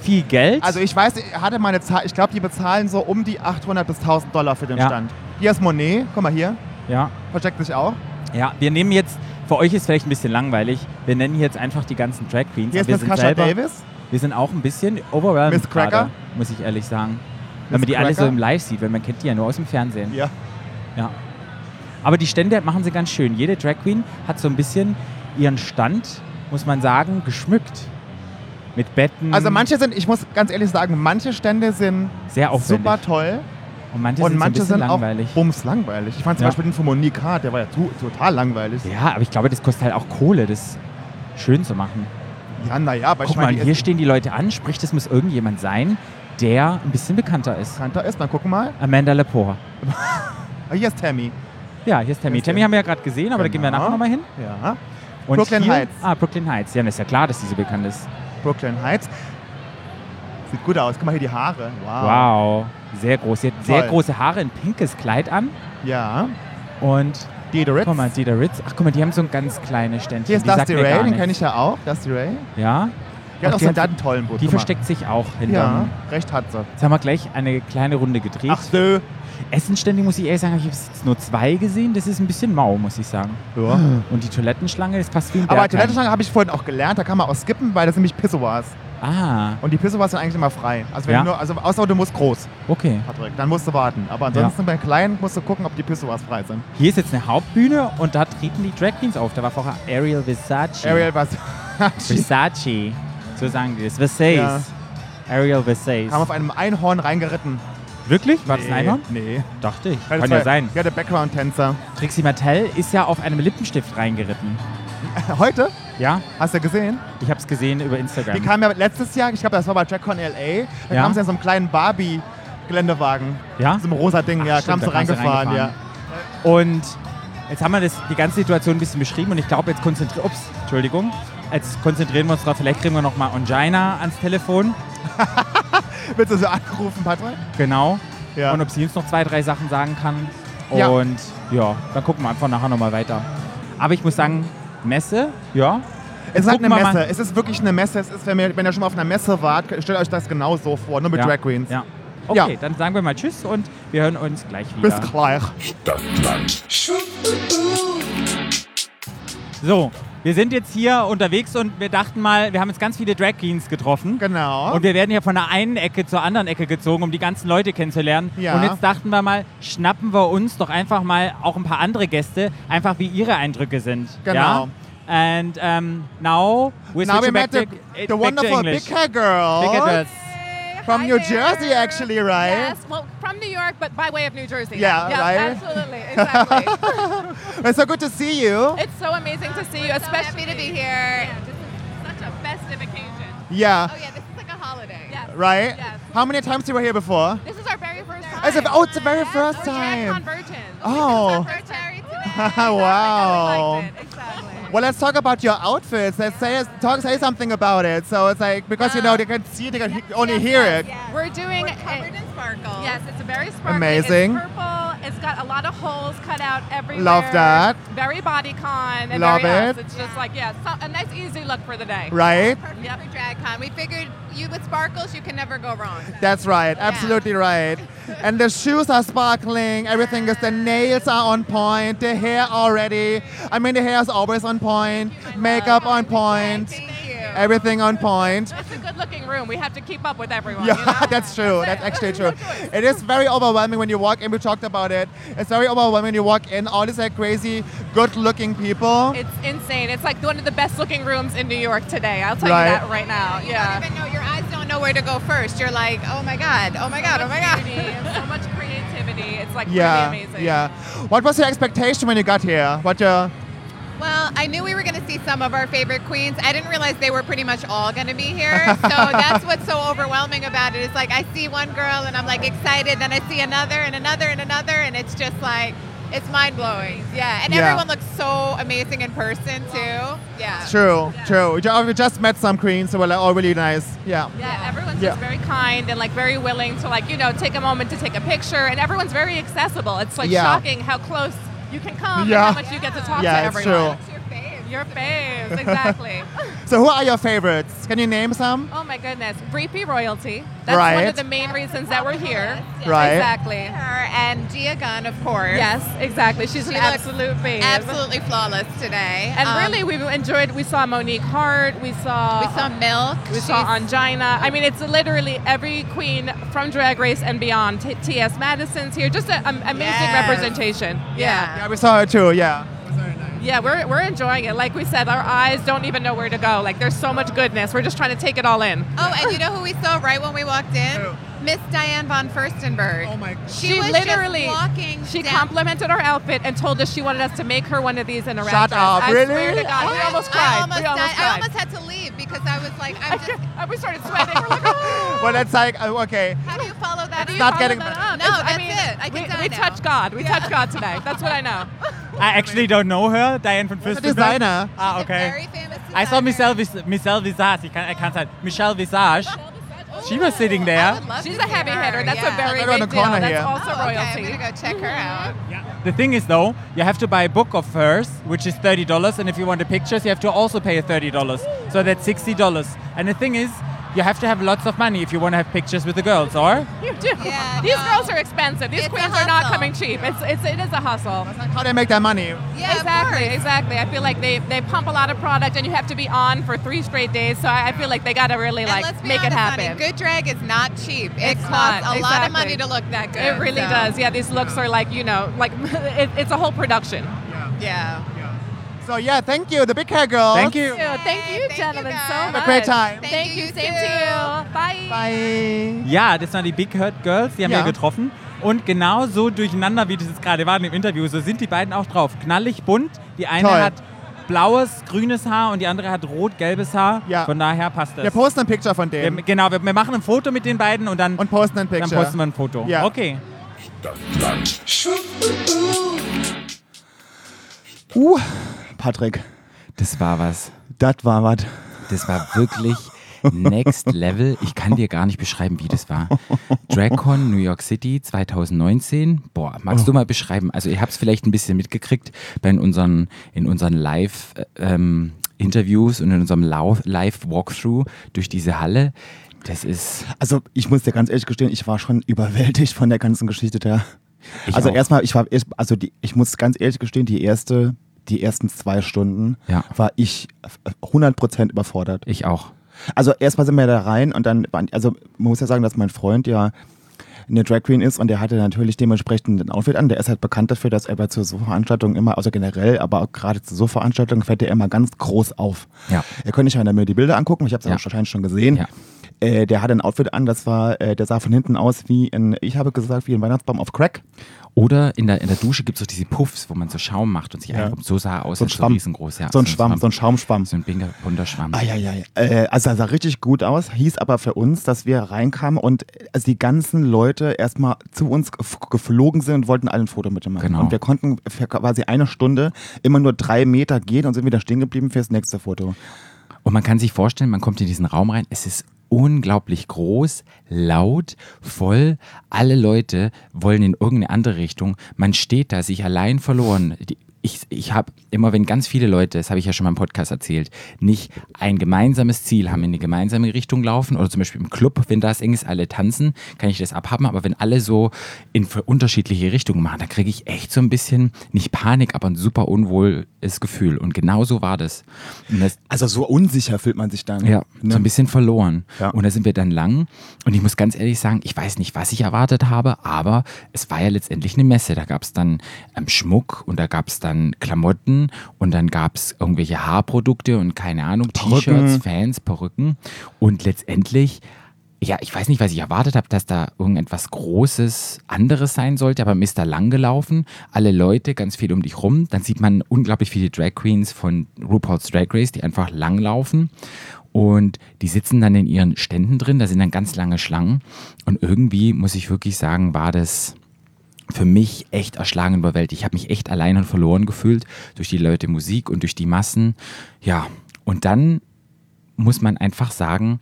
S1: viel Geld.
S2: Also ich weiß, ich hatte meine Zahl, ich glaube, die bezahlen so um die 800 bis 1000 Dollar für den
S1: Ja.
S2: Stand. Hier ist Monet, guck mal hier,
S1: ja.
S2: versteckt sich auch.
S1: Ja, wir nehmen jetzt, für euch ist vielleicht ein bisschen langweilig, wir nennen jetzt einfach die ganzen Drag Queens.
S2: Hier
S1: aber wir
S2: ist Miss
S1: sind
S2: Kasha
S1: selber,
S2: Davis.
S1: Wir sind auch ein bisschen overwhelmed
S2: Miss Cracker?
S1: gerade, muss ich ehrlich sagen. Wenn man die alle so
S2: Cracker?
S1: im Live sieht, weil man kennt die ja nur aus dem Fernsehen.
S2: Ja.
S1: Ja. Aber die Stände machen sie ganz schön. Jede Drag Queen hat so ein bisschen ihren Stand, muss man sagen, geschmückt. Mit Betten.
S2: Also manche sind, ich muss ganz ehrlich sagen, manche Stände sind
S1: sehr aufwendig.
S2: super toll
S1: und manche
S2: und
S1: sind, so ein
S2: manche
S1: bisschen
S2: sind
S1: langweilig.
S2: auch bums langweilig. Ich fand zum
S1: Ja.
S2: Beispiel den von Monique Hart, der war ja tu- total langweilig.
S1: ja, aber ich glaube, das kostet halt auch Kohle, das schön zu machen.
S2: Ja, naja, aber
S1: Guck
S2: ich meine,
S1: mal,
S2: die
S1: hier
S2: ist
S1: stehen die Leute an, sprich, das muss irgendjemand sein, der ein bisschen bekannter ist.
S2: bekannter ist. Mal gucken mal.
S1: Amanda Lepore.
S2: Ah, Hier ist Tammy.
S1: Ja, hier ist Tammy. Tammy
S2: Hier ist Tammy.
S1: haben wir ja gerade gesehen, aber da gehen wir
S2: Genau.
S1: nachher nochmal hin.
S2: Ja.
S1: Und
S2: Brooklyn
S1: hier,
S2: Heights.
S1: Ah, Brooklyn Heights. Ja, dann ist ja klar, dass die so bekannt ist.
S2: Brooklyn Heights. Sieht gut aus. Guck mal hier die Haare. Wow.
S1: Wow. Sehr groß. Sie hat sehr
S2: Voll.
S1: große Haare, ein pinkes Kleid an.
S2: Ja.
S1: Und
S2: Die Ritz.
S1: guck mal, Dieter Ritz. Ach, guck mal, die haben so ein ganz kleines Ständchen.
S2: Hier ist
S1: die sagt
S2: Dusty
S1: mir gar
S2: Ray, den
S1: nichts.
S2: kenne ich ja auch. Dusty Ray.
S1: Ja,
S2: Die hat
S1: Ach,
S2: auch
S1: die
S2: so
S1: hat-
S2: einen tollen Boot.
S1: die versteckt sich auch hinter.
S2: Ja, recht hat sie.
S1: Jetzt haben wir gleich eine kleine Runde gedreht.
S2: Ach so.
S1: Essenstände muss ich ehrlich sagen, habe ich habe jetzt nur zwei gesehen. Das ist ein bisschen mau, muss ich sagen.
S2: Ja.
S1: Und die Toilettenschlange ist fast wie ein
S2: Aber
S1: Bergheim.
S2: Toilettenschlange habe ich vorhin auch gelernt, da kann man auch skippen, weil das sind nämlich Pissoirs.
S1: Ah,
S2: Und die Pissoirs sind eigentlich immer frei. Also, wenn
S1: Ja.
S2: du nur, also außer du musst groß,
S1: okay.
S2: Patrick, dann musst du warten. Aber ansonsten bei kleinen musst du gucken, ob die Pissoirs frei sind.
S1: Hier ist jetzt eine Hauptbühne und da treten die Drag Queens auf. Da war vorher Ariel Versace.
S2: Ariel, was?
S1: Versace. So sagen die das. Versace.
S2: Ja.
S1: Ariel Versace.
S2: Kam auf einem Einhorn reingeritten.
S1: Wirklich? War das ein Einhorn?
S2: Nee.
S1: Dachte ich.
S2: das
S1: Kann ja
S2: war-
S1: sein.
S2: Ja, der Background-Tänzer.
S1: Trixie Mattel ist ja auf einem Lippenstift reingeritten.
S2: Heute?
S1: Ja,
S2: Hast du gesehen?
S1: ich hab's gesehen über
S2: Die
S1: Instagram.
S2: kam ja letztes Jahr, ich glaube, das war bei JackCon LA, da
S1: Ja.
S2: kam sie in so einem kleinen Barbie-Geländewagen.
S1: Ja?
S2: So einem rosa Ding,
S1: Ach,
S2: ja,
S1: stimmt,
S2: kam sie
S1: da kam sie
S2: reingefahren, ja.
S1: reingefahren. Und jetzt haben wir das, die ganze Situation ein bisschen beschrieben und ich glaube, jetzt konzentrieren. Ups, Entschuldigung. Jetzt konzentrieren wir uns drauf. Vielleicht kriegen wir nochmal Ongina ans Telefon.
S2: Willst du so anrufen, Patrick?
S1: Genau.
S2: Ja.
S1: Und ob sie uns noch zwei, drei Sachen sagen kann.
S2: Ja.
S1: Und ja, dann gucken wir einfach nachher nochmal weiter. Aber ich muss sagen, Messe, ja.
S2: es ist halt
S1: gucken
S2: eine
S1: wir mal-
S2: Messe, es ist wirklich eine Messe. Es ist, wenn, ihr, wenn ihr schon mal auf einer Messe wart, stellt euch das genau so vor, nur mit
S1: ja.
S2: Drag Queens.
S1: Ja.
S2: Ja.
S1: Okay, dann sagen wir mal Tschüss und wir hören uns gleich wieder.
S2: Bis gleich.
S3: das Land.
S1: So, wir sind jetzt hier unterwegs und wir dachten mal, wir haben jetzt ganz viele Drag Queens getroffen.
S2: Genau.
S1: Und wir werden ja von der einen Ecke zur anderen Ecke gezogen, um die ganzen Leute kennenzulernen.
S2: Ja.
S1: Und jetzt dachten wir mal, schnappen wir uns doch einfach mal auch ein paar andere Gäste, einfach wie ihre Eindrücke sind.
S2: Genau.
S1: Ja? And um, now we're
S2: Now we
S1: switching back
S2: met the,
S1: to, eh,
S2: the
S1: back
S2: wonderful
S1: to
S2: big
S1: English.
S2: hair girl
S1: Big Address.
S2: from
S15: Hi
S2: New
S15: there.
S2: Jersey, actually, right?
S15: Yes, well, from New York, but by way of New Jersey.
S2: Yeah,
S15: yes,
S2: right?
S15: absolutely, exactly.
S2: It's so good to see you.
S15: it's so amazing to see you, especially to be here. Yeah, this is such a festive occasion.
S2: Yeah,
S15: Oh yeah, this is like a holiday. Yes.
S2: right?
S15: Yes.
S2: How many times you were here before?
S15: This is our very first time.
S2: It's the- oh, it's the very first
S15: Oh, yeah,
S2: time.
S15: Convergence.
S2: Oh.
S15: This is our first
S2: Wow.
S15: time. Exactly.
S2: Well, let's talk about your outfits. Let's say talk, say something about it. So it's like because you know they can see, they can he- only hear it.
S15: We're doing We're
S16: covered in sparkle.
S15: Yes, it's a very sparkly.
S2: Amazing.
S15: It's purple. It's got a lot of holes cut out everywhere.
S2: Love that.
S15: Very body con. And
S2: Love
S15: very us.
S2: it.
S15: It's just like yeah, so, a nice easy look for the day.
S2: Right?
S16: Perfect for drag con. We figured you with sparkles, you can never go wrong.
S2: That's right. Absolutely right. And the shoes are sparkling. Everything is. The nails are on point. The hair already. I mean, the hair is always on point. Makeup on point.
S16: Thank you.
S2: Everything on point.
S15: It's a good looking room. We have to keep up with everyone. you
S2: Yeah,
S15: know?
S2: that's true. That's actually true. It is very overwhelming when you walk in. We talked about it. It's very overwhelming when you walk in. All these like crazy, good-looking people.
S15: It's insane. It's like one of the best looking rooms in New York today. I'll tell
S2: Right.
S15: you that right now.
S16: You don't
S15: Yeah.
S16: even know your eyes don't know where to go first. You're like, oh my god, oh my god, oh my god.
S15: Beauty and so much creativity. It's like
S2: yeah,
S15: really amazing.
S2: yeah. What was your expectation when you got here? What uh, your
S16: Well, I knew we were going to see some of our favorite queens. I didn't realize they were pretty much all going to be here. So that's what's so overwhelming about it. It's like I see one girl and I'm like excited, then I see another and another and another, and it's just like it's mind blowing. Yeah, and
S2: Yeah.
S16: everyone looks so amazing in person too. Yeah.
S2: true, true. We ju- We just met some queens who were like all really nice. Yeah.
S15: Yeah, everyone's
S2: Yeah.
S15: just very kind and like very willing to like you know take a moment to take a picture, and everyone's very accessible. It's like
S2: Yeah.
S15: shocking how close you can come
S2: Yeah.
S15: and how much you get to talk
S2: Yeah, it's
S15: to everyone.
S2: true.
S16: What's your fave?
S12: Your faves, exactly.
S2: So who are your favorites? Can you name some?
S12: oh my goodness, Reapy Royalty. That's one
S2: Right.
S12: of the main reasons that we're here.
S2: Right.
S12: Exactly.
S15: Her and Gia Gunn, of course.
S12: Yes, exactly. She's
S15: She
S12: an
S15: looks
S12: absolute fave.
S15: Absolutely flawless today.
S12: And
S15: Um,
S12: really, we enjoyed. We saw Monique Hart. We saw.
S15: we saw Milk.
S12: We saw
S15: She's-
S12: Angina. I mean, it's literally every queen from Drag Race and beyond. T- T.S. Madison's here. Just an amazing
S15: Yes.
S12: representation.
S15: Yeah.
S2: Yeah, we saw her too, yeah.
S12: Yeah, we're, we're enjoying it. Like we said, our eyes don't even know where to go. Like, there's so much goodness. We're just trying to take it all in.
S15: Oh, and you know who we saw right when we walked in? Miss Diane von Furstenberg. Oh my god. She, was just walking.
S12: she
S15: down-
S12: complimented our outfit and told us she wanted us to make her one of these in a wrap
S2: Shut
S12: dress.
S2: up,
S12: I
S2: really?
S12: swear to God, we
S15: I-
S12: almost
S15: I
S12: cried.
S15: almost
S12: we almost
S15: died.
S12: cried.
S15: I almost had to leave because I was like, I'm just.
S12: we started sweating. We're like, oh.
S2: Well, it's like, uh, okay.
S15: How do you follow that?
S12: How do you
S2: not
S12: follow
S2: getting
S12: that
S2: better.
S12: up?
S15: No,
S12: It's- I
S15: that's
S12: mean,
S15: it. I can
S12: we,
S15: die
S12: we
S15: now.
S12: touch God. We touch God today. That's what I know.
S1: I actually don't know her, Diane von
S2: She's a
S1: Fürstenberg.
S2: designer.
S1: Ah,
S15: She's a
S1: okay.
S15: very famous
S1: I saw
S15: designer.
S1: Michelle, Vis- Michelle Visage. I can't, I can't say it. Michelle Visage. She was sitting
S15: Oh, I
S1: there.
S15: would love
S12: She's
S15: to
S12: a
S15: see
S12: heavy
S15: her,
S12: hitter. That's
S15: yeah.
S12: a very
S2: Right on the
S12: big deal.
S2: corner
S12: That's
S2: here.
S12: also
S15: oh, Okay, I'm
S12: royalty.
S15: gonna go check her out.
S1: The thing is, though, you have to buy a book of hers, which is thirty dollars, and if you want the pictures, you have to also pay thirty dollars. So that's sixty dollars. And the thing is, you have to have lots of money if you want to have pictures with the girls, or
S12: You do.
S15: Yeah,
S12: These
S15: no.
S12: girls are expensive. These
S15: It's a
S12: queens are not
S15: hustle.
S12: coming cheap. It's, it's it is a hustle.
S2: How they make their money?
S15: Yeah, of
S12: exactly,
S15: course.
S12: exactly. I feel like they, they pump a lot of product, and you have to be on for three straight days. So I, I feel like they gotta really
S15: And
S12: like
S15: let's be
S12: make it
S15: honest, honey,
S12: happen.
S15: good drag is not cheap. It
S12: It's
S15: costs
S12: not,
S15: a lot
S12: exactly.
S15: of money to look that good.
S12: It really
S15: so-
S12: does. Yeah, these looks are like you know, like it, it's a whole production.
S15: Yeah.
S2: So yeah, thank you, the big hair girl.
S1: thank you.
S12: Thank you,
S15: Thank you,
S12: gentlemen,
S15: guys.
S12: so
S15: Have
S12: much.
S15: a
S2: great time.
S15: Thank
S12: Thank
S15: you,
S12: you.
S15: you
S12: Same
S15: too.
S12: to you.
S2: Bye.
S12: Bye.
S1: Ja, das waren die Big Hurt Girls, die haben
S2: Ja.
S1: wir getroffen. Und genau so durcheinander, wie das jetzt gerade war im Interview, so sind die beiden auch drauf. Knallig bunt. Die eine
S2: Toll.
S1: hat blaues, grünes Haar und die andere hat rot-gelbes Haar.
S2: Ja.
S1: Von daher passt das.
S2: Wir posten ein Picture von
S1: Wir,
S2: denen
S1: genau, wir, wir machen ein Foto mit den beiden und dann,
S2: und posten ein
S1: dann
S2: Picture.
S1: posten wir ein Foto.
S2: Ja.
S1: Okay.
S2: Uh, Patrick,
S10: Das war was.
S2: das war was.
S10: Das war wirklich Next Level. Ich kann dir gar nicht beschreiben, wie das war. DragCon New York City 2019. Boah, magst du mal beschreiben? Also ihr habt es vielleicht ein bisschen mitgekriegt bei in unseren, in unseren Live- ähm, Interviews und in unserem Lau- Live-Walkthrough durch diese Halle. Das ist.
S4: Also ich muss dir ganz ehrlich gestehen, ich war schon überwältigt von der ganzen Geschichte da.
S10: Ich
S4: also
S10: auch.
S4: erstmal, ich war, erst- also die, ich muss ganz ehrlich gestehen, die erste, die ersten zwei Stunden
S10: Ja.
S4: war ich 100% überfordert.
S10: Ich auch.
S4: Also erstmal sind wir da rein und dann, waren- also man muss ja sagen, dass mein Freund ja eine Drag Queen ist und der hatte natürlich dementsprechend ein Outfit an. Der ist halt bekannt dafür, dass er bei zu so Veranstaltungen immer, also generell, aber auch gerade zu so Veranstaltungen fällt er immer ganz groß auf.
S10: Ja.
S4: Ihr könnt euch ja mir die Bilder angucken, ich habe es
S10: Ja.
S4: ja. wahrscheinlich schon gesehen.
S10: Ja.
S4: Äh, der hatte ein Outfit an, das war, äh, der sah von hinten aus wie ein, ich habe gesagt, wie ein Weihnachtsbaum auf Crack.
S10: Oder in der, in der Dusche gibt es doch diese Puffs, wo man so Schaum macht und sich
S4: Ja.
S10: einrummt. So sah er aus,
S4: So ein
S10: als
S4: Schwamm.
S10: so riesengroß. Ja,
S4: so ein Schwamm, so ein Schaumschwamm.
S10: So ein pinker, bunter Schwamm.
S4: Ah, ja, ja, ja. Äh, also, das sah richtig gut aus. Hieß aber für uns, dass wir reinkamen und äh, also die ganzen Leute erstmal zu uns gef- geflogen sind und wollten alle ein Foto mit ihm machen.
S10: Genau.
S4: Und wir konnten für quasi eine Stunde immer nur drei Meter gehen und sind wieder stehen geblieben fürs nächste Foto.
S10: Und man kann sich vorstellen, man kommt in diesen Raum rein, es ist unglaublich groß, laut, voll. Alle Leute wollen in irgendeine andere Richtung. Man steht da, sich allein verloren. Die- Ich, ich habe immer, wenn ganz viele Leute, das habe ich ja schon mal im Podcast erzählt, nicht ein gemeinsames Ziel haben, in eine gemeinsame Richtung laufen oder zum Beispiel im Club, wenn da es eng ist, alle tanzen, kann ich das abhaben. Aber wenn alle so in ver- unterschiedliche Richtungen machen, da kriege ich echt so ein bisschen, nicht Panik, aber ein super unwohles Gefühl. Und genau so war das. Und das
S4: Also, so unsicher fühlt man sich dann.
S10: ja,
S4: ne?
S10: so ein bisschen verloren.
S4: Ja.
S10: Und da sind wir dann lang. Und ich muss ganz ehrlich sagen, ich weiß nicht, was ich erwartet habe, aber es war ja letztendlich eine Messe. Da gab es dann ähm, Schmuck und da gab es dann Klamotten und dann gab es irgendwelche Haarprodukte und keine Ahnung, T-Shirts, Fans, Perücken. Und letztendlich. Ja, ich weiß nicht, was ich erwartet habe, dass da irgendetwas Großes anderes sein sollte, aber Mr. Lang gelaufen, alle Leute, ganz viel um dich rum. Dann sieht man unglaublich viele Drag Queens von RuPaul's Drag Race, die einfach lang laufen. Und die sitzen dann in ihren Ständen drin, da sind dann ganz lange Schlangen. Und irgendwie, muss ich wirklich sagen, war das für mich echt erschlagen und überwältigt. Ich habe mich echt allein und verloren gefühlt durch die Leute Musik und durch die Massen. Ja, und dann muss man einfach sagen,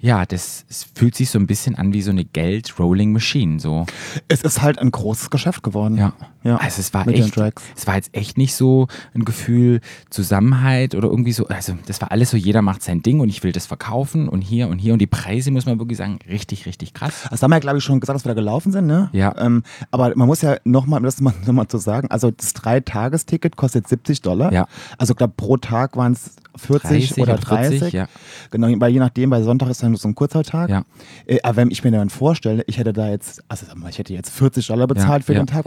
S1: Ja, das es fühlt sich so ein bisschen an wie so eine Geld-Rolling Machine. So.
S4: Es ist halt ein großes Geschäft geworden.
S1: Ja.
S4: Ja.
S1: Also es war
S4: Mit den
S1: echt,
S4: Drags.
S1: es war jetzt echt nicht so ein Gefühl Zusammenhalt oder irgendwie so. Also das war alles so, jeder macht sein Ding und ich will das verkaufen und hier und hier und die Preise muss man wirklich sagen, richtig, richtig krass.
S4: Das haben wir ja, glaube ich, schon gesagt, dass wir da gelaufen sind, ne?
S1: Ja.
S4: Also, Ähm, aber man muss ja nochmal, um das mal, noch mal zu sagen, also das Drei-Tages-Ticket kostet 70 Dollar.
S1: Ja.
S4: Also, glaube pro Tag waren es 40
S1: 30
S4: oder
S1: oder 40,
S4: 30.
S1: ja.
S4: Genau, weil je nachdem, bei Sonntag ist dann so ein kurzer Tag.
S1: Ja.
S4: Äh, aber wenn ich mir dann vorstelle, ich hätte da jetzt, also sag mal, ich hätte jetzt 40 Dollar bezahlt
S1: Ja,
S4: für
S1: ja.
S4: den Tag.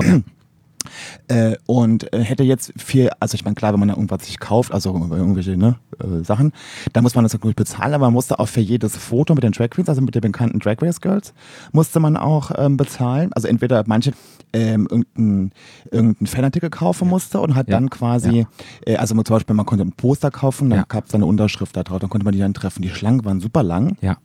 S4: Äh, und äh, hätte jetzt viel, also ich meine, klar, wenn man da irgendwas sich kauft, also irgendwelche ne, äh, Sachen, dann muss man das natürlich bezahlen, aber man musste auch für jedes Foto mit den Drag Queens, also mit den bekannten Drag Race Girls, musste man auch ähm, bezahlen. Also entweder manche ähm, irgendein, irgendein Fanartikel kaufen musste und hat
S1: Ja.
S4: dann quasi, äh, also zum Beispiel, man konnte ein Poster kaufen, dann
S1: Ja.
S4: gab es eine Unterschrift da drauf, dann konnte man die dann treffen. Die Schlangen waren super lang.
S1: Ja.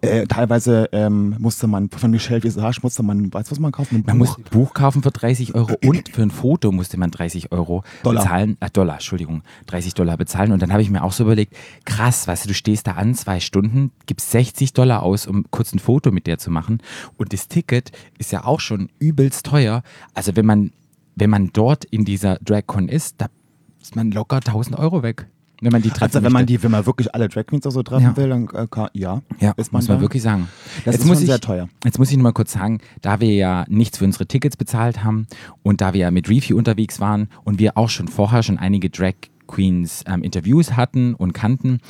S4: Äh, teilweise ähm, musste man, von Michelle Visage musste man, weißt du, was man kaufen? Ein
S1: Man
S4: Buch.
S1: muss ein Buch kaufen für 30 Euro und für ein Foto musste man 30 Euro
S4: Äh, Dollar.
S1: bezahlen. Äh, Dollar, Entschuldigung, 30 Dollar bezahlen. Und dann habe ich mir auch so überlegt, krass, weißt du, du stehst da an, zwei Stunden, gibst 60 Dollar aus, um kurz ein Foto mit der zu machen. Und das Ticket ist ja auch schon übelst teuer. Also wenn man, wenn man dort in dieser DragCon ist, da ist man locker 1000 Euro weg. Wenn man die treffen
S4: Also wenn man
S1: möchte.
S4: die, wenn man wirklich alle Drag Queens auch so treffen
S1: Ja.
S4: will, dann äh, kann, ja,
S1: Ja,
S4: ist man
S1: muss man
S4: da.
S1: wirklich sagen.
S4: Das ist schon sehr teuer.
S1: Jetzt muss ich noch mal kurz sagen, da wir ja nichts für unsere Tickets bezahlt haben und da wir ja mit Review unterwegs waren und wir auch schon vorher schon einige Drag Queens ähm, Interviews hatten und kannten,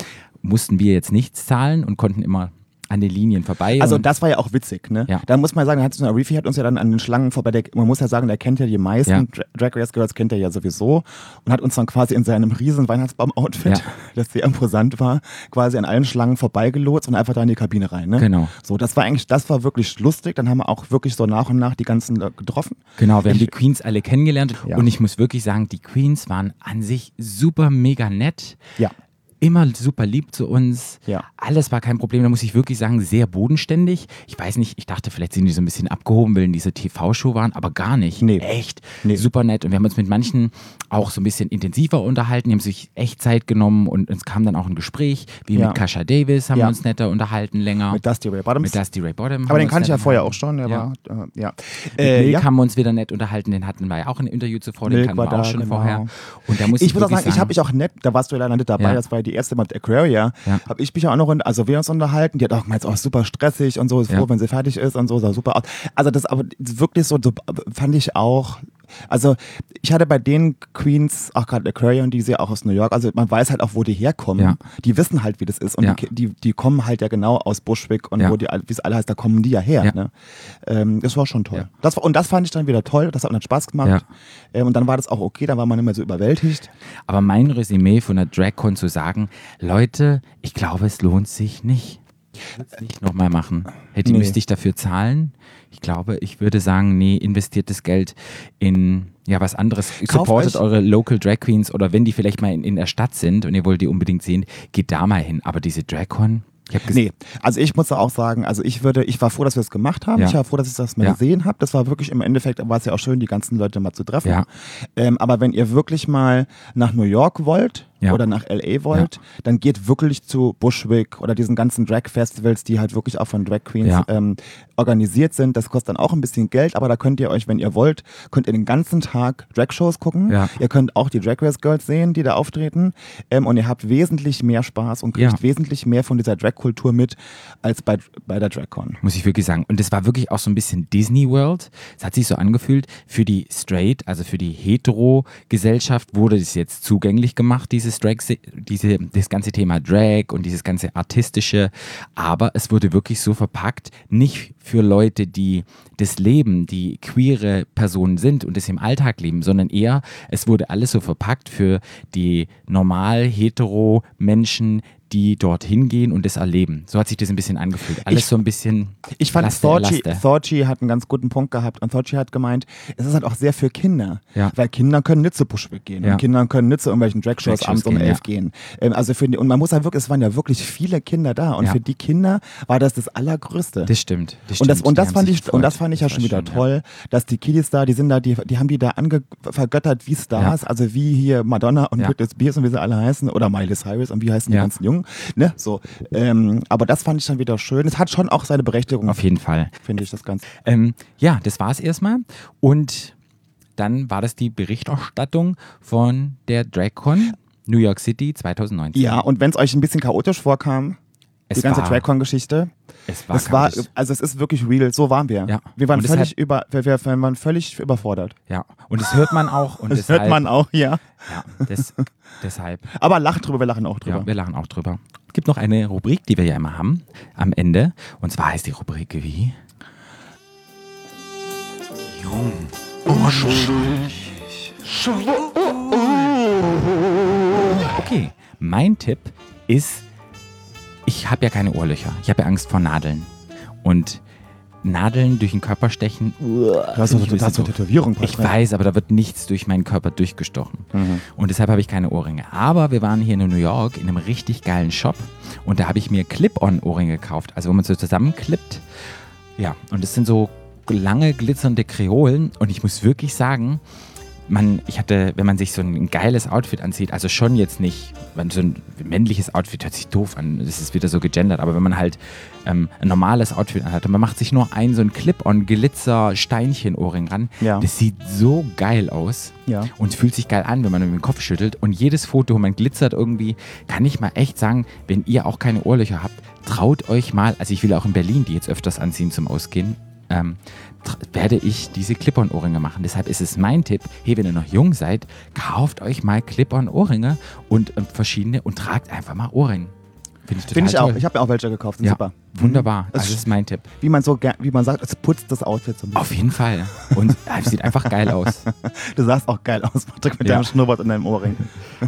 S1: mussten wir jetzt nichts zahlen und konnten immer an den Linien vorbei.
S4: Also
S1: und
S4: das war ja auch witzig, ne?
S1: Ja.
S4: Da muss man sagen, hat, Rifi hat uns ja dann an den Schlangen vorbei, der, man muss ja sagen, der kennt ja die meisten,
S1: Ja.
S4: Dra- Drag Race Girls kennt er ja sowieso und hat uns dann quasi in seinem riesen Weihnachtsbaum-Outfit,
S1: Ja.
S4: das sehr imposant war, quasi an allen Schlangen vorbeigelotst und einfach da in die Kabine rein, ne?
S1: Genau.
S4: So, das war eigentlich, das war wirklich lustig, dann haben wir auch wirklich so nach und nach die ganzen äh, getroffen.
S1: Genau, wir haben
S4: Ich-
S1: die Queens alle kennengelernt
S4: Ja.
S1: und ich muss wirklich sagen, die Queens waren an sich super mega nett.
S4: Ja.
S1: Immer super lieb zu uns.
S4: Ja.
S1: Alles war kein Problem. Da muss ich wirklich sagen, sehr bodenständig. Ich weiß nicht, ich dachte, vielleicht sind die so ein bisschen abgehoben, weil in diese TV-Show waren, aber gar nicht.
S4: Nee.
S1: Echt
S4: Nee.
S1: super nett. Und wir haben uns mit manchen auch so ein bisschen intensiver unterhalten. Die haben sich echt Zeit genommen und es kam dann auch ein Gespräch. Wie
S4: Ja.
S1: mit Kasha Davis haben
S4: Ja.
S1: wir uns netter unterhalten, länger.
S4: Mit Dusty Ray Bottoms.
S1: Mit Dusty Ray Bottom.
S4: aber den kannte ich ja vorher auch schon, der
S1: Ja.
S4: war, äh, ja.
S1: Mit
S4: Äh,
S1: Milk
S4: ja.
S1: haben wir uns wieder nett unterhalten, den hatten wir ja auch im Interview zuvor, den
S4: Milk
S1: kannten
S4: war
S1: wir auch
S4: da,
S1: schon
S4: genau.
S1: vorher. Und da muss ich,
S4: ich muss auch
S1: wirklich
S4: sagen, ich habe mich auch nett, da warst du ja leider nicht dabei,
S1: Ja.
S4: das war ja die erste Mal mit Aquaria,
S1: Ja.
S4: habe ich mich ja auch noch, und- also wir uns unterhalten, die hat auch gemeint, auch super stressig und so, ist
S1: Ja.
S4: froh, wenn sie fertig ist und so, sah super aus. Also das aber wirklich so, so fand ich auch, also ich hatte bei den Queens, auch gerade Aquarian, die sie auch aus New York, also man weiß halt auch, wo die herkommen.
S1: Ja.
S4: Die wissen halt, wie das ist. Und
S1: Ja.
S4: die, die, die kommen halt ja genau aus Bushwick und
S1: Ja.
S4: wo die, all- wie es alle heißt, da kommen die ja her.
S1: Ja.
S4: Ne? Ähm, das war schon toll.
S1: Ja.
S4: Das war, und das fand ich dann wieder toll, das hat mir dann Spaß gemacht.
S1: Ja.
S4: Ähm, und dann war das auch okay, da war man nicht mehr so überwältigt.
S1: Aber mein Resümee von der DragCon zu sagen, Leute, ich glaube, es lohnt sich nicht. Ich würd's nicht nochmal machen. Hätte,
S4: Nee.
S1: Müsste ich dafür zahlen? Ich glaube, ich würde sagen, nee, investiert das Geld in ja was anderes. Supportet
S4: euch-
S1: eure Local Drag Queens oder wenn die vielleicht mal in, in der Stadt sind und ihr wollt die unbedingt sehen, geht da mal hin. Aber diese DragCon, ich habe
S4: Nee, also ich muss da auch sagen, also ich würde, ich war froh, dass wir es gemacht haben.
S1: Ja.
S4: Ich war froh, dass ich das mal
S1: Ja.
S4: gesehen habe. Das war wirklich im Endeffekt, war es ja auch schön, die ganzen Leute mal zu treffen.
S1: Ja.
S4: Ähm, aber wenn ihr wirklich mal nach New York wollt
S1: Ja.
S4: oder nach LA wollt, dann geht wirklich zu Bushwick oder diesen ganzen Drag-Festivals, die halt wirklich auch von Drag Queens
S1: Ja.
S4: ähm, organisiert sind. Das kostet dann auch ein bisschen Geld, aber da könnt ihr euch, wenn ihr wollt, könnt ihr den ganzen Tag Drag-Shows gucken.
S1: Ja.
S4: Ihr könnt auch die Drag Race Girls sehen, die da auftreten. Ähm, und ihr habt wesentlich mehr Spaß und kriegt
S1: Ja.
S4: wesentlich mehr von dieser Drag-Kultur mit als bei, bei der DragCon.
S1: muss ich wirklich sagen. Und es war wirklich auch so ein bisschen Disney World. Es hat sich so angefühlt, für die Straight, also für die Hetero-Gesellschaft wurde es jetzt zugänglich gemacht, dieses Drag, diese, das ganze Thema Drag und dieses ganze Artistische. Aber es wurde wirklich so verpackt, nicht für Leute, die das Leben, die queere Personen sind und das im Alltag leben, sondern eher, es wurde alles so verpackt für die normal hetero Menschen, die dorthin gehen und das erleben. So hat sich das ein bisschen angefühlt. Alles
S4: Ich-
S1: so ein bisschen.
S4: Ich fand,
S1: Laste,
S4: Thorchi,
S1: Laste.
S4: Thorchi hat einen ganz guten Punkt gehabt und Thorchi hat gemeint, es ist halt auch sehr für Kinder,
S1: Ja.
S4: weil Kinder können nicht zu Bushwick gehen
S1: Ja.
S4: und Kinder können nicht zu irgendwelchen Drag-Shows
S1: Drag-Shows
S4: abends um
S1: gehen,
S4: elf
S1: ja.
S4: gehen. Ähm, also für die, und man muss halt wirklich, es waren ja wirklich viele Kinder da und
S1: Ja.
S4: für die Kinder war das das Allergrößte.
S1: Das stimmt. Das
S4: und
S1: stimmt.
S4: das, und,
S1: Die
S4: das
S1: haben
S4: fand
S1: sich
S4: ich, und das
S1: gefreut.
S4: fand ich ja
S1: Das war
S4: schon wieder
S1: schön,
S4: toll, dass die Kiddies da, die sind da, die, die haben die da ange vergöttert wie Stars, also wie hier Madonna und
S1: Ja.
S4: Britney Spears und wie sie alle heißen, oder Miley Cyrus und wie heißen
S1: Ja.
S4: die ganzen Jungen. Ordnung. Ne? So, ähm, aber das fand ich dann wieder schön. Es hat schon auch seine Berechtigung.
S10: Auf jeden Fall.
S4: Finde ich das Ganze.
S10: Ähm, ja, das war es erstmal. Und dann war das die Berichterstattung von der DragCon New York City 2019.
S4: Ja, und wenn es euch ein bisschen chaotisch vorkam,
S10: Es
S4: die ganze
S10: war-
S4: Trackcon-Geschichte,
S10: es war,
S4: es war,
S10: chaotisch.
S4: also es ist wirklich real, so waren wir.
S10: Ja.
S4: Wir waren
S10: Und deshalb-
S4: völlig über, wir, wir wir waren völlig überfordert.
S10: ja. Und das hört man auch. Und
S4: Das
S10: deshalb,
S4: hört man auch, ja.
S10: Ja, des, deshalb.
S4: Aber lacht drüber, wir lachen auch drüber.
S10: Ja, wir lachen auch drüber. Es gibt noch eine Rubrik, die wir ja immer haben am Ende. Und zwar heißt die Rubrik wie? Okay, mein Tipp ist, ich habe ja keine Ohrlöcher. Ich habe ja Angst vor Nadeln. Und Nadeln durch den Körper stechen.
S4: du hast
S10: ich ein
S4: doch
S10: bisschen
S4: hast doch
S10: doof.
S4: Tätowierung.
S10: Ich
S4: Patrick.
S10: weiß, aber da wird nichts durch meinen Körper durchgestochen.
S4: Mhm.
S10: Und deshalb habe ich keine Ohrringe. Aber wir waren hier in New York in einem richtig geilen Shop und da habe ich mir Clip-on-Ohrringe gekauft. Also wo man so zusammenklippt. Ja, und es sind so lange glitzernde Kreolen und ich muss wirklich sagen, man, ich hatte, wenn man sich so ein geiles Outfit anzieht, also schon jetzt nicht, wenn so ein männliches Outfit hört sich doof an, das ist wieder so gegendert, aber wenn man halt ähm, ein normales Outfit anhat und man macht sich nur ein so ein Clip-on-Glitzer-Steinchen-Ohrring ran,
S4: Ja.
S10: das sieht so geil aus
S4: Ja.
S10: und es fühlt sich geil an, wenn man mit dem Kopf schüttelt und jedes Foto, man glitzert irgendwie, kann ich mal echt sagen, wenn ihr auch keine Ohrlöcher habt, traut euch mal, also ich will auch in Berlin die jetzt öfters anziehen zum Ausgehen, ähm, tr- werde ich diese Clip-on-Ohrringe machen. Deshalb ist es mein Tipp, hey, wenn ihr noch jung seid, kauft euch mal Clip-on-Ohrringe und ähm, verschiedene und tragt einfach mal Ohrringe. Finde ich total
S4: Finde ich auch.
S10: toll.
S4: Ich habe mir auch welche gekauft. Sind
S10: ja,
S4: super. Mhm.
S10: Wunderbar.
S4: Das
S10: Also das
S4: ist-
S10: ist mein Tipp.
S4: Wie man so ger- wie man sagt, es putzt das Outfit so ein bisschen.
S10: Auf jeden Fall. Und äh, sieht einfach geil aus.
S4: Du sahst auch geil aus, Patrick, mit
S10: Ja.
S4: deinem Schnurrbart und deinem Ohrring.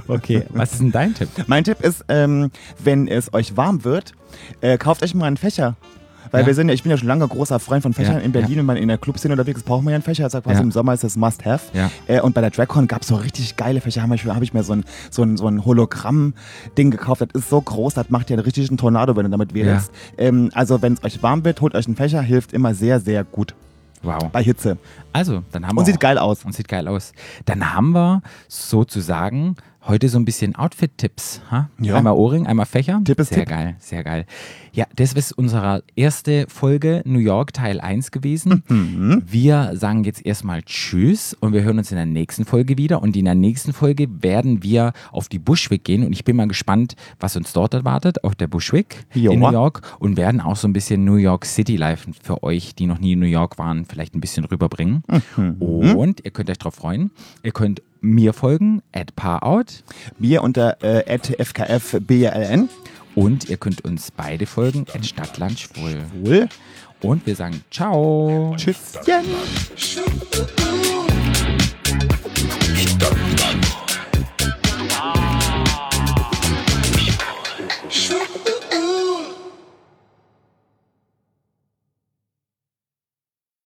S10: Okay, was ist denn dein Tipp?
S4: Mein Tipp ist, ähm, wenn es euch warm wird, äh, kauft euch mal einen Fächer. Weil
S10: Ja.
S4: wir sind ja, ich bin ja schon lange großer Freund von Fächern
S10: Ja,
S4: in Berlin
S10: ja.
S4: und man in der Clubszene unterwegs ist, braucht man ja einen Fächer. Also quasi
S10: Ja.
S4: im Sommer ist das Must-Have.
S10: Ja.
S4: Äh, und bei der DragCon gab es so richtig geile Fächer. Habe ich, hab ich mir so ein, so ein, so ein Hologramm-Ding gekauft. Das ist so groß, das macht ja einen richtigen Tornado, wenn du damit wedelst. Ähm, also wenn es euch warm wird, holt euch einen Fächer, hilft immer sehr, sehr gut
S10: Wow.
S4: bei Hitze.
S10: Also, dann haben wir
S4: Und
S10: auch-
S4: sieht geil aus.
S10: Und sieht geil aus. Dann haben wir sozusagen heute so ein bisschen Outfit-Tipps. ha?
S4: Ja.
S10: Einmal Ohrring, einmal Fächer.
S4: Tipp ist
S10: sehr
S4: Tipp.
S10: geil, sehr geil. Ja, das ist unsere erste Folge New York Teil 1 gewesen. Wir sagen jetzt erstmal Tschüss und wir hören uns in der nächsten Folge wieder. Und in der nächsten Folge werden wir auf die Bushwick gehen und ich bin mal gespannt, was uns dort erwartet, auf der Bushwick in
S4: Joa.
S10: New York und werden auch so ein bisschen New York City Life für euch, die noch nie in New York waren, vielleicht ein bisschen rüberbringen. Und ihr könnt euch drauf freuen. Ihr könnt mir folgen, at paarout.
S4: Mir unter äh, @fkfbln.
S10: Und ihr könnt uns beide folgen, at stadtlandschwul.
S4: Wohl.
S10: Und wir sagen ciao.
S4: Tschüsschen.
S17: Stadtland.